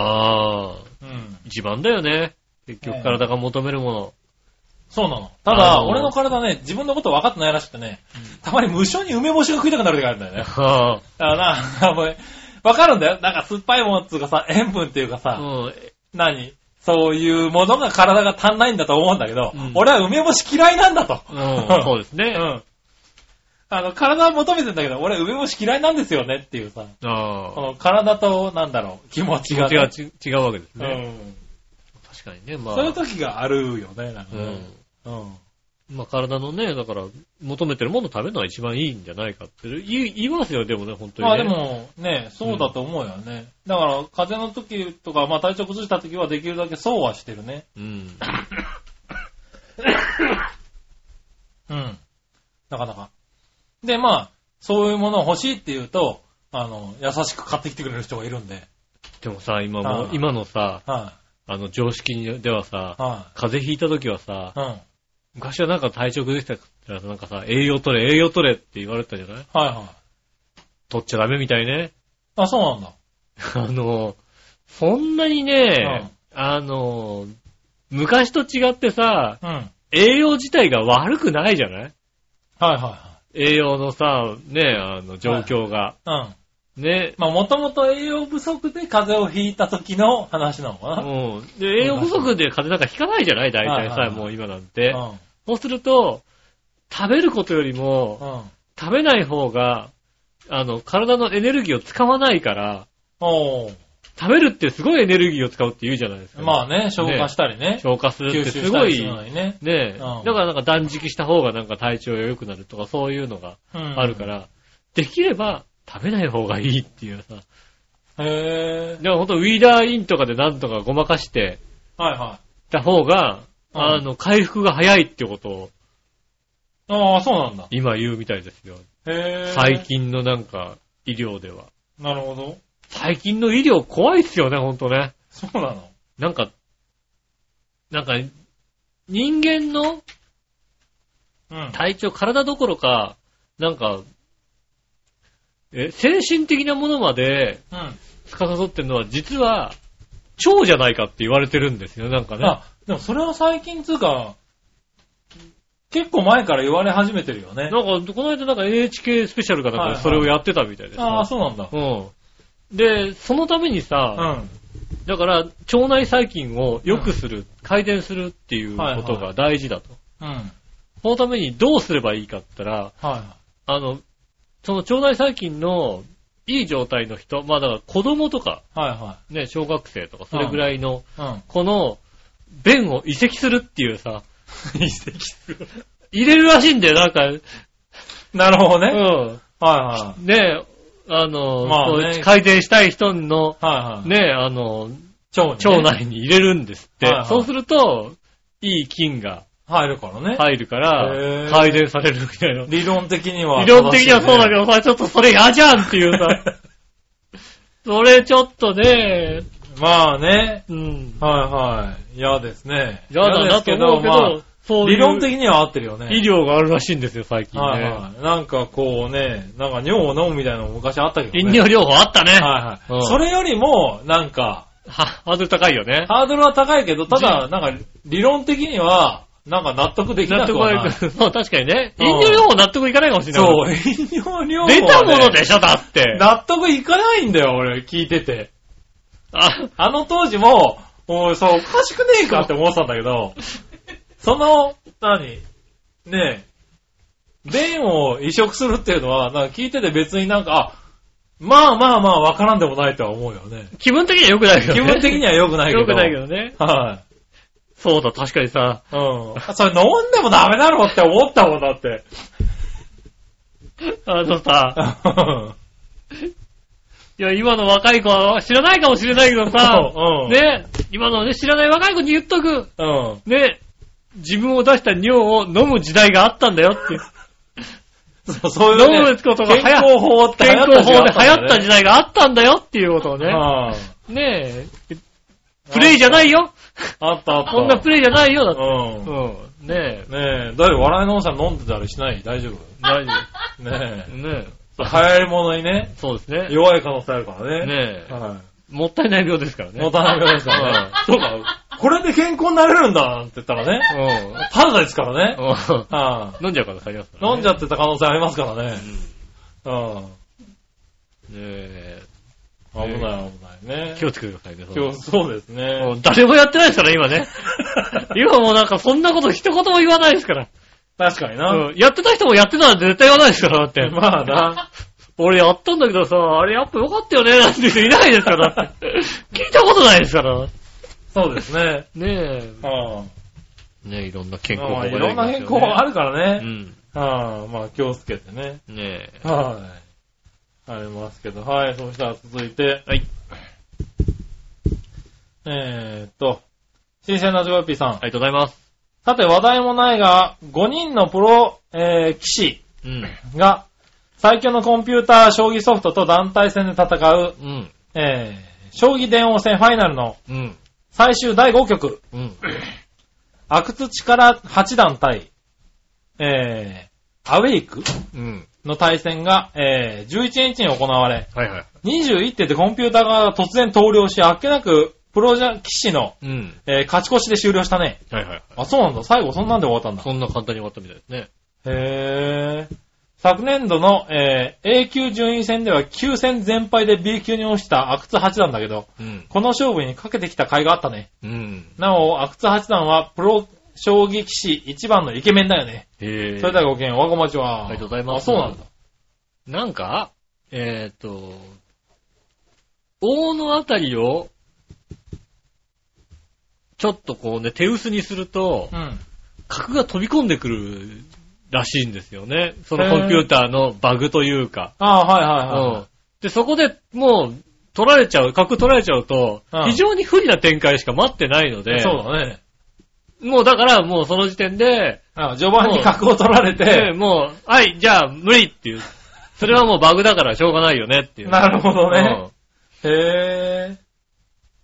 Speaker 2: ああ、
Speaker 3: うん。
Speaker 2: 一番だよね。結
Speaker 3: ええ
Speaker 2: 局体が求めるもの。
Speaker 3: そうなの。た
Speaker 2: なる
Speaker 3: だ、
Speaker 2: ほど
Speaker 3: 俺の体ね、自分のこと分かってないらしくてね、たまに無性に梅干しが食いたくなる時があるんだよね。
Speaker 2: は
Speaker 3: だからな、もう分かるんだよ。なんか酸っぱいものっていうかさ、塩分っていうか
Speaker 2: あ、
Speaker 3: さ、
Speaker 2: うん。
Speaker 3: 何そういうものが体が足んないんだと思うんだけど、
Speaker 2: うん
Speaker 3: 俺は梅干し嫌いなんだと。
Speaker 2: うん、そうですね。
Speaker 3: うん。あの、体は求めてんだけど、俺梅干し嫌いなんですよねっていうさ、
Speaker 2: あ
Speaker 3: こ
Speaker 2: あ、
Speaker 3: の体と、なんだろう、気持ち
Speaker 2: 気
Speaker 3: が
Speaker 2: 持
Speaker 3: ね、
Speaker 2: ちがち違うわけです
Speaker 3: う
Speaker 2: ね。
Speaker 3: ん。
Speaker 2: 確かにね、まあ。
Speaker 3: そういう時があるよね、なんか
Speaker 2: う
Speaker 3: ね。
Speaker 2: ん。
Speaker 3: うん。
Speaker 2: まあ体のね、だから、求めてるもの食べるのが一番いいんじゃないかって言う言いますよ、でもね、本当に
Speaker 3: ま
Speaker 2: ね。
Speaker 3: あでも、ね、そうだと思うよね。だから、風邪の時とか、まあ体調崩した時はできるだけそうはしてるね。
Speaker 2: うん。
Speaker 3: うん。なかなか。で、まあ、そういうものを欲しいって言うと、あの、優しく買ってきてくれる人がいるんで。
Speaker 2: でもさ、今も
Speaker 3: ああ、
Speaker 2: 今のさ、
Speaker 3: は
Speaker 2: あの、常識ではさ
Speaker 3: い、、は
Speaker 2: 風邪ひいた時はさ
Speaker 3: い、、うん。はい
Speaker 2: 昔はなんか体調崩したらさなんかさ、栄養取れ、栄養取れって言われてたじゃない
Speaker 3: はい。
Speaker 2: 取っちゃダメみたいね。
Speaker 3: あ、そうなんだ。
Speaker 2: あの、そんなにね、あの、昔と違ってさ、
Speaker 3: うん。はい
Speaker 2: 栄養自体が悪くないじゃない
Speaker 3: は
Speaker 2: 栄養のさ、ね、あの、状況が。
Speaker 3: いはい。うん。
Speaker 2: ね、
Speaker 3: まあ、もともと栄養不足で風邪をひいた時の話なのかな。うん。
Speaker 2: うん。で、栄養不足で風邪なんかひかないじゃない大体
Speaker 3: はいはい
Speaker 2: さ、
Speaker 3: はい
Speaker 2: もう今なんて。
Speaker 3: う
Speaker 2: そうすると、食べることよりも、
Speaker 3: ん。
Speaker 2: 食べない方が、あの、体のエネルギーを使わないから、
Speaker 3: おー。
Speaker 2: 食べるってすごいエネルギーを使うって言うじゃないですか。
Speaker 3: まあね、消化したりね。
Speaker 2: 消化するっ
Speaker 3: 吸
Speaker 2: て
Speaker 3: 収
Speaker 2: す
Speaker 3: した
Speaker 2: ご
Speaker 3: り
Speaker 2: い
Speaker 3: す、るのにね。
Speaker 2: ねえ、
Speaker 3: うん
Speaker 2: だからなんか断食した方がなんか体調が良くなるとかそういうのが
Speaker 3: うん
Speaker 2: あるか。ら、できれば食べない方がいいっていうさ。
Speaker 3: へー。
Speaker 2: でもほんとウィーダーインとかでなんとかごまかして
Speaker 3: はいはい。
Speaker 2: た方が、
Speaker 3: うん
Speaker 2: あの、回復が早いってことを
Speaker 3: ああ、そうなんだ。
Speaker 2: 今言うみたいですよ。
Speaker 3: へー。
Speaker 2: 最。近のなんか医療では。
Speaker 3: なるほど。
Speaker 2: 最近の医療怖いっすよね、ほんとね。
Speaker 3: そうなの。
Speaker 2: なんか、なんか、人間の
Speaker 3: うん。
Speaker 2: 体調、体どころか、なんか、え、精神的なものまで
Speaker 3: うん。
Speaker 2: 司ってるのは、実は、腸じゃないかって言われてるんですよ、なんかね。
Speaker 3: あ、でもそれは最近つうか、結構前から言われ始めてるよね。
Speaker 2: なんか、この間なんか NHK スペシャルかなんか
Speaker 3: はい
Speaker 2: で
Speaker 3: はい
Speaker 2: それをやってたみたいですね、
Speaker 3: ああ、そうなんだ。
Speaker 2: うん。で、そのために
Speaker 3: う
Speaker 2: さ、
Speaker 3: ん。
Speaker 2: だから、腸内細菌を良くする、改善するっていうことが大事だと。
Speaker 3: うん。はい
Speaker 2: そのためにどうすればいいかって言ったら、
Speaker 3: は
Speaker 2: あの、その腸内細菌のいい状態の人、まあだから子供とか、
Speaker 3: い。は
Speaker 2: ね、小学生とか、それぐらいの、
Speaker 3: いはい。
Speaker 2: この、便を移籍するっていうさ、
Speaker 3: うん。 移籍する。
Speaker 2: 入れるらしいんだよ、なんか、
Speaker 3: なるほどね。はい
Speaker 2: うん。
Speaker 3: は
Speaker 2: ねあの、
Speaker 3: まあね
Speaker 2: そう改善したい人の、
Speaker 3: い。はいはい。
Speaker 2: ね、あの、
Speaker 3: 腸に
Speaker 2: 腸
Speaker 3: ね
Speaker 2: 内に入れるんですって。
Speaker 3: はいはい
Speaker 2: そうすると、いい菌が
Speaker 3: 入るからね。
Speaker 2: 入るから
Speaker 3: へ、ー
Speaker 2: 改善されるみたいな。
Speaker 3: 理論的には。
Speaker 2: 理論的にはそうだけ
Speaker 3: ど。
Speaker 2: どさ、ちょっとそれ嫌じゃんっていうさ、 それちょっとね、
Speaker 3: まあね。
Speaker 2: うん。
Speaker 3: はいはい。嫌ですね。
Speaker 2: 嫌だなと思うけ
Speaker 3: 嫌
Speaker 2: ど
Speaker 3: です、けどま
Speaker 2: そ
Speaker 3: あ、
Speaker 2: うい
Speaker 3: 理
Speaker 2: う
Speaker 3: 論的には合ってるよね。
Speaker 2: 医療があるらしいんですよ、最近
Speaker 3: はい
Speaker 2: ね。
Speaker 3: はい。なんかこうね、なんか尿を飲むみたいなの昔あったけどね。
Speaker 2: 飲料療法あったね。
Speaker 3: はいは
Speaker 2: うん
Speaker 3: い。それよりも、なんか、
Speaker 2: はハードル高いよね。
Speaker 3: ハードルは高いけど、ただ、なんか、理論的には、なんか納得でき
Speaker 2: 納
Speaker 3: なく
Speaker 2: 得
Speaker 3: はいない。
Speaker 2: く。そう、確かにね。
Speaker 3: うん
Speaker 2: 飲料療法納得いかないかもしれない。
Speaker 3: そう、 飲料量は、ね。
Speaker 2: 出たものでしょ、だって。
Speaker 3: 納得いかないんだよ、俺、聞いてて。
Speaker 2: あ、
Speaker 3: あの当時も、おい、そう、おかしくねえかって思ってたんだ けど、その、何ねえ、便を移植するっていうのは、なんか聞いてて別になんか、あ、まあまあまあ、わからんでもないとは思うよね。
Speaker 2: 気分的には良くないけど
Speaker 3: 気
Speaker 2: ね。
Speaker 3: 分的には良くないけど。
Speaker 2: 良くないけどね。
Speaker 3: はい。
Speaker 2: そうだ、確かにさ。
Speaker 3: うん。それ飲んでもダメだろうって思ったもんだ って。
Speaker 2: あのさ、
Speaker 3: う
Speaker 2: いや、今の若い子は知らないかもしれないけどさ、
Speaker 3: うん
Speaker 2: ね、今のね、知らない若い子に言っとく。
Speaker 3: ん。
Speaker 2: ね、自分を出した尿を飲む時代があったんだよって。
Speaker 3: そうそういう
Speaker 2: どう
Speaker 3: ね
Speaker 2: で。すことが
Speaker 3: 健
Speaker 2: 流行
Speaker 3: 康法って
Speaker 2: 健康法で流行った
Speaker 3: 時
Speaker 2: 時代があったんだよっていうことを
Speaker 3: 代
Speaker 2: ね。
Speaker 3: あ
Speaker 2: ねえ。プレイじゃないよ
Speaker 3: あったあった。
Speaker 2: こんなプレイじゃないよだって。
Speaker 3: うん
Speaker 2: う。ん。ねえ。
Speaker 3: ねえ、だいぶ笑いのおさん飲んでたりしない大丈夫
Speaker 2: 大丈
Speaker 3: ね
Speaker 2: 夫。ねえ。
Speaker 3: え。流行り物にね、
Speaker 2: そうですね。
Speaker 3: 弱い可能性あるからね。
Speaker 2: ねえ。
Speaker 3: は
Speaker 2: もったいない病ですから
Speaker 3: い。
Speaker 2: ね。
Speaker 3: もったいない病ですからね。そうか、これで健康になれるんだなんて言ったらね、ただですからね。
Speaker 2: うんうん。
Speaker 3: は
Speaker 2: 飲んじゃうからさります
Speaker 3: い。飲んじ
Speaker 2: ゃ
Speaker 3: ゃってた可能性ありますからね。うん。
Speaker 2: うん。ねえ。
Speaker 3: 危ない危ないね。
Speaker 2: 気をつけてくださいね。そ
Speaker 3: 今
Speaker 2: の
Speaker 3: 日、そうです
Speaker 2: も
Speaker 3: ね。
Speaker 2: う誰もやってないですから、今ね。 今もうなんかそんなこと一言も言わないですから。
Speaker 3: 確かにな。
Speaker 2: うん。やってた人もやってたら絶対言わないですから、だって。
Speaker 3: まあな。
Speaker 2: 俺やったんだけどさ、あれやっぱ良かったよね、なんて人いないですから。 だって聞いたことないですから。
Speaker 3: そうですね。
Speaker 2: ねえ。
Speaker 3: うん。
Speaker 2: ねえ、いろんな健康法
Speaker 3: ま
Speaker 2: が
Speaker 3: あ
Speaker 2: 出て
Speaker 3: い
Speaker 2: き
Speaker 3: ろんな
Speaker 2: ますよね
Speaker 3: 変更あるから
Speaker 2: うん。
Speaker 3: ね。うん。まあ気をつけてね。
Speaker 2: ねえ。
Speaker 3: はい。ありますけど、はい。そしたら続いて、
Speaker 2: はい。
Speaker 3: えーっと、新鮮なジョーピーさん。
Speaker 2: ありがとうございます。
Speaker 3: さて、話題もないが、5人のプロ、えー、騎士
Speaker 2: うん。
Speaker 3: が、最強のコンピューター将棋ソフトと団体戦で戦う、
Speaker 2: うん。
Speaker 3: えー、将棋電王戦ファイナルの
Speaker 2: うん。
Speaker 3: 最終第5局、
Speaker 2: うん。
Speaker 3: 阿久津力8段対、えー、アウェイク
Speaker 2: うん。
Speaker 3: の対戦が、えー、11日に行われ、
Speaker 2: はいはい。
Speaker 3: 21手でコンピューターが突然投了し、あっけなくプロ棋士の、
Speaker 2: うん。
Speaker 3: えー勝ち越しで終了したね。
Speaker 2: はいはい。
Speaker 3: あ、そうなんだ。最後そんなんで終わったんだ。
Speaker 2: そんな簡単に終わったみたいですね。
Speaker 3: へー。昨年度の、えー A 級順位戦では9戦全敗で B 級に落ちた阿久津八段だけど、
Speaker 2: うん。
Speaker 3: この勝負にかけてきた甲斐があったね。
Speaker 2: うん。
Speaker 3: なお、阿久津八段はプロ将棋棋士一番のイケメンだよね。
Speaker 2: へえ。
Speaker 3: それではごきげん、おはこまちは。
Speaker 2: ありがとうございます
Speaker 3: あ、そうなんだ。
Speaker 2: なんか、えっ、ー、と、大のあたりを、ちょっとこうね、手薄にすると
Speaker 3: う、ん。
Speaker 2: 角が飛び込んでくるらしいんですよね。そのコンピューターのバグというか。
Speaker 3: あーは
Speaker 2: う
Speaker 3: いはいはい。
Speaker 2: ん。で、そこでもう、取られちゃう、角取られちゃうと
Speaker 3: うん、
Speaker 2: 非常に不利な展開しか待ってないので、
Speaker 3: そうだね。
Speaker 2: もうだからもうその時点で、
Speaker 3: あ序盤に角を取られ
Speaker 2: ね
Speaker 3: て、
Speaker 2: もう、はい、じゃあ無理っていう。それはもうバグだからしょうがないよねっていう。
Speaker 3: なるほどね。
Speaker 2: うん
Speaker 3: へ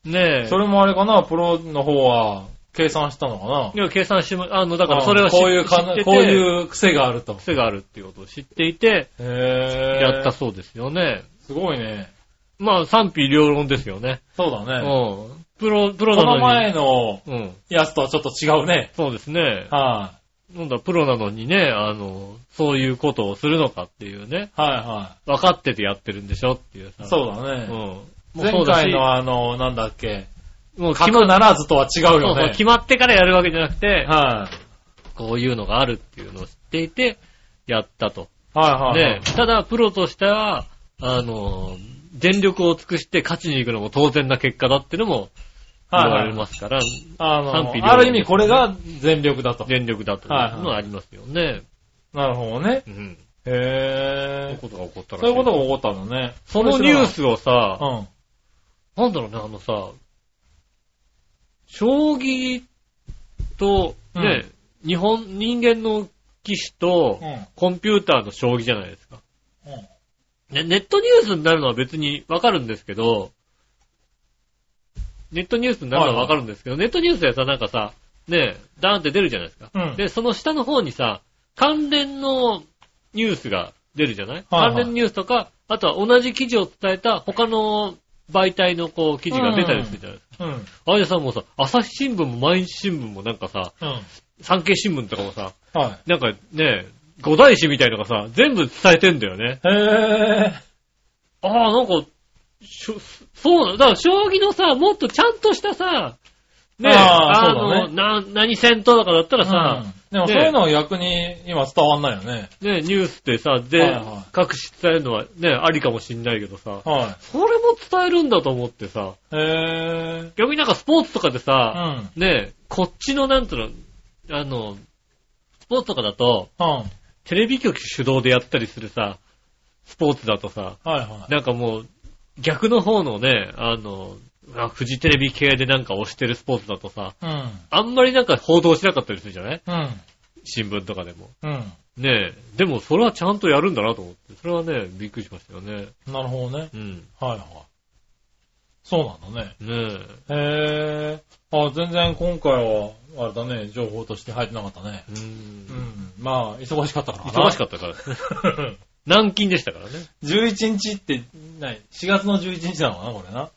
Speaker 2: ねえ。
Speaker 3: え。それもあれかな、プロの方は計算したのかな。
Speaker 2: いや計算しても、あの、だからそれを知
Speaker 3: こういう
Speaker 2: 知
Speaker 3: か
Speaker 2: ってて、
Speaker 3: こういう癖があると。
Speaker 2: 癖があるっていうことを知っていて、
Speaker 3: へえ。
Speaker 2: やった。そうですよね。
Speaker 3: すごいね。
Speaker 2: まあ、賛否両論ですよね。
Speaker 3: そうだね。
Speaker 2: うん。プロ、プロ
Speaker 3: こ
Speaker 2: なの
Speaker 3: の
Speaker 2: に。
Speaker 3: 前の
Speaker 2: うん。
Speaker 3: やつとはちょっと違うね。
Speaker 2: そうですね。
Speaker 3: は
Speaker 2: なんだ、プロなのにね、あの、そういうことをするのかっていうね。
Speaker 3: い。はいは
Speaker 2: 分かっててやってるんでしょっていう
Speaker 3: い。
Speaker 2: さ。
Speaker 3: そうだ
Speaker 2: う
Speaker 3: ね。
Speaker 2: ん。もうそ
Speaker 3: 前
Speaker 2: うだし
Speaker 3: 回のあの、なんだっけ。
Speaker 2: もう決ま
Speaker 3: 角ならずとは違う
Speaker 2: そう
Speaker 3: よ
Speaker 2: そう
Speaker 3: ね。
Speaker 2: 決まってからやるわけじゃなくて、
Speaker 3: はい。
Speaker 2: こういうのがあるっていうのを知っていて、やったと。
Speaker 3: はいはいはい。
Speaker 2: ね、ただ、プロとしては、あの、全力を尽くして勝ちに行くのも当然な結果だってのも言
Speaker 3: はいは
Speaker 2: わ
Speaker 3: い
Speaker 2: れますから、
Speaker 3: あ
Speaker 2: 賛否両
Speaker 3: の、
Speaker 2: 論
Speaker 3: ある意味これが全力だと。
Speaker 2: 全力だというのはありますよね。
Speaker 3: なるほどね。
Speaker 2: うん。そういう
Speaker 3: へえ。
Speaker 2: ことが起こったらし
Speaker 3: そういうことが
Speaker 2: が。
Speaker 3: 起こったんだね。
Speaker 2: そのニュースを
Speaker 3: う
Speaker 2: さ、
Speaker 3: ん。
Speaker 2: なんだろうね、あのさ、将棋と、ね、日本、人間の騎士と、
Speaker 3: うん。
Speaker 2: コンピューターの将棋じゃないですか。
Speaker 3: うん
Speaker 2: ね、ネットニュースになるのは別にわかるんですけど、ネットニュースになるのはわかるんですけど、ネットニュースでさ、なんかさ、ねえ、ダーンって出るじゃないですか。
Speaker 3: うん
Speaker 2: で、その下の方にさ、関連のニュースが出るじゃない、
Speaker 3: はい
Speaker 2: 関連ニュースとか、あとは同じ記事を伝えた他の媒体のこう記事が出たりするじゃないですか。
Speaker 3: うん。
Speaker 2: あれでさ、もうさ、朝日新聞も毎日新聞もなんかさ、
Speaker 3: うん。
Speaker 2: 産経新聞とかもさ、
Speaker 3: はい。
Speaker 2: なんかね、五大師みたいのがさ、全部伝えてんだよね。
Speaker 3: へえ。
Speaker 2: ああ、なんか、しょそうなのだから将棋のさ、もっとちゃんとしたさ、ね、
Speaker 3: あー
Speaker 2: あ
Speaker 3: そうだ
Speaker 2: の、な、何戦闘とかだったらさ、
Speaker 3: うんでもそういうのは逆に今伝わんないよね。
Speaker 2: ね、ニュースでさ、で、
Speaker 3: はいはい
Speaker 2: 各紙伝えるのはね、ありかもしんないけどさ、
Speaker 3: は
Speaker 2: それも伝えるんだと思ってさ、
Speaker 3: い。へ
Speaker 2: 逆になんかスポーツとかで
Speaker 3: ぇう
Speaker 2: さ、
Speaker 3: ん。
Speaker 2: ね、こっちのなんつうの、あの、スポーツとかだと、
Speaker 3: うん。はい
Speaker 2: テレビ局主導でやったりするさ、スポーツだとさ、
Speaker 3: はい。
Speaker 2: なんかもう、逆の方のね、あの、あフジテレビ系でなんか推してるスポーツだとさ、
Speaker 3: うん。
Speaker 2: あんまりなんか報道しなかったりするじゃない
Speaker 3: うん。
Speaker 2: 新聞とかでも。
Speaker 3: うん。
Speaker 2: ねえ。でも、それはちゃんとやるんだなと思って。それはね、びっくりしましたよね。
Speaker 3: なるほどね。
Speaker 2: うん。
Speaker 3: はいはい。そうなんだ
Speaker 2: ね
Speaker 3: ね。へえ。あ、全然今回は、あれだね、情報として入ってなかったね
Speaker 2: え。。うん
Speaker 3: う。ん。まあ、忙しかったから
Speaker 2: 忙 しか
Speaker 3: っ
Speaker 2: ったから。
Speaker 3: た。
Speaker 2: 軟禁でしたからね。
Speaker 3: 11日って、ない。4月の11日なのかな、これな。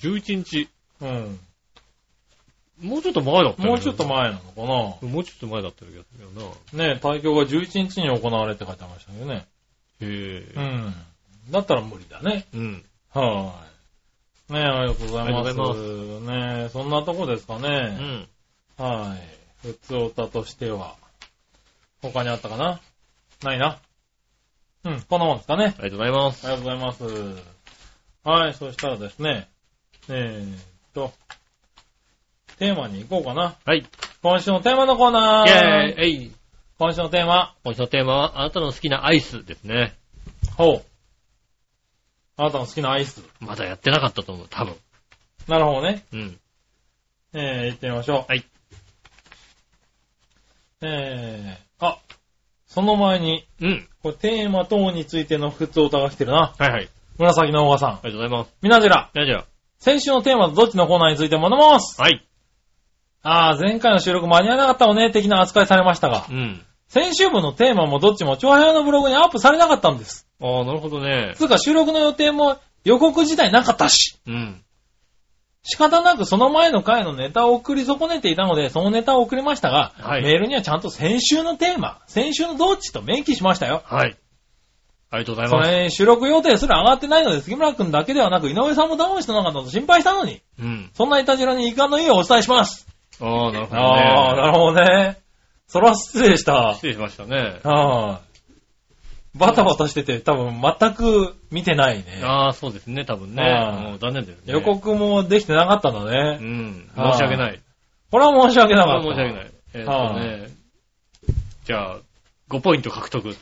Speaker 2: 11日。
Speaker 3: うん。
Speaker 2: もうちょっと前だったよね
Speaker 3: もうちょっと。前なのかな。
Speaker 2: もうちょっと前だったような気がするけどな。
Speaker 3: ねえ、対局が11日に行われて書いてありましたけどね。
Speaker 2: へ
Speaker 3: う
Speaker 2: え。
Speaker 3: ん。だったら無理だね。
Speaker 2: うん。
Speaker 3: はーい。ねえ、ありがとうございます。
Speaker 2: ありがとうご
Speaker 3: ねえ、そんなとこですか
Speaker 2: う
Speaker 3: ね。
Speaker 2: ん。
Speaker 3: はい。普通オタとしては、他にあったかなないな。うん、こんなもんですかね。
Speaker 2: ありがとうございます。
Speaker 3: ありがとうございます。はい、そしたらですね、えーっと、テーマに行こうかな。
Speaker 2: はい。イ
Speaker 3: 今週のテーマのコーナー。
Speaker 2: ェーイえい
Speaker 3: 今週のテーマ、
Speaker 2: 今週のテーマは、あなたの好きなアイスですね。
Speaker 3: ほう。あなたの好きなアイス。
Speaker 2: まだやってなかったと思う、多分。
Speaker 3: なるほどね。
Speaker 2: うん。
Speaker 3: えー、行ってみましょう。
Speaker 2: はい。
Speaker 3: えー、あ、その前に、
Speaker 2: うん。
Speaker 3: これテーマ等についての普通を探してるな。
Speaker 2: はいはい。
Speaker 3: 紫のオガさん。
Speaker 2: ありがとうございます。
Speaker 3: みなじら、
Speaker 2: じゃあじゃ
Speaker 3: 先週のテーマとどっちのコーナーについて学びます。
Speaker 2: あ。はい。
Speaker 3: あー、前回の収録間に合わなかったのね、的な扱いされましたが
Speaker 2: う、ん。
Speaker 3: 先週分のテーマもどっちも長編のブログにアップされなかったんです。
Speaker 2: ああ、なるほどね。
Speaker 3: つうか収録の予定も予告自体なかったし。
Speaker 2: うん。
Speaker 3: 仕方なくその前の回のネタを送り損ねていたので、そのネタを送りましたが、
Speaker 2: はい
Speaker 3: メールにはちゃんと先週のテーマ、先週のどっちと明記しましたよ。
Speaker 2: はい。ありがとうござい
Speaker 3: そ
Speaker 2: ます。
Speaker 3: れ、収録予定すら上がってないので、杉村くんだけではなく、井上さんもダウンしてなかったと心配したのに、
Speaker 2: うん。
Speaker 3: そんなイタジラに遺憾の意をお伝えします。
Speaker 2: ああ、なるほどね。
Speaker 3: ああ、なるほどね。そら失礼した。
Speaker 2: 失礼しましたね。
Speaker 3: はい。バタバタしてて、多分全く見てないね。
Speaker 2: ああ、そうですね、多分ね。
Speaker 3: あー
Speaker 2: もう残念ですね。
Speaker 3: 予告もできてなかったんだ
Speaker 2: う
Speaker 3: ね。
Speaker 2: ん。
Speaker 3: あー
Speaker 2: 申し訳ない。
Speaker 3: これは申し訳な
Speaker 2: これ
Speaker 3: か
Speaker 2: は申
Speaker 3: った。
Speaker 2: し訳ない。えーっと
Speaker 3: は
Speaker 2: ね。じゃあ、5ポイント獲得。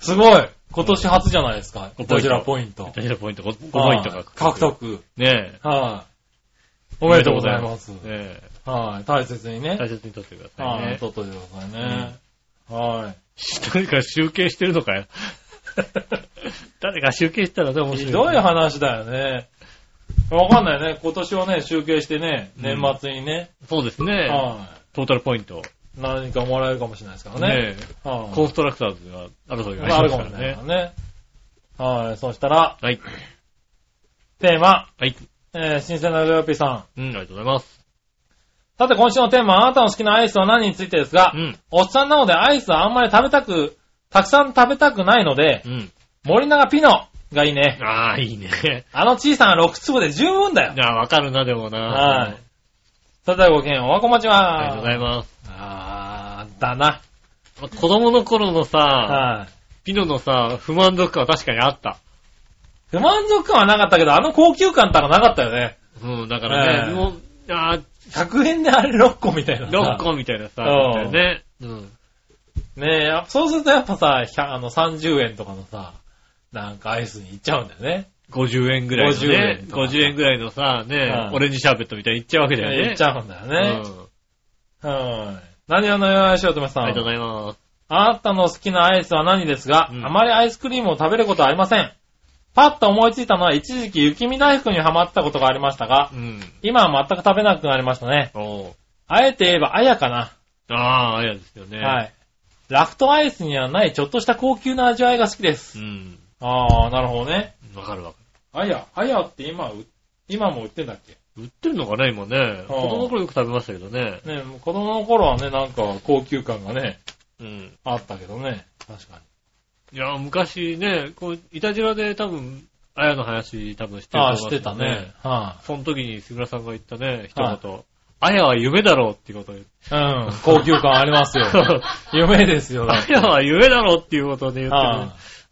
Speaker 3: すごい今年初じゃないですか。
Speaker 2: うん
Speaker 3: イタジラポイント。
Speaker 2: 大事なポイント、5, ポイント
Speaker 3: はい
Speaker 2: 獲得。
Speaker 3: 獲。得。
Speaker 2: ねえ。
Speaker 3: はい。おめでとうございます。
Speaker 2: ねえ。
Speaker 3: はい。大切に
Speaker 2: 大
Speaker 3: ね。
Speaker 2: 切に取ってください
Speaker 3: はい。
Speaker 2: ね。
Speaker 3: 取っといてくださいね。は
Speaker 2: 誰か集計してるのか よ。誰か集計したらね、面
Speaker 3: い。
Speaker 2: 白い。
Speaker 3: ひどい話だよね。わかんないね。今年はね、集計してね、
Speaker 2: うん
Speaker 3: 年末にね、
Speaker 2: そうですね。
Speaker 3: は
Speaker 2: トータルポイント。
Speaker 3: い。何かもらえるかもしれないですからね。
Speaker 2: ねえ。
Speaker 3: はい。
Speaker 2: コンストラクターズが争いが
Speaker 3: まああ
Speaker 2: あり
Speaker 3: る
Speaker 2: ま
Speaker 3: か
Speaker 2: すから
Speaker 3: もしれないか
Speaker 2: ね
Speaker 3: ら。ね。はい。そしたら、
Speaker 2: はい。
Speaker 3: テーマ、
Speaker 2: はい。
Speaker 3: えー、新鮮なジョヨピーさん。
Speaker 2: うん、ありがとうございます。
Speaker 3: さて、今週のテーマ、あなたの好きなアイスは何についてですが
Speaker 2: う、ん。
Speaker 3: おっさんなのでアイスはあんまり食べたく、たくさん食べたくないので、
Speaker 2: うん。
Speaker 3: 森永ピノがいいね。
Speaker 2: ああ、いいね。
Speaker 3: あの小さな6粒で十分だよ。
Speaker 2: ああ、わかるな、でもな。
Speaker 3: はい。ただごきげん、おわこまちは。
Speaker 2: ありがとうございます。
Speaker 3: あー、だな。
Speaker 2: 子供の頃のさ、
Speaker 3: はい。
Speaker 2: ピノのさ、不満足感は確かにあった。
Speaker 3: 不満足感はなかったけど、あの高級感たらなかったよね。
Speaker 2: うん、だから
Speaker 3: え
Speaker 2: ね、
Speaker 3: え
Speaker 2: もう、ああ、
Speaker 3: 100円であれ6個みたいなさ。
Speaker 2: 6個みたいなさ、
Speaker 3: うん
Speaker 2: だったよね。うん。
Speaker 3: ねえ、やっぱそうするとやっぱさ、ひゃあの30円とかのさ、なんかアイスにいっちゃうんだよね。
Speaker 2: 50円ぐらいのね
Speaker 3: 50円、とか
Speaker 2: 50円ぐらいのさ、ね
Speaker 3: う、ん
Speaker 2: オレンジシャーベットみたいにいっちゃうわけだよね。
Speaker 3: いっちゃうんだよね。
Speaker 2: うん
Speaker 3: はい。何をのよやしおとめさん。
Speaker 2: ありがとうございます。
Speaker 3: あなたの好きなアイスは何ですが、
Speaker 2: うん
Speaker 3: あまりアイスクリームを食べることはありません。パッと思いついたのは一時期雪見大福にハマったことがありましたが
Speaker 2: う、ん。
Speaker 3: 今は全く食べなくなりましたね。
Speaker 2: おう
Speaker 3: あえて言えばあやかな。
Speaker 2: ああ、あれですよね。
Speaker 3: はい。ラフトアイスにはないちょっとした高級な味わいが好きで
Speaker 2: う
Speaker 3: す。
Speaker 2: ん。
Speaker 3: ああ、なるほどね。
Speaker 2: わかるわか
Speaker 3: あや、あやって今売、今も売ってんだっけ
Speaker 2: る。売ってるのかね、今ね。
Speaker 3: あ
Speaker 2: 子供の頃よく食べましたけどね。
Speaker 3: ね、もう子供の頃はね、なんか高級感がね、
Speaker 2: うん。
Speaker 3: あったけどね。確かに。
Speaker 2: いや、昔ね、こう、いたじらで多分、あやの話多分してると
Speaker 3: あ
Speaker 2: 思
Speaker 3: あ、
Speaker 2: う
Speaker 3: し
Speaker 2: ん
Speaker 3: て
Speaker 2: ですよ
Speaker 3: たね。。は
Speaker 2: その時に杉村さんが言ったね、一
Speaker 3: は
Speaker 2: 言。あやは夢だろうっていうことを言って。
Speaker 3: い、うん。高級感あり ますよ。夢ですよ。だっ
Speaker 2: あ
Speaker 3: て
Speaker 2: やは夢だろうっていうことで言って
Speaker 3: は
Speaker 2: ね。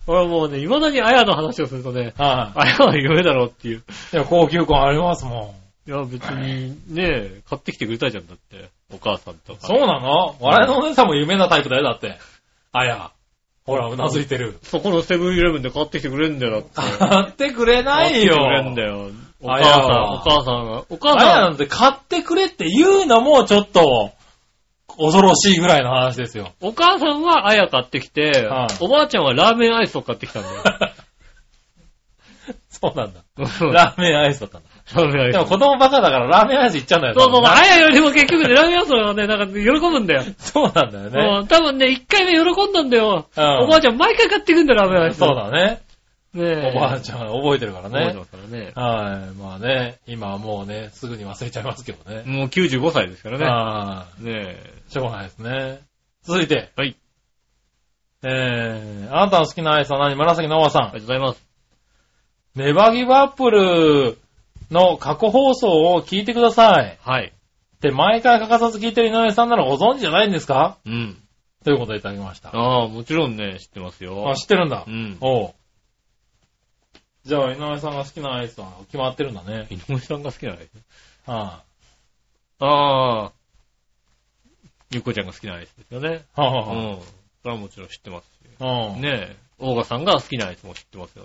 Speaker 2: 俺はもうね、未だにあやの話をするとね、
Speaker 3: い。は
Speaker 2: あやは夢だろうっていう。
Speaker 3: い。いや、高級感ありますも
Speaker 2: い
Speaker 3: ん。
Speaker 2: や、別にね、買ってきてくれたじゃんだって。お母さんとか。
Speaker 3: そうなの笑いのお姉さんも夢なタイプだよ、だって。あや。ほら、うなずいてる。
Speaker 2: そこのセブンイレブンで買ってきてくれんだよだって。
Speaker 3: 買ってくれな
Speaker 2: 買
Speaker 3: い
Speaker 2: ってきて
Speaker 3: よ。
Speaker 2: くれんだよ。お母さん、お
Speaker 3: あ
Speaker 2: 母さんが、お母
Speaker 3: やな
Speaker 2: さん、
Speaker 3: んて買ってくれって言うのもちょっと、恐ろしいぐらいの話ですよ。
Speaker 2: お母さんはあや買ってきて
Speaker 3: はい、
Speaker 2: おばあちゃんはラーメンアイスを買ってきたんだよ。
Speaker 3: そうなんだ。
Speaker 2: うんラ
Speaker 3: ラーメンアイスだったんだ。
Speaker 2: ーメンアイス。
Speaker 3: でも子供バカだからラーメンアイスいっちゃうんだよ。
Speaker 2: そうそう、
Speaker 3: 多分な
Speaker 2: あやよりも結局ね、ラーメンアイスの方がね、なんか喜ぶんだよ。
Speaker 3: そうなんだよね。
Speaker 2: うん多分ね、一回目喜んだんだよ。
Speaker 3: うん
Speaker 2: おばあちゃん毎回買ってくんだよ、ラーメンアイス。
Speaker 3: そうだね。
Speaker 2: ねえ。
Speaker 3: おばあちゃん覚えてるから
Speaker 2: 覚えて
Speaker 3: ね
Speaker 2: ま。すからね。
Speaker 3: はい。まあね、今はもうね、すぐに忘れちゃいますけどね。
Speaker 2: もう95歳ですからね。
Speaker 3: ああ、
Speaker 2: ねえ。
Speaker 3: しょうがないですね。続いて。
Speaker 2: はい。
Speaker 3: えー、あなたの好きなアイスは何紫のおばさん
Speaker 2: あ。りがとうございます。
Speaker 3: ネバギブアップルの過去放送を聞いてください。
Speaker 2: はい。
Speaker 3: って毎回欠かさず聞いてる井上さんならご存知じゃないんですか
Speaker 2: うん。
Speaker 3: ということでいただきました。
Speaker 2: ああ、もちろんね、知ってますよ
Speaker 3: あ、。知ってるんだ
Speaker 2: う。ん。
Speaker 3: おう。じゃあ、井上さんが好きなアイスは決まってるんだね。
Speaker 2: 井上さんが好きなアイス。
Speaker 3: は
Speaker 2: ああ。ゆっこちゃんが好きなアイスですよね。
Speaker 3: あ、はあ
Speaker 2: う
Speaker 3: はあ
Speaker 2: ん。それはもちろん知ってますし。
Speaker 3: はあ、うん。
Speaker 2: ねえ。オーガさんが好きなアイスも知ってますよ。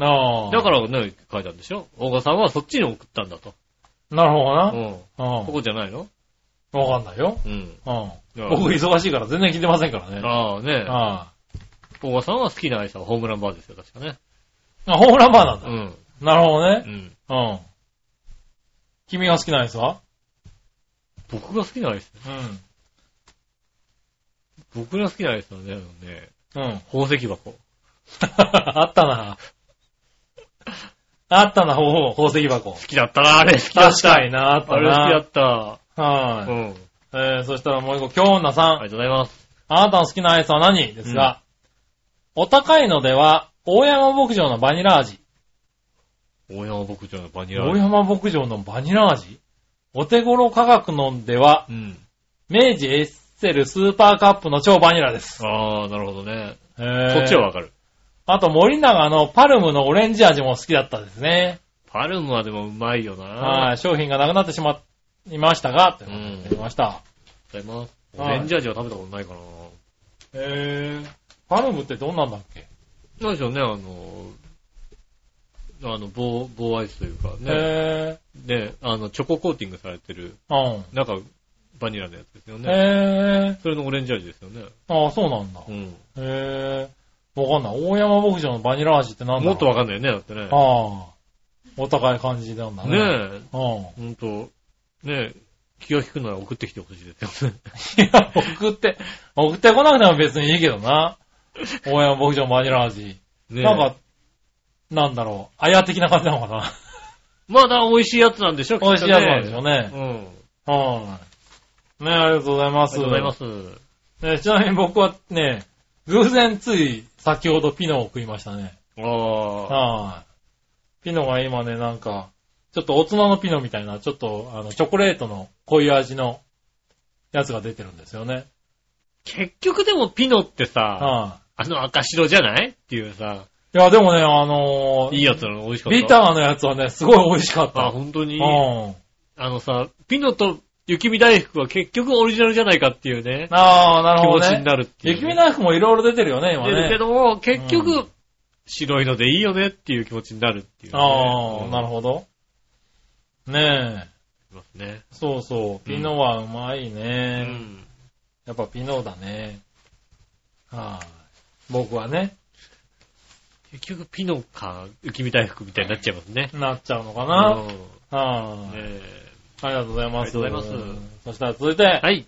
Speaker 3: ああ。
Speaker 2: だか、らね、書いたんでしょオーガさんはそっちに送ったんだと。
Speaker 3: なるほど
Speaker 2: う
Speaker 3: な。
Speaker 2: ん。
Speaker 3: うん
Speaker 2: ここじゃないの
Speaker 3: わかんないよ。
Speaker 2: うん。
Speaker 3: うん
Speaker 2: うん。
Speaker 3: 僕忙しいから全然聞いてませんからね。
Speaker 2: ああね。
Speaker 3: あ
Speaker 2: 大川さんは好きなアイスはホームランバーですよ、確かね。
Speaker 3: あ。あ、ホームランバーなんだ。
Speaker 2: ん。
Speaker 3: なるほど
Speaker 2: う
Speaker 3: ね。
Speaker 2: ん。
Speaker 3: うん。君が好きなアイスは
Speaker 2: 僕が好きなアイス
Speaker 3: うん。
Speaker 2: 僕が好きなアイスはね、あのね、
Speaker 3: うん。
Speaker 2: 宝石箱。
Speaker 3: あったな。あったな、ほうほう、宝石箱。
Speaker 2: 好きだったな、あれ好きだっ
Speaker 3: 確
Speaker 2: た。
Speaker 3: かにな、あった
Speaker 2: あれ
Speaker 3: な
Speaker 2: 好。きだっ
Speaker 3: は
Speaker 2: た。う
Speaker 3: い。
Speaker 2: ん。あり
Speaker 3: えー、そしたらもう一個、京女さん。
Speaker 2: がとうございます。
Speaker 3: あなたの好きなアイスは何ですが、お高いのでは、大山牧場のバニラ味。
Speaker 2: 大山牧場のバニラア
Speaker 3: 大
Speaker 2: イス。
Speaker 3: 山牧場のバニラ味お手頃価格のでは、
Speaker 2: うん。
Speaker 3: 明治エッセルスーパーカップの超バニラです。
Speaker 2: ああ、なるほどね。
Speaker 3: こ
Speaker 2: こ
Speaker 3: っ
Speaker 2: っちはわかる。
Speaker 3: あと、森永のパルムのオレンジ味も好きだったですね。
Speaker 2: パルムはでもうまいよな。
Speaker 3: はい、商品がなくなってしまいましたが、ってことでいただきました。
Speaker 2: ありがとうございます。オ
Speaker 3: はい
Speaker 2: レンジ味は食べたことないかな。
Speaker 3: へぇー。パルムってどんなんだっけ、
Speaker 2: なんでしょうね、あの、あの、棒、棒アイスというかね。
Speaker 3: へ
Speaker 2: で、あの、チョココーティングされてる、
Speaker 3: ぇー。うん。
Speaker 2: なんか、バニラのやつですよね。
Speaker 3: へぇー。
Speaker 2: それのオレンジ味ですよね。
Speaker 3: ああ、そうなんだ。
Speaker 2: うん。
Speaker 3: へぇー。わかんない。大山牧場のバニラ味ってなんだろう
Speaker 2: もっとわかんないよね、だってね。
Speaker 3: ああ。お高い感じなんだね。
Speaker 2: ねえ、
Speaker 3: うん。
Speaker 2: ほんと、ねえ、気が利くなら送ってきてほしいですよ ね。
Speaker 3: いや、送って、送ってこなくても別にいいけど な。大山牧場のバニラ味。
Speaker 2: ねえ
Speaker 3: なんか、なんだろう。あや的な感じなのかな。
Speaker 2: まだ美味しいやつなんでしょ、きっと
Speaker 3: 美味しいやつなんでしょう
Speaker 2: う
Speaker 3: ね。
Speaker 2: ん。
Speaker 3: はい。ねありがとうございま
Speaker 2: ありが
Speaker 3: す。
Speaker 2: とうございます。
Speaker 3: ねちなみに僕はね、偶然つい先ほどピノを食いましたね。
Speaker 2: ああ、
Speaker 3: はい。ピノが今ね、なんか、ちょっと大人のピノみたいな、ちょっと、あの、チョコレートのこういう味のやつが出てるんですよね。
Speaker 2: 結局でもピノってさ、
Speaker 3: は
Speaker 2: あの赤白じゃないっていうさ、
Speaker 3: い。いや、でもね、あの
Speaker 2: いいやつなの美味しかった。
Speaker 3: ビターのやつはね、すごい美味しかった。
Speaker 2: あ、本当に
Speaker 3: うん。
Speaker 2: あのさ、ピノと雪見大福は結局オリジナルじゃないかっていうね、
Speaker 3: ああ、な
Speaker 2: 気
Speaker 3: るほ
Speaker 2: 持
Speaker 3: ど
Speaker 2: ちに
Speaker 3: ね。
Speaker 2: なるっていう。
Speaker 3: 雪見大福もいろいろ出てるよね、今
Speaker 2: 出るけ
Speaker 3: ね。
Speaker 2: ども、結
Speaker 3: う
Speaker 2: 局、白いのでいいよねっていう気持ちになるっていうね、
Speaker 3: ああ、なる
Speaker 2: ほ
Speaker 3: ほど。ねえ。
Speaker 2: ど。ますね。
Speaker 3: そうそう。ピノはうまいね。
Speaker 2: うん
Speaker 3: やっぱピノーだね。はい、僕はね、
Speaker 2: 結局、ピノか、雪見大福みたいになっちゃいますね。
Speaker 3: なっちゃうのか
Speaker 2: あ
Speaker 3: な。はい、ありがとうございます。
Speaker 2: ありがとうございます
Speaker 3: そしたら続いて、
Speaker 2: はい。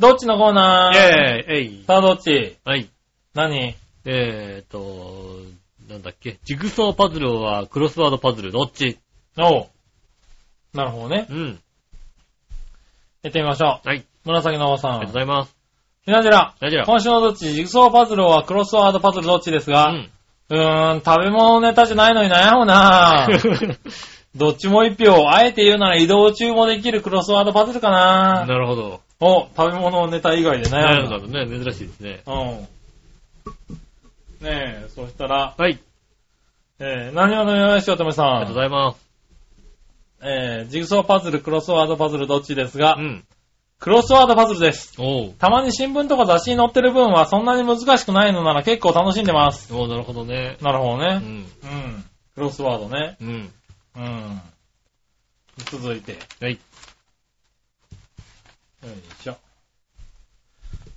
Speaker 3: どっちのコーナ
Speaker 2: イ
Speaker 3: ー
Speaker 2: ェーイえい
Speaker 3: さあどっち
Speaker 2: はい。
Speaker 3: 何
Speaker 2: えーと、なんだっけ。ジグソーパズルはクロスワードパズル、どっち
Speaker 3: おうなるほどね。
Speaker 2: うん。
Speaker 3: やってみましょ
Speaker 2: はい。
Speaker 3: う。紫のおばさ
Speaker 2: ありがとうご
Speaker 3: ん。
Speaker 2: ざいます。
Speaker 3: ひなじら。
Speaker 2: 大丈夫。
Speaker 3: 今週のどっちジグソーパズルはクロスワードパズルどっちですが、
Speaker 2: う。
Speaker 3: うんーん、食べ物ネタじゃないのに悩むなどっちも一票。あえて言うなら移動中もできるクロスワードパズルかな
Speaker 2: なるほど。
Speaker 3: お、食べ物ネタ以外で
Speaker 2: な
Speaker 3: 悩
Speaker 2: る
Speaker 3: む
Speaker 2: ほどね。珍しいですね。
Speaker 3: うん。ねえ、そしたら、
Speaker 2: はい。
Speaker 3: えー、何をのよしおとめさ
Speaker 2: ありがとうご
Speaker 3: ん。
Speaker 2: ざいます。
Speaker 3: えー、ジグソーパズル、クロスワードパズルどっちですが、
Speaker 2: うん。
Speaker 3: クロスワードパズルです。
Speaker 2: おう。
Speaker 3: たまに新聞とか雑誌に載ってる分はそんなに難しくないのなら結構楽しんでます。
Speaker 2: おう、なるほどね。
Speaker 3: なるほど
Speaker 2: う
Speaker 3: ね。
Speaker 2: ん。
Speaker 3: うん。クロスワードね。
Speaker 2: うん。
Speaker 3: うん。続いて。
Speaker 2: はい。
Speaker 3: よいしょ。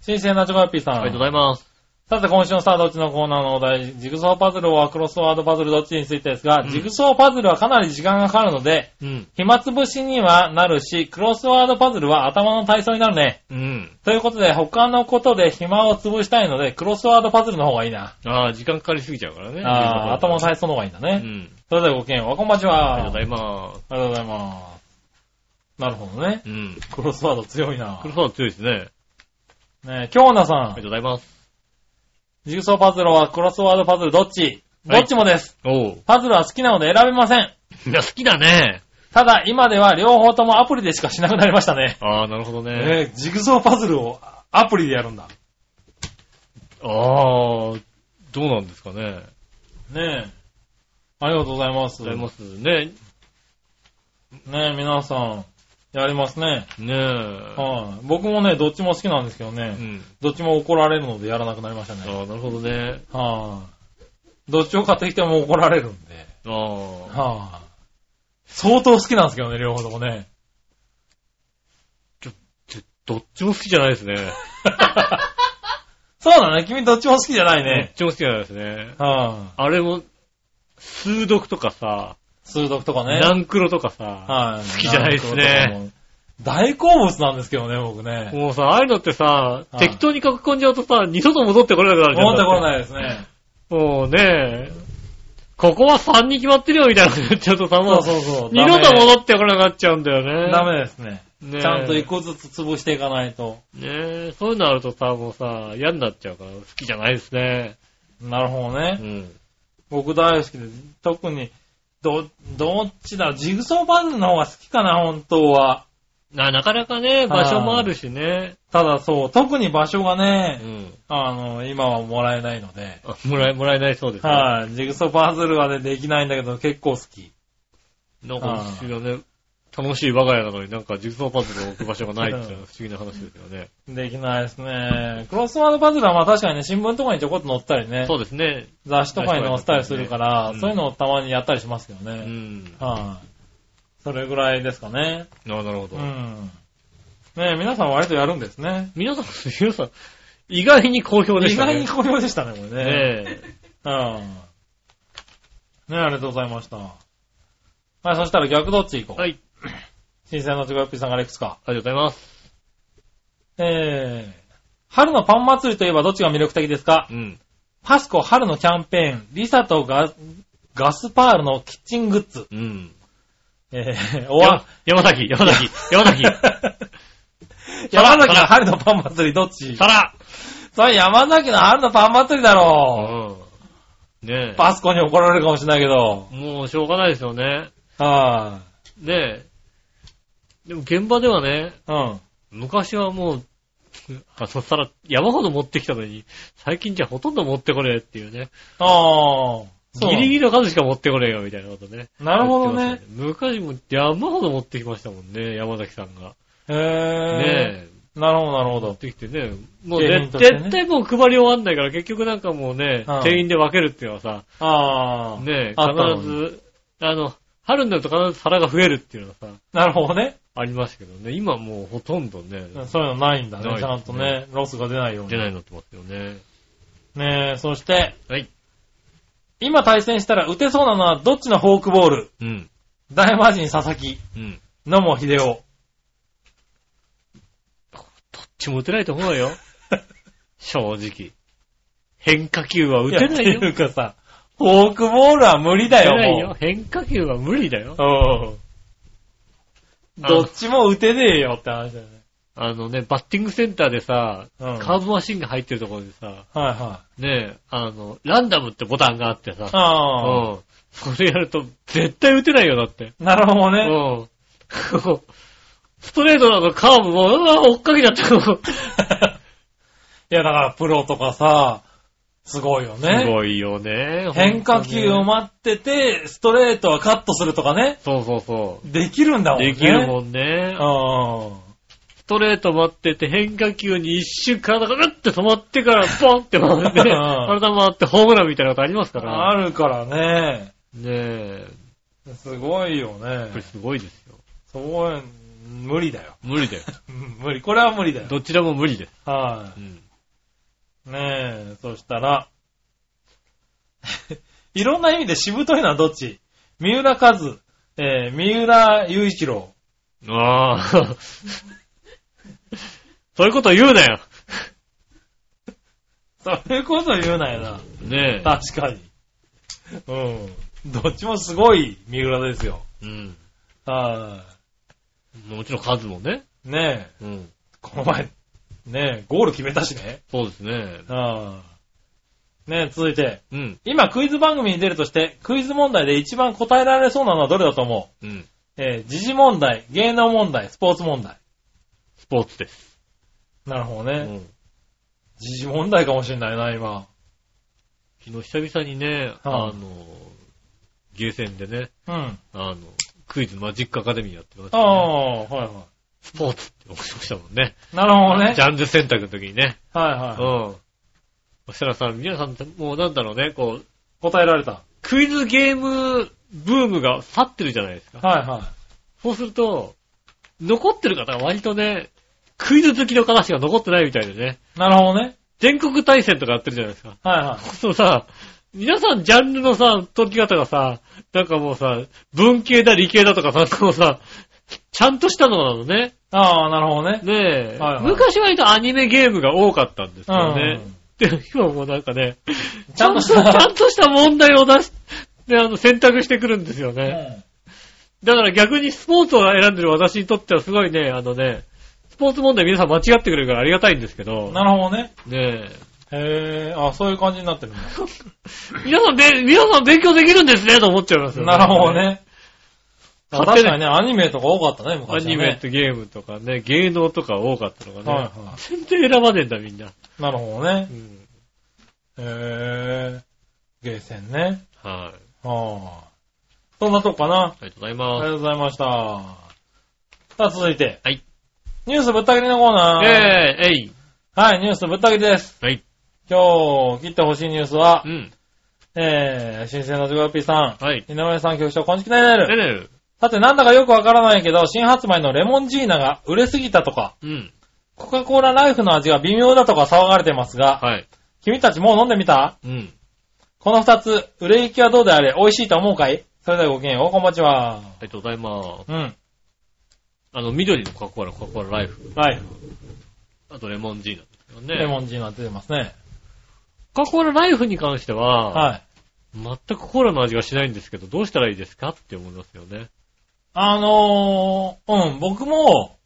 Speaker 3: 新鮮なチョコヨッピーさん。
Speaker 2: ありがとうございます。
Speaker 3: さて、今週のさあ、どっちのコーナーのお題、ジグソーパズルはクロスワードパズルどっちについてですが、
Speaker 2: うん
Speaker 3: ジグソーパズルはかなり時間がかかるので、
Speaker 2: うん。
Speaker 3: 暇つぶしにはなるし、クロスワードパズルは頭の体操になるね。
Speaker 2: うん。
Speaker 3: ということで、他のことで暇を潰したいので、クロスワードパズルの方がいいな。
Speaker 2: ああ、時間かかりすぎちゃうからね。
Speaker 3: あー頭の体操の方がいいんだ
Speaker 2: う
Speaker 3: ね。
Speaker 2: ん。
Speaker 3: それではごきげんよう、こんばんち
Speaker 2: あ
Speaker 3: は。
Speaker 2: りがとうございます。
Speaker 3: ありがとうございます。なるほどね。
Speaker 2: うん。
Speaker 3: クロスワード強いな
Speaker 2: ク。ロスワード強いですね。
Speaker 3: ねえ、京奈さ
Speaker 2: ありが
Speaker 3: ん
Speaker 2: と、うございます。
Speaker 3: ジグソーパズルはクロスワードパズルどっちど
Speaker 2: はい
Speaker 3: っちもです。
Speaker 2: おう。
Speaker 3: パズルは好きなので選べません。
Speaker 2: いや、好きだね。
Speaker 3: ただ、今では両方ともアプリでしかしなくなりましたね。
Speaker 2: ああ、なるほどね。
Speaker 3: えージグソーパズルをアプリでやるんだ。
Speaker 2: ああ、どうなんですかね。ありが
Speaker 3: ねえ。ありがとうございます。
Speaker 2: とうございます。ね。
Speaker 3: ねえ、皆さん、やりますね。
Speaker 2: ねえ。
Speaker 3: はい。僕もね、どっちも好きなんですけどね
Speaker 2: う、ん。
Speaker 3: どっちも怒られるのでやらなくなりましたね。
Speaker 2: ああ、なるほどね。
Speaker 3: はい。どっちを買ってきても怒られるんで。
Speaker 2: ああ。
Speaker 3: はあ、相当好きなんですけどね、両方ともね。
Speaker 2: ちょどっちも好きじゃないですね。
Speaker 3: そうだね、君どっちも好きじゃな
Speaker 2: ど
Speaker 3: い
Speaker 2: っ
Speaker 3: ね。
Speaker 2: ちも好きじゃないですね。
Speaker 3: はあ、
Speaker 2: あれも、数読とかさ、
Speaker 3: 数読とかね。
Speaker 2: 何クロとかさ、
Speaker 3: はい、
Speaker 2: 好きじゃないですね。
Speaker 3: 大好物なんですけどね、僕ね。
Speaker 2: もうさ、ああいうのってさ、
Speaker 3: い
Speaker 2: 適当に書き込んじゃうとさ、二度と戻ってこれなくなるじゃん。
Speaker 3: 思ってこ
Speaker 2: い。
Speaker 3: ないですね。
Speaker 2: もうねえ、ここは3に決まってるよみたいなこと言っちゃうとさ、も
Speaker 3: そう
Speaker 2: う
Speaker 3: そうそう。
Speaker 2: 二度と戻ってこなくなっちゃうんだよね。
Speaker 3: ダメですね。
Speaker 2: ねえ
Speaker 3: ちゃんと一個ずつ潰していかないと。
Speaker 2: ねえ、そういうのあるとさ、もうさ、嫌になっちゃうから、好きじゃないですね。
Speaker 3: なるほど
Speaker 2: う
Speaker 3: ね。
Speaker 2: ん。
Speaker 3: 僕大好きです。特に、ど、どっちだジグソーパズルの方が好きかな、本当は。
Speaker 2: ななかなかね、場所もあるしね。
Speaker 3: ただそう、特に場所が
Speaker 2: う
Speaker 3: ね、
Speaker 2: ん。
Speaker 3: あの、今はもらえないので。
Speaker 2: あもらえ、もらえないそうです、ね。
Speaker 3: はい、ジグソーパズルはね、できないんだけど、結構好き。
Speaker 2: なんか不思議だね。楽しい我が家なのになんかジグソーパズルを置く場所がないっていうのは不思議な話ですよね。
Speaker 3: できないですね。クロスワードパズルはまあ確かにね、新聞とかにちょこっと載ったりね、
Speaker 2: そうですね。
Speaker 3: 雑誌とかに載せたりするから、
Speaker 2: うん
Speaker 3: そういうのをたまにやったりしますけど
Speaker 2: う
Speaker 3: ね。
Speaker 2: ん。あ
Speaker 3: はい、それぐらいですかね。
Speaker 2: なるほ
Speaker 3: う
Speaker 2: ど。
Speaker 3: ん。ねえ皆さん割とやるんですね。
Speaker 2: 皆さん、皆さん、意外に好評で
Speaker 3: 意
Speaker 2: したね。
Speaker 3: 外に好評でしたね、これね。
Speaker 2: ねえ。
Speaker 3: うん。ねえありがとうございました。はい、そしたら逆どっち行こう。
Speaker 2: はい。
Speaker 3: 新鮮なチョコヨッピーさんからいくつか。
Speaker 2: ありがとうございます。
Speaker 3: えー、春のパン祭りといえばどっちが魅力的ですか
Speaker 2: うん。
Speaker 3: パスコ春のキャンペーン、リサとガガスパールのキッチングッズ。
Speaker 2: うん。
Speaker 3: えー、おわ、
Speaker 2: 山崎、山崎、山崎、
Speaker 3: 山崎の
Speaker 2: 皿
Speaker 3: 春のパン祭りどっち
Speaker 2: さら
Speaker 3: それ山崎の春のパン祭りだろ
Speaker 2: うん。ね
Speaker 3: う。
Speaker 2: え。
Speaker 3: パスコに怒られるかもしれないけど。
Speaker 2: もうしょうがないですよね。
Speaker 3: は
Speaker 2: ねえ。でも現場ではね、
Speaker 3: い。うん。
Speaker 2: 昔はもう、あそしたら山ほど持ってきたのに、最近じゃほとんど持ってこれっていうね。
Speaker 3: ああ。そう
Speaker 2: ギリギリの数しか持ってこれよみたいなことね。
Speaker 3: なるほど
Speaker 2: 言ってまし
Speaker 3: ね。
Speaker 2: たね。昔も山ほど持ってきましたもんね、山崎さんが。
Speaker 3: へ
Speaker 2: ね
Speaker 3: え。
Speaker 2: え。
Speaker 3: なるほど、なる
Speaker 2: 持
Speaker 3: ほ
Speaker 2: っ
Speaker 3: ど。
Speaker 2: てきてね。もう
Speaker 3: 景
Speaker 2: ね
Speaker 3: 品としてね
Speaker 2: 絶対もう配り終わんないから、結局なんかもうね、
Speaker 3: うん
Speaker 2: 店員で分けるっていうのはさ、
Speaker 3: ああ。
Speaker 2: ね
Speaker 3: あったの
Speaker 2: え、
Speaker 3: に
Speaker 2: 必ず、あの、春になると必ず皿が増えるっていうのはさ、
Speaker 3: なるほどね。
Speaker 2: ありますけどね。今もうほとんどね、
Speaker 3: そういうのないんだ
Speaker 2: ない
Speaker 3: ね。
Speaker 2: ですね
Speaker 3: ちゃんとね、ロスが出ないように
Speaker 2: 出。ないのってますよね。
Speaker 3: ねえ、そして、
Speaker 2: はい。
Speaker 3: 今対戦したら打てそうなのはどっちのフォークボール
Speaker 2: うん。
Speaker 3: 大魔神佐々木、
Speaker 2: うん。ど
Speaker 3: 野茂秀夫。
Speaker 2: っちも打てないと思うよ。 正直。変化球は打てない
Speaker 3: や
Speaker 2: よ。
Speaker 3: って
Speaker 2: 打
Speaker 3: いうかさ、フォークボールは無理だ
Speaker 2: て
Speaker 3: よ、
Speaker 2: ないよ
Speaker 3: も。
Speaker 2: 変化球は無理だよ。
Speaker 3: う。うん。
Speaker 2: あ
Speaker 3: どっちも打てねえよって話だよね。
Speaker 2: あのね、バッティングセンターでさ、
Speaker 3: うん
Speaker 2: カーブマシンが入ってるところでさ、
Speaker 3: はいはい。
Speaker 2: ねえ、あの、ランダムってボタンがあってさ、
Speaker 3: ああ。
Speaker 2: うん。それやると絶対打てないよ、だって。
Speaker 3: なるほど
Speaker 2: う
Speaker 3: ね。
Speaker 2: ん。 ストレートなのカーブも、うわ、追っかけちゃったよ。
Speaker 3: いや、だからプロとかさ、すごいよ
Speaker 2: す
Speaker 3: ね。
Speaker 2: ごいよね。
Speaker 3: 変化球を
Speaker 2: も。
Speaker 3: 待ってて、ストレートはカットするとかね。
Speaker 2: そうそうそ
Speaker 3: できるんだも
Speaker 2: う。
Speaker 3: んね。
Speaker 2: できるもんね。
Speaker 3: うん。
Speaker 2: ストレート待ってて変化球に一瞬体がグッて止まってから、ポンって回って、
Speaker 3: うん
Speaker 2: 体回ってホームランみたいなことありますから。
Speaker 3: あるからね。
Speaker 2: ねえ。
Speaker 3: すごいよ
Speaker 2: これ
Speaker 3: ね。
Speaker 2: すごいですよ。
Speaker 3: そうやん、無理だよ。
Speaker 2: 無理だよ。
Speaker 3: うん無理。これは無理だよ。
Speaker 2: どちらも無理です。
Speaker 3: は
Speaker 2: うん。
Speaker 3: い。ねえ、そしたら、 いろんな意味でしぶといのはどっち三浦和、えー、三浦雄一郎。
Speaker 2: ああ。 そういうこと言うなよ。
Speaker 3: そういうこと言うなよな。
Speaker 2: ねえ。
Speaker 3: 確かに。うん。どっちもすごい三浦ですよ。
Speaker 2: うん。
Speaker 3: は
Speaker 2: もちろん数もね。
Speaker 3: い。ねえ、
Speaker 2: うん。
Speaker 3: この前、ねえ、ゴール決めたしね。
Speaker 2: そうですね。
Speaker 3: ああ。ねえ、続いて。
Speaker 2: うん。
Speaker 3: 今、クイズ番組に出るとして、クイズ問題で一番答えられそうなのはどれだと思う
Speaker 2: うん。
Speaker 3: えー、時事問題、芸能問題、スポーツ問題。
Speaker 2: スポーツです。
Speaker 3: なるほど
Speaker 2: う
Speaker 3: ね。
Speaker 2: ん。
Speaker 3: 時事問題かもしれないな、今。
Speaker 2: 昨日久々にね、
Speaker 3: はい
Speaker 2: あの、ゲーセンでね、
Speaker 3: うん。
Speaker 2: あの、クイズマジックアカデミーやってまし
Speaker 3: あ
Speaker 2: た、ね。
Speaker 3: あ、はいは
Speaker 2: スポーツって思いましたもんね。
Speaker 3: い。なるほどね
Speaker 2: ジ。ャンル選択の時にね。
Speaker 3: はい
Speaker 2: うん
Speaker 3: はい。。
Speaker 2: そしたらさ、皆さんってもうなんだろうね、こう、
Speaker 3: 答えられた。
Speaker 2: クイズゲームブームが去ってるじゃないですか。
Speaker 3: はいはい。
Speaker 2: そうすると、残ってる方が割とね、クイズ好きの方しか残ってないみたいでね。
Speaker 3: なるほどね。
Speaker 2: 全国対戦とかやってるじゃないですか。
Speaker 3: はいは
Speaker 2: そうさ、皆さんジャンルのさ、解き方がさ、なんかもうさ、文系だ理系だとかさ、こうさ、ちゃんとしたのなのね。
Speaker 3: い。ああ、なるほどね。
Speaker 2: ねえ。
Speaker 3: はいはい
Speaker 2: 昔は割とアニメゲームが多かったんですよね。
Speaker 3: うん
Speaker 2: で、今もうなんかね、
Speaker 3: ちゃんとし
Speaker 2: ちゃんとちゃ
Speaker 3: た。
Speaker 2: んとした問題を出し、で、あの、選択してくるんですよ
Speaker 3: う
Speaker 2: ね。
Speaker 3: ん
Speaker 2: だから逆にスポーツを選んでる私にとってはすごいね、あのね、スポーツ問題皆さん間違ってくれるからありがたいんですけど、
Speaker 3: なるほどね。
Speaker 2: ねえ。
Speaker 3: へえ、あそういう感じになってるんだ
Speaker 2: 皆さんべ、皆さん勉強できるんですねと思っちゃいますよね。
Speaker 3: なるほど。ね。
Speaker 2: 勝
Speaker 3: 確
Speaker 2: 手に
Speaker 3: かにね、アニメとか多かったね、
Speaker 2: ア
Speaker 3: 昔、ね。
Speaker 2: ニメとゲームとかね、芸能とか多かったのがね、
Speaker 3: はいは
Speaker 2: 全然選ばねえんだみんな。
Speaker 3: い。なるほどね
Speaker 2: う。ん。
Speaker 3: へえ、ゲーセンね。
Speaker 2: はい。
Speaker 3: ああ。そんなとこかな。
Speaker 2: ありがとうござい
Speaker 3: ありが
Speaker 2: ま
Speaker 3: とうございました。さあ、続いて。
Speaker 2: はい。
Speaker 3: ニュースぶった切りのコーナ
Speaker 2: す。
Speaker 3: ー。
Speaker 2: えー、えい。
Speaker 3: はい、ニュースぶった切りです。
Speaker 2: はい。
Speaker 3: 今日、切ってほしいニュースは
Speaker 2: う、ん。
Speaker 3: えー、新鮮なジョガピーさん。
Speaker 2: はい。
Speaker 3: 井上さん局長、こんにちは、ね
Speaker 2: ね
Speaker 3: る。
Speaker 2: ね
Speaker 3: さて、なんだかよくわからないけど、新発売のレモンジーナが売れすぎたとか、
Speaker 2: うん。
Speaker 3: コカ・コーラライフの味が微妙だとか騒がれてますが、
Speaker 2: はい。
Speaker 3: 君たちもう飲んでみた
Speaker 2: うん。
Speaker 3: この二つ、売れ行きはどうであれ美味しいと思うかいそれではごきげんよう、こんばち
Speaker 2: あ
Speaker 3: は。
Speaker 2: りがとうございます。
Speaker 3: うん。
Speaker 2: あの、緑のコカ・コーラ、コカ・コーラライフ。
Speaker 3: ライフ。
Speaker 2: あとレモンジーナですよね。
Speaker 3: レモンジーナ出てますね。
Speaker 2: コカ・コーラライフに関しては、
Speaker 3: はい。
Speaker 2: 全くコーラの味がしないんですけど、どうしたらいいですかって思いますよね。
Speaker 3: あのー、うん、僕も、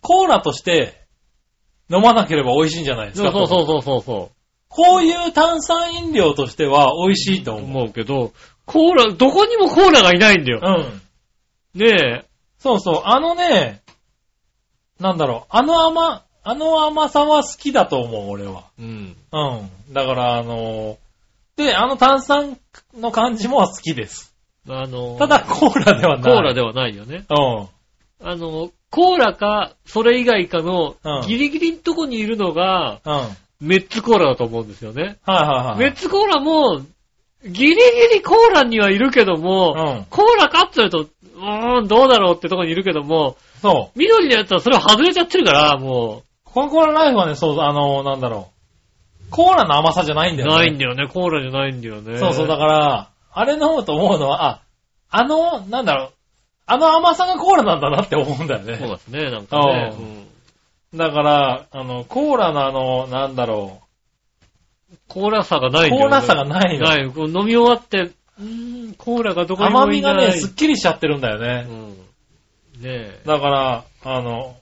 Speaker 3: コーラとして、飲まなければ美味しいんじゃないです
Speaker 2: そ
Speaker 3: か。
Speaker 2: うそうそうそうそう。
Speaker 3: こういう炭酸飲料としては美味しいと思う。
Speaker 2: 思うけど、コーラ、どこにもコーラがいないんだ
Speaker 3: う
Speaker 2: よ。
Speaker 3: ん。
Speaker 2: ねえ、
Speaker 3: そうそう。あのね、なんだろう。あの甘、あの甘さは好きだと思う、俺は。
Speaker 2: うん。
Speaker 3: うん。だから、あのーで、あの炭酸の感じも好きです。
Speaker 2: あの、
Speaker 3: ただ、コーラでは
Speaker 2: コー
Speaker 3: ない。
Speaker 2: ラではないよね。
Speaker 3: うん。
Speaker 2: あの、コーラか、それ以外かの
Speaker 3: う、ん
Speaker 2: ギリギリのとこにいるのが、
Speaker 3: うん。はい
Speaker 2: メッツコーラだと思うんですよね。
Speaker 3: はいはい。
Speaker 2: メッツコーラも、ギリギリコーラにはいるけども、
Speaker 3: うん
Speaker 2: コーラかって言うと、うーん、どうだろうってとこにいるけども、
Speaker 3: そう。
Speaker 2: 緑のやつはそれを外れちゃってるから、も
Speaker 3: コカ・コーラライフはね、そう、あのーなんだろう。コーラの甘さじゃない
Speaker 2: う、
Speaker 3: んだよね。
Speaker 2: ないんだよね。コーラじゃないんだよね。
Speaker 3: そうそう、だから、あれ飲むと思うのは、あ、あの、なんだろう、あの甘さがコーラなんだなって思うんだよ
Speaker 2: そう
Speaker 3: ね。
Speaker 2: ですね、なんかね。
Speaker 3: う
Speaker 2: うん
Speaker 3: だから、あの、コーラのあの、なんだろ
Speaker 2: コーラさがない
Speaker 3: う、
Speaker 2: んだ
Speaker 3: コー
Speaker 2: よね
Speaker 3: ラさがないの。
Speaker 2: ない。こう飲み終わって、うーん、コーラがどこに
Speaker 3: 甘
Speaker 2: も
Speaker 3: み
Speaker 2: いない。
Speaker 3: がね、すっきりしちゃってるんだよ
Speaker 2: う
Speaker 3: ね。
Speaker 2: ん。ねえ。
Speaker 3: だから、あの、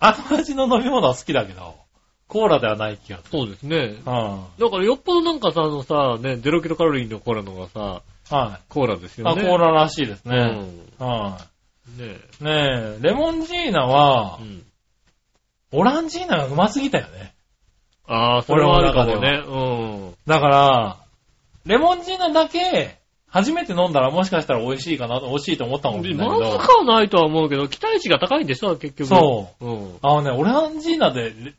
Speaker 3: あの味の飲み物は好きだけど、コーラではない気がす
Speaker 2: そうですね。
Speaker 3: る。は
Speaker 2: だからよっぽどなんかさ、あのさ、ね、ゼロキロカロリーのコーラの方がさ、
Speaker 3: い。はい。
Speaker 2: コーラですよ
Speaker 3: あ、コ
Speaker 2: ね。
Speaker 3: ーラらしいです
Speaker 2: う
Speaker 3: ね。
Speaker 2: ん。ね
Speaker 3: は
Speaker 2: え。
Speaker 3: い。ねえ、レモンジーナは
Speaker 2: う、ん。
Speaker 3: オランジーナがうますぎたよね。
Speaker 2: ああ、それはあるかも
Speaker 3: 俺
Speaker 2: ね。うん。
Speaker 3: だから、レモンジーナだけ、初めて飲んだらもしかしたら美味しいかなと、美味しいと思ったかもしれないけ
Speaker 2: まず
Speaker 3: ど
Speaker 2: か、はないとは思うけど、期待値が高いんでしょ、結局。。
Speaker 3: そう
Speaker 2: うん。
Speaker 3: あのね、オランジーナで、レ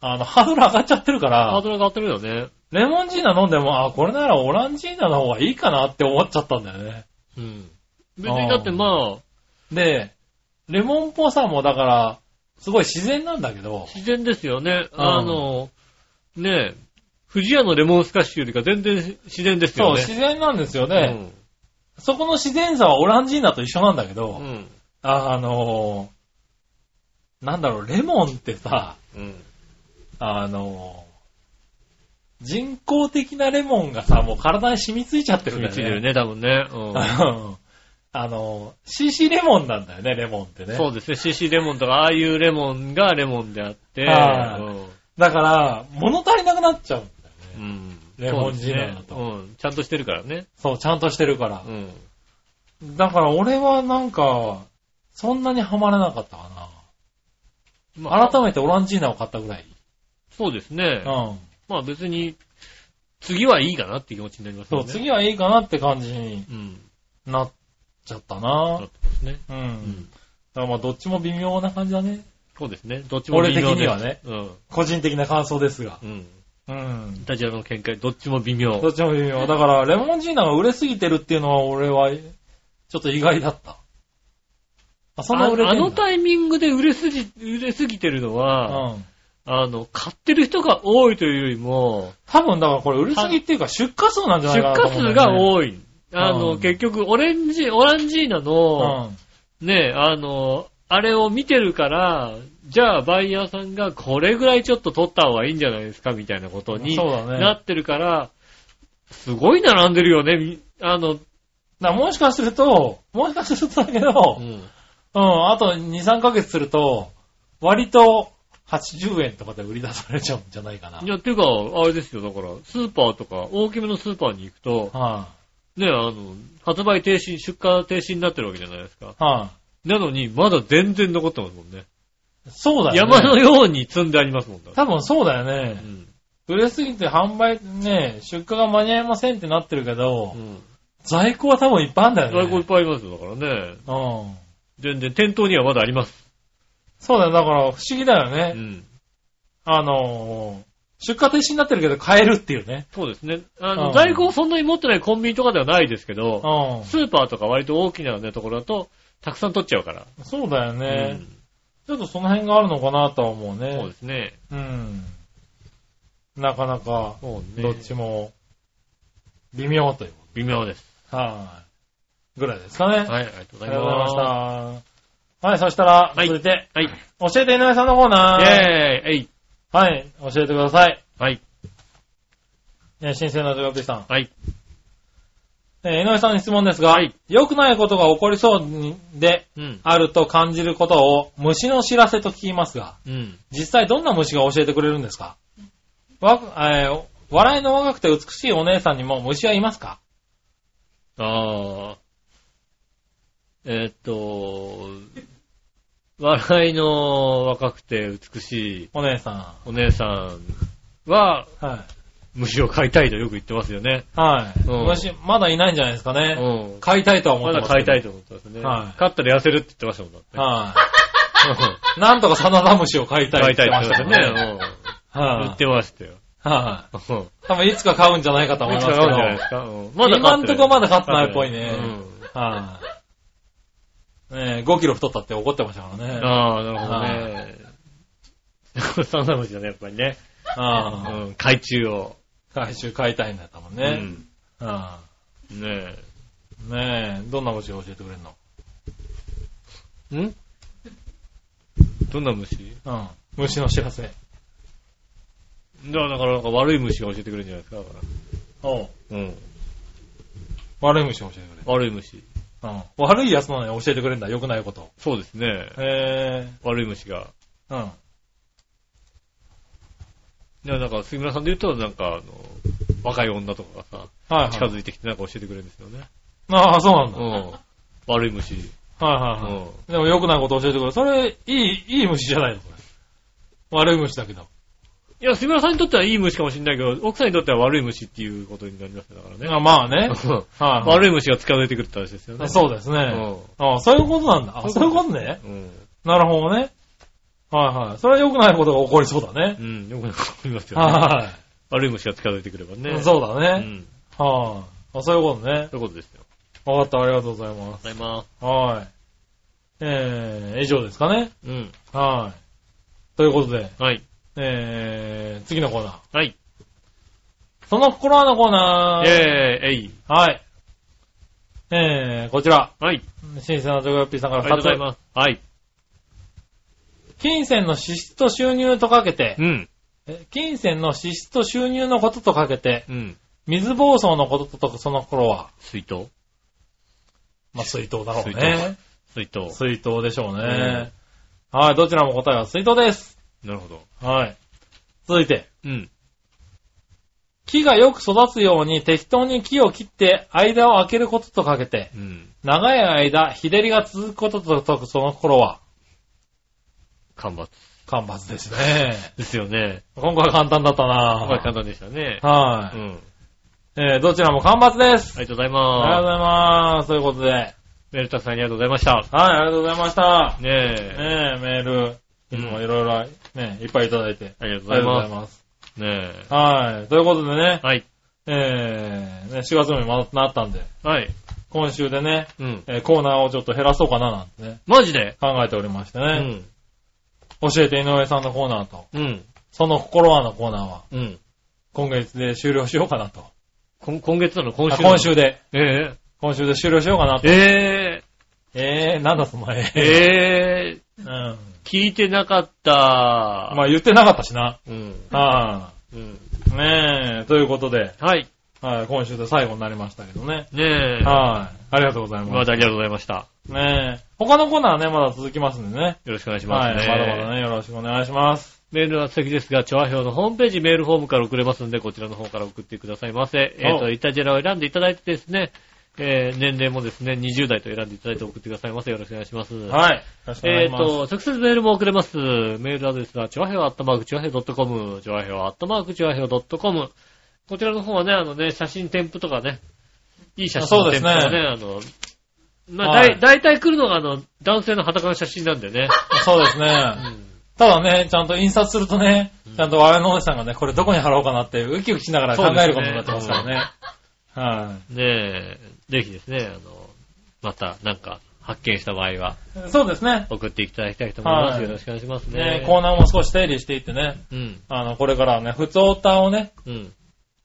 Speaker 3: あの、ハードル上がっちゃってるか
Speaker 2: ハー
Speaker 3: ら、
Speaker 2: ドルが上がってるよね。
Speaker 3: レモンジーナ飲んでも、あ、これならオランジーナの方がいいかなって思っちゃったんだよね。
Speaker 2: うん。別にだってまあ、
Speaker 3: で、レモンっぽさもだから、すごい自然なんだけど、
Speaker 2: 自然ですよね。
Speaker 3: ん
Speaker 2: あの、ねえ、富士屋のレモンスカッシュよりか全然自然です
Speaker 3: そう、
Speaker 2: よね。
Speaker 3: 自然なんですよね。そこの自然さはオランジーナと一緒なんだけど、
Speaker 2: うん。うん。
Speaker 3: ああのーなんだろう、レモンってさ、
Speaker 2: うん。
Speaker 3: あのー人工的なレモンがさ、もう体に染みついちゃってるんだ
Speaker 2: 染
Speaker 3: よ
Speaker 2: みつ
Speaker 3: ね。
Speaker 2: いてるね、多分ね。う
Speaker 3: うん。あのー、CC レモンなんだよね、レモンってね。
Speaker 2: ん。そうですね、CC レモンとか、ああいうレモンがレモンであって、
Speaker 3: はだから、物足りなくなっちゃう。
Speaker 2: うんうん。
Speaker 3: レモンジー
Speaker 2: そう
Speaker 3: ナ
Speaker 2: です
Speaker 3: だ
Speaker 2: ね
Speaker 3: と
Speaker 2: うん。ちゃんとしてるからね。
Speaker 3: そう、ちゃんとしてるから
Speaker 2: う。ん。
Speaker 3: だから俺はなんか、そんなにハマらなかったか
Speaker 2: ま
Speaker 3: な。
Speaker 2: あ、
Speaker 3: 改めてオランジーナを買ったぐらい。
Speaker 2: そうですね。
Speaker 3: うん。
Speaker 2: まあ別に、次はいいかなって気持ちになります
Speaker 3: そ
Speaker 2: よ
Speaker 3: う、
Speaker 2: ね。
Speaker 3: 次はいいかなって感じに
Speaker 2: うん。
Speaker 3: なっちゃった
Speaker 2: そう
Speaker 3: な
Speaker 2: で。すね。
Speaker 3: う。
Speaker 2: うんん。
Speaker 3: だからまあどっちも微妙な感じだね。
Speaker 2: そうですね。どっちも微妙です。
Speaker 3: 俺的にはね。
Speaker 2: うん。
Speaker 3: 個人的な感想ですが。
Speaker 2: うん。
Speaker 3: うん。
Speaker 2: ダジャレの見解、どっちも微妙
Speaker 3: ど。っちも微妙。だから、レモンジーナが売れすぎてるっていうのは俺は、ちょっと意外だった。あ、そんな
Speaker 2: あ
Speaker 3: 売れ
Speaker 2: の
Speaker 3: て
Speaker 2: あ
Speaker 3: んだ
Speaker 2: のタイミングで売れすぎ、売れすぎてるのは、
Speaker 3: うん。
Speaker 2: あの、買ってる人が多いというよりも、
Speaker 3: 多分だからこれ売れすぎっていうか出荷数なんじゃな
Speaker 2: 出
Speaker 3: いかな
Speaker 2: 荷
Speaker 3: と思う
Speaker 2: 数
Speaker 3: んだ
Speaker 2: が
Speaker 3: よね、
Speaker 2: 多い。あの、
Speaker 3: うん
Speaker 2: 結局、オレンジ、オランジーナの、
Speaker 3: うん。
Speaker 2: ね、あの、あれを見てるから、じゃあバイヤーさんがこれぐらいちょっと取った方がいいんじゃないですかみたいなことに
Speaker 3: そうだね
Speaker 2: なってるから、すごい並んでるよね。みあの、
Speaker 3: だからもしかすると、もしかするとだけど、うん、あと2、3ヶ月すると、割と80円とかで売り出されちゃうんじゃないかな。
Speaker 2: いや、ていうか、あれですよ、だから、スーパーとか、大きめのスーパーに行くと、
Speaker 3: は
Speaker 2: ね、あの、発売停止、出荷停止になってるわけじゃないですか。
Speaker 3: い、はい、
Speaker 2: なのに、まだ全然残ってますもんね。
Speaker 3: そうだよね。
Speaker 2: 山のように積んでありますもんだ。
Speaker 3: 多分そうだよ
Speaker 2: う
Speaker 3: ね。
Speaker 2: ん。
Speaker 3: 売れすぎて販売ね、出荷が間に合いませんってなってるけど、
Speaker 2: うん。
Speaker 3: 在庫は多分いっぱいあんだよね。
Speaker 2: 在庫いっぱいありますよ、だからね。
Speaker 3: うん。
Speaker 2: 全然、店頭にはまだあります。
Speaker 3: そうだよ、だから不思議だよね
Speaker 2: う。ん。
Speaker 3: あのー出荷停止になってるけど買えるっていうね。
Speaker 2: そうですね。あ
Speaker 3: うん
Speaker 2: の、在庫をそんなに持ってないコンビニとかではないですけ
Speaker 3: う
Speaker 2: ど、
Speaker 3: ん。
Speaker 2: スーパーとか割と大きなね、ところだと、たくさん取っちゃうから。
Speaker 3: そうだよね、
Speaker 2: うん
Speaker 3: ちょっとその辺があるのかなとは思うね。
Speaker 2: そうですね。
Speaker 3: うん。なかなか、
Speaker 2: そうね。
Speaker 3: どっちも、微妙という。
Speaker 2: 微妙です。
Speaker 3: はい。ぐらいですかね。
Speaker 2: はい、ありがとうござ
Speaker 3: あ
Speaker 2: い
Speaker 3: りがとうございま
Speaker 2: ま
Speaker 3: し
Speaker 2: したた。。
Speaker 3: はい、そしたら、
Speaker 2: はい
Speaker 3: 続いて、
Speaker 2: はい。
Speaker 3: 教えて井上さんのコーナー。
Speaker 2: イェーイえい
Speaker 3: はい、教えてください。
Speaker 2: はい。
Speaker 3: えー新鮮な女学生さん。
Speaker 2: はい。
Speaker 3: えー井上さんに質問ですが、
Speaker 2: はい
Speaker 3: 良くないことが起こりそうにで
Speaker 2: うん。
Speaker 3: あると感じることを虫の知らせと聞きますが、
Speaker 2: うん。
Speaker 3: 実際どんな虫が教えてくれるんですかわ、えー笑いの若くて美しいお姉さんにも虫はいますか
Speaker 2: ああ。えーっと、笑いの若くて美しい
Speaker 3: お姉さ
Speaker 2: お姉さんは、
Speaker 3: ん。はい。
Speaker 2: 虫を飼いたいとよく言ってますよね。
Speaker 3: はい。
Speaker 2: うん
Speaker 3: 虫、まだいないんじゃないですか
Speaker 2: う
Speaker 3: ね。
Speaker 2: ん。
Speaker 3: 飼いたいとは思
Speaker 2: ま
Speaker 3: って
Speaker 2: だ
Speaker 3: ます。
Speaker 2: 飼いたい
Speaker 3: と。
Speaker 2: と思ってますね。
Speaker 3: はい
Speaker 2: 飼ったら痩せるって言ってましたもんだって。
Speaker 3: はい。なんとかサナダムシを飼いたい
Speaker 2: 飼い
Speaker 3: って
Speaker 2: たい
Speaker 3: 言
Speaker 2: っ
Speaker 3: っててま
Speaker 2: 言っ
Speaker 3: してた
Speaker 2: ま
Speaker 3: も
Speaker 2: し
Speaker 3: んね。
Speaker 2: たね。うん。言
Speaker 3: は
Speaker 2: っ
Speaker 3: い。
Speaker 2: てましたよ。
Speaker 3: は
Speaker 2: うん。
Speaker 3: い。多分いつか飼うんじゃないかと思い
Speaker 2: い
Speaker 3: ま
Speaker 2: つ
Speaker 3: す
Speaker 2: か
Speaker 3: け
Speaker 2: 飼うん
Speaker 3: ど。
Speaker 2: じゃないで
Speaker 3: は
Speaker 2: すか。うんまだ飼ってない
Speaker 3: 今んとこまだ飼ってないっぽいね
Speaker 2: うん
Speaker 3: い。ねえ5キロ太ったって怒ってましたからね。
Speaker 2: ああ、なるほどね。サンダムシだね、やっぱりね。
Speaker 3: は
Speaker 2: うん、海中を。
Speaker 3: い。来週飼いたいんだったもんね。は
Speaker 2: うん。ね
Speaker 3: いねえ、どんな虫を教えてくれるの
Speaker 2: え。んどんな虫
Speaker 3: うん。虫の知らせ。
Speaker 2: だから、だからなんか悪い虫が教えてくれるんじゃないですか。だか
Speaker 3: お
Speaker 2: らうん。
Speaker 3: 悪い虫を教えてくれる。
Speaker 2: 悪い虫。
Speaker 3: うん。悪いやつなのに教えてくれるんだ。良くないことを。
Speaker 2: そうですね。
Speaker 3: へ
Speaker 2: 悪い虫が。
Speaker 3: え。うん。
Speaker 2: いや、なんか、杉村さんで言うと、なんか、あの、若い女とかが
Speaker 3: はい、は
Speaker 2: さ、
Speaker 3: い。
Speaker 2: 近づいてきてなんか教えてくれるんですよね。
Speaker 3: ああ、そうなんだ。
Speaker 2: う
Speaker 3: はい
Speaker 2: ん。悪い虫。う
Speaker 3: はいは
Speaker 2: ん。
Speaker 3: い。でも良くないこと教えてくれる。それ、いい、いい虫じゃないのこれ。悪い虫だけど。
Speaker 2: いや、杉村さんにとってはいい虫かもしれないけど、奥さんにとっては悪い虫っていうことになりますねだ からね。
Speaker 3: あまあね。
Speaker 2: うん
Speaker 3: はい、
Speaker 2: 悪い虫が近づいてくるって話ですよね。
Speaker 3: あそうです
Speaker 2: う
Speaker 3: ね。
Speaker 2: ん
Speaker 3: あそういうことなんだ。あそういうことね。
Speaker 2: うん。
Speaker 3: なるほどね。はいはい。それは良くないことが起こりそうだね
Speaker 2: う。ん。よくわかりますよね。
Speaker 3: は
Speaker 2: 悪い虫が近づいてくれば
Speaker 3: い、
Speaker 2: ね。
Speaker 3: そうだ
Speaker 2: う
Speaker 3: ね。
Speaker 2: ん。
Speaker 3: はい、あ。そういうことね。
Speaker 2: そういうことですよ。
Speaker 3: わかった。ありがとうございま
Speaker 2: ありがとうございます。
Speaker 3: す。はい。えー、以上ですかね。
Speaker 2: うん。
Speaker 3: はい。ということで、
Speaker 2: はい。
Speaker 3: えー、次のコーナー。
Speaker 2: はい。
Speaker 3: その心はのコーナー。
Speaker 2: えー、えい。
Speaker 3: はい。えー、こちら。
Speaker 2: はい。
Speaker 3: 新鮮なジョコヨッピーさんか
Speaker 2: あ
Speaker 3: ら
Speaker 2: りがとうござい
Speaker 3: す。
Speaker 2: ます。はい。
Speaker 3: 金銭の支出と収入とかけて
Speaker 2: う、ん。
Speaker 3: え金銭の支出と収入のこととかけて、
Speaker 2: うん。
Speaker 3: 水暴走のこととその頃は、
Speaker 2: 水筒
Speaker 3: まあ、水筒だろうね。
Speaker 2: 水筒。
Speaker 3: 水筒でしょうね。はい、どちらも答えは水筒です。
Speaker 2: なるほど。
Speaker 3: はい。続いて、
Speaker 2: うん。
Speaker 3: 木がよく育つように適当に木を切って間を空けることとかけて、
Speaker 2: うん。
Speaker 3: 長い間、日照りが続くことと解くその頃は、
Speaker 2: 間伐。
Speaker 3: 干ばつですね。
Speaker 2: ですよね。
Speaker 3: 今回簡単だった
Speaker 2: 今回
Speaker 3: な
Speaker 2: 簡単でしたね。
Speaker 3: は
Speaker 2: う
Speaker 3: い。
Speaker 2: ん。あ
Speaker 3: えー、どちらも干ばつです。
Speaker 2: りがとうござい
Speaker 3: ありがとう
Speaker 2: ま
Speaker 3: ございます。ということで、はい、
Speaker 2: す。メルタさんありがとうございました。
Speaker 3: ありがとうございました。
Speaker 2: ね
Speaker 3: ね
Speaker 2: え。
Speaker 3: え、メール、いつもいろいろ、ね、いっぱいいただいて。
Speaker 2: ありがとう
Speaker 3: あ
Speaker 2: ご
Speaker 3: り
Speaker 2: ざい
Speaker 3: がとうござ
Speaker 2: ま
Speaker 3: います。
Speaker 2: す。ねえ。
Speaker 3: はい。ということでね、
Speaker 2: はい。
Speaker 3: えー、ね、4月もまなったんで、
Speaker 2: はい。
Speaker 3: 今週でね、
Speaker 2: うん。
Speaker 3: えーコーナーをちょっと減らそうかななんてね、
Speaker 2: マジで
Speaker 3: 考えておりまして
Speaker 2: う
Speaker 3: ね、
Speaker 2: ん。
Speaker 3: 教えて井上さんのコーナーと、
Speaker 2: うん。
Speaker 3: その心はのコーナーは、
Speaker 2: うん。
Speaker 3: 今月で終了しようかなと。
Speaker 2: こん今月なの今
Speaker 3: あ
Speaker 2: 週なの
Speaker 3: 今。週で、
Speaker 2: え
Speaker 3: 今週で終了しようかな
Speaker 2: え。
Speaker 3: と。
Speaker 2: え
Speaker 3: えー、なんだその
Speaker 2: え。
Speaker 3: え
Speaker 2: ええ。
Speaker 3: ー。うん。
Speaker 2: 聞いてなかった。
Speaker 3: まあ言ってなかったしな。
Speaker 2: うん。
Speaker 3: は
Speaker 2: うん。
Speaker 3: い、ねえ、ということで、
Speaker 2: はい。
Speaker 3: はい、今週で最後になりましたけどね。
Speaker 2: ねえ。
Speaker 3: はい、ありがとうござい
Speaker 2: ま
Speaker 3: ます。
Speaker 2: だありがとうございました。
Speaker 3: ねえ、他のコーナーはね、まだ続きますんでね。
Speaker 2: よろしくお願いしま
Speaker 3: は
Speaker 2: すね。
Speaker 3: い、まだまだね、よろしくお願いします。
Speaker 2: メールは素敵ですが、調和表のホームページメールフォームから送れますので、こちらの方から送ってくださいませ。えっ、と、イタジェラを選んでいただいてですね、えー年齢もですね、20代と選んでいただいて送ってくださいませ。よろしくお願いします。
Speaker 3: はい、よろしくお願
Speaker 2: え
Speaker 3: い
Speaker 2: っ、
Speaker 3: します。
Speaker 2: と、直接メールも送れます。メールアドレスは、ちょわへよアットマークちょわへよ .com、ちょわへよアットマークちょわへよ .com。こちらの方はね、あのね、写真添付とかね、いい写真の添付とかね、あの、まあ、
Speaker 3: は
Speaker 2: だ
Speaker 3: い
Speaker 2: い、大体来るのが、あの、男性の裸の写真なんで ね。
Speaker 3: そうですね。
Speaker 2: うん
Speaker 3: ただね、ちゃんと印刷するとね
Speaker 2: うん、
Speaker 3: ちゃんと我々のおじさんがね、これどこに貼ろうかなって、ウキウキしながら考えることになってますからね。は
Speaker 2: ねえ、ぜひですね、あの、またなんか発見した場合は
Speaker 3: はい。そうですね。
Speaker 2: 送っていただきたいと思います。
Speaker 3: はい
Speaker 2: よろしくお願いしますね。
Speaker 3: ね、コーナーも少し整理していってね、
Speaker 2: うん、
Speaker 3: あの、これからはね、普通歌をね、
Speaker 2: うん、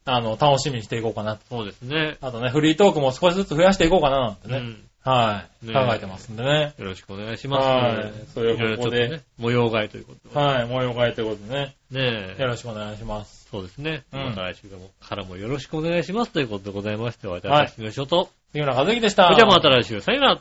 Speaker 3: あの、楽しみにしていこうかな。
Speaker 2: そうですね。
Speaker 3: あとね、フリートークも少しずつ増やしていこうかななんて
Speaker 2: う
Speaker 3: ね、
Speaker 2: ん、
Speaker 3: はい、
Speaker 2: ね
Speaker 3: 考えてますんでね。
Speaker 2: よろしくお願いします。
Speaker 3: はいそれをここ
Speaker 2: いろ
Speaker 3: で
Speaker 2: いろちょっとね、模様替えということで。
Speaker 3: はい、模様替えということでね、
Speaker 2: ね
Speaker 3: よ
Speaker 2: え、
Speaker 3: ろしくお願いします。
Speaker 2: そうですね。
Speaker 3: うん
Speaker 2: また来週からもよろしくお願いしますということでございまして、私
Speaker 3: はい
Speaker 2: の仕事。
Speaker 3: 杉村和樹でした。
Speaker 2: それではまた来週、さよなら。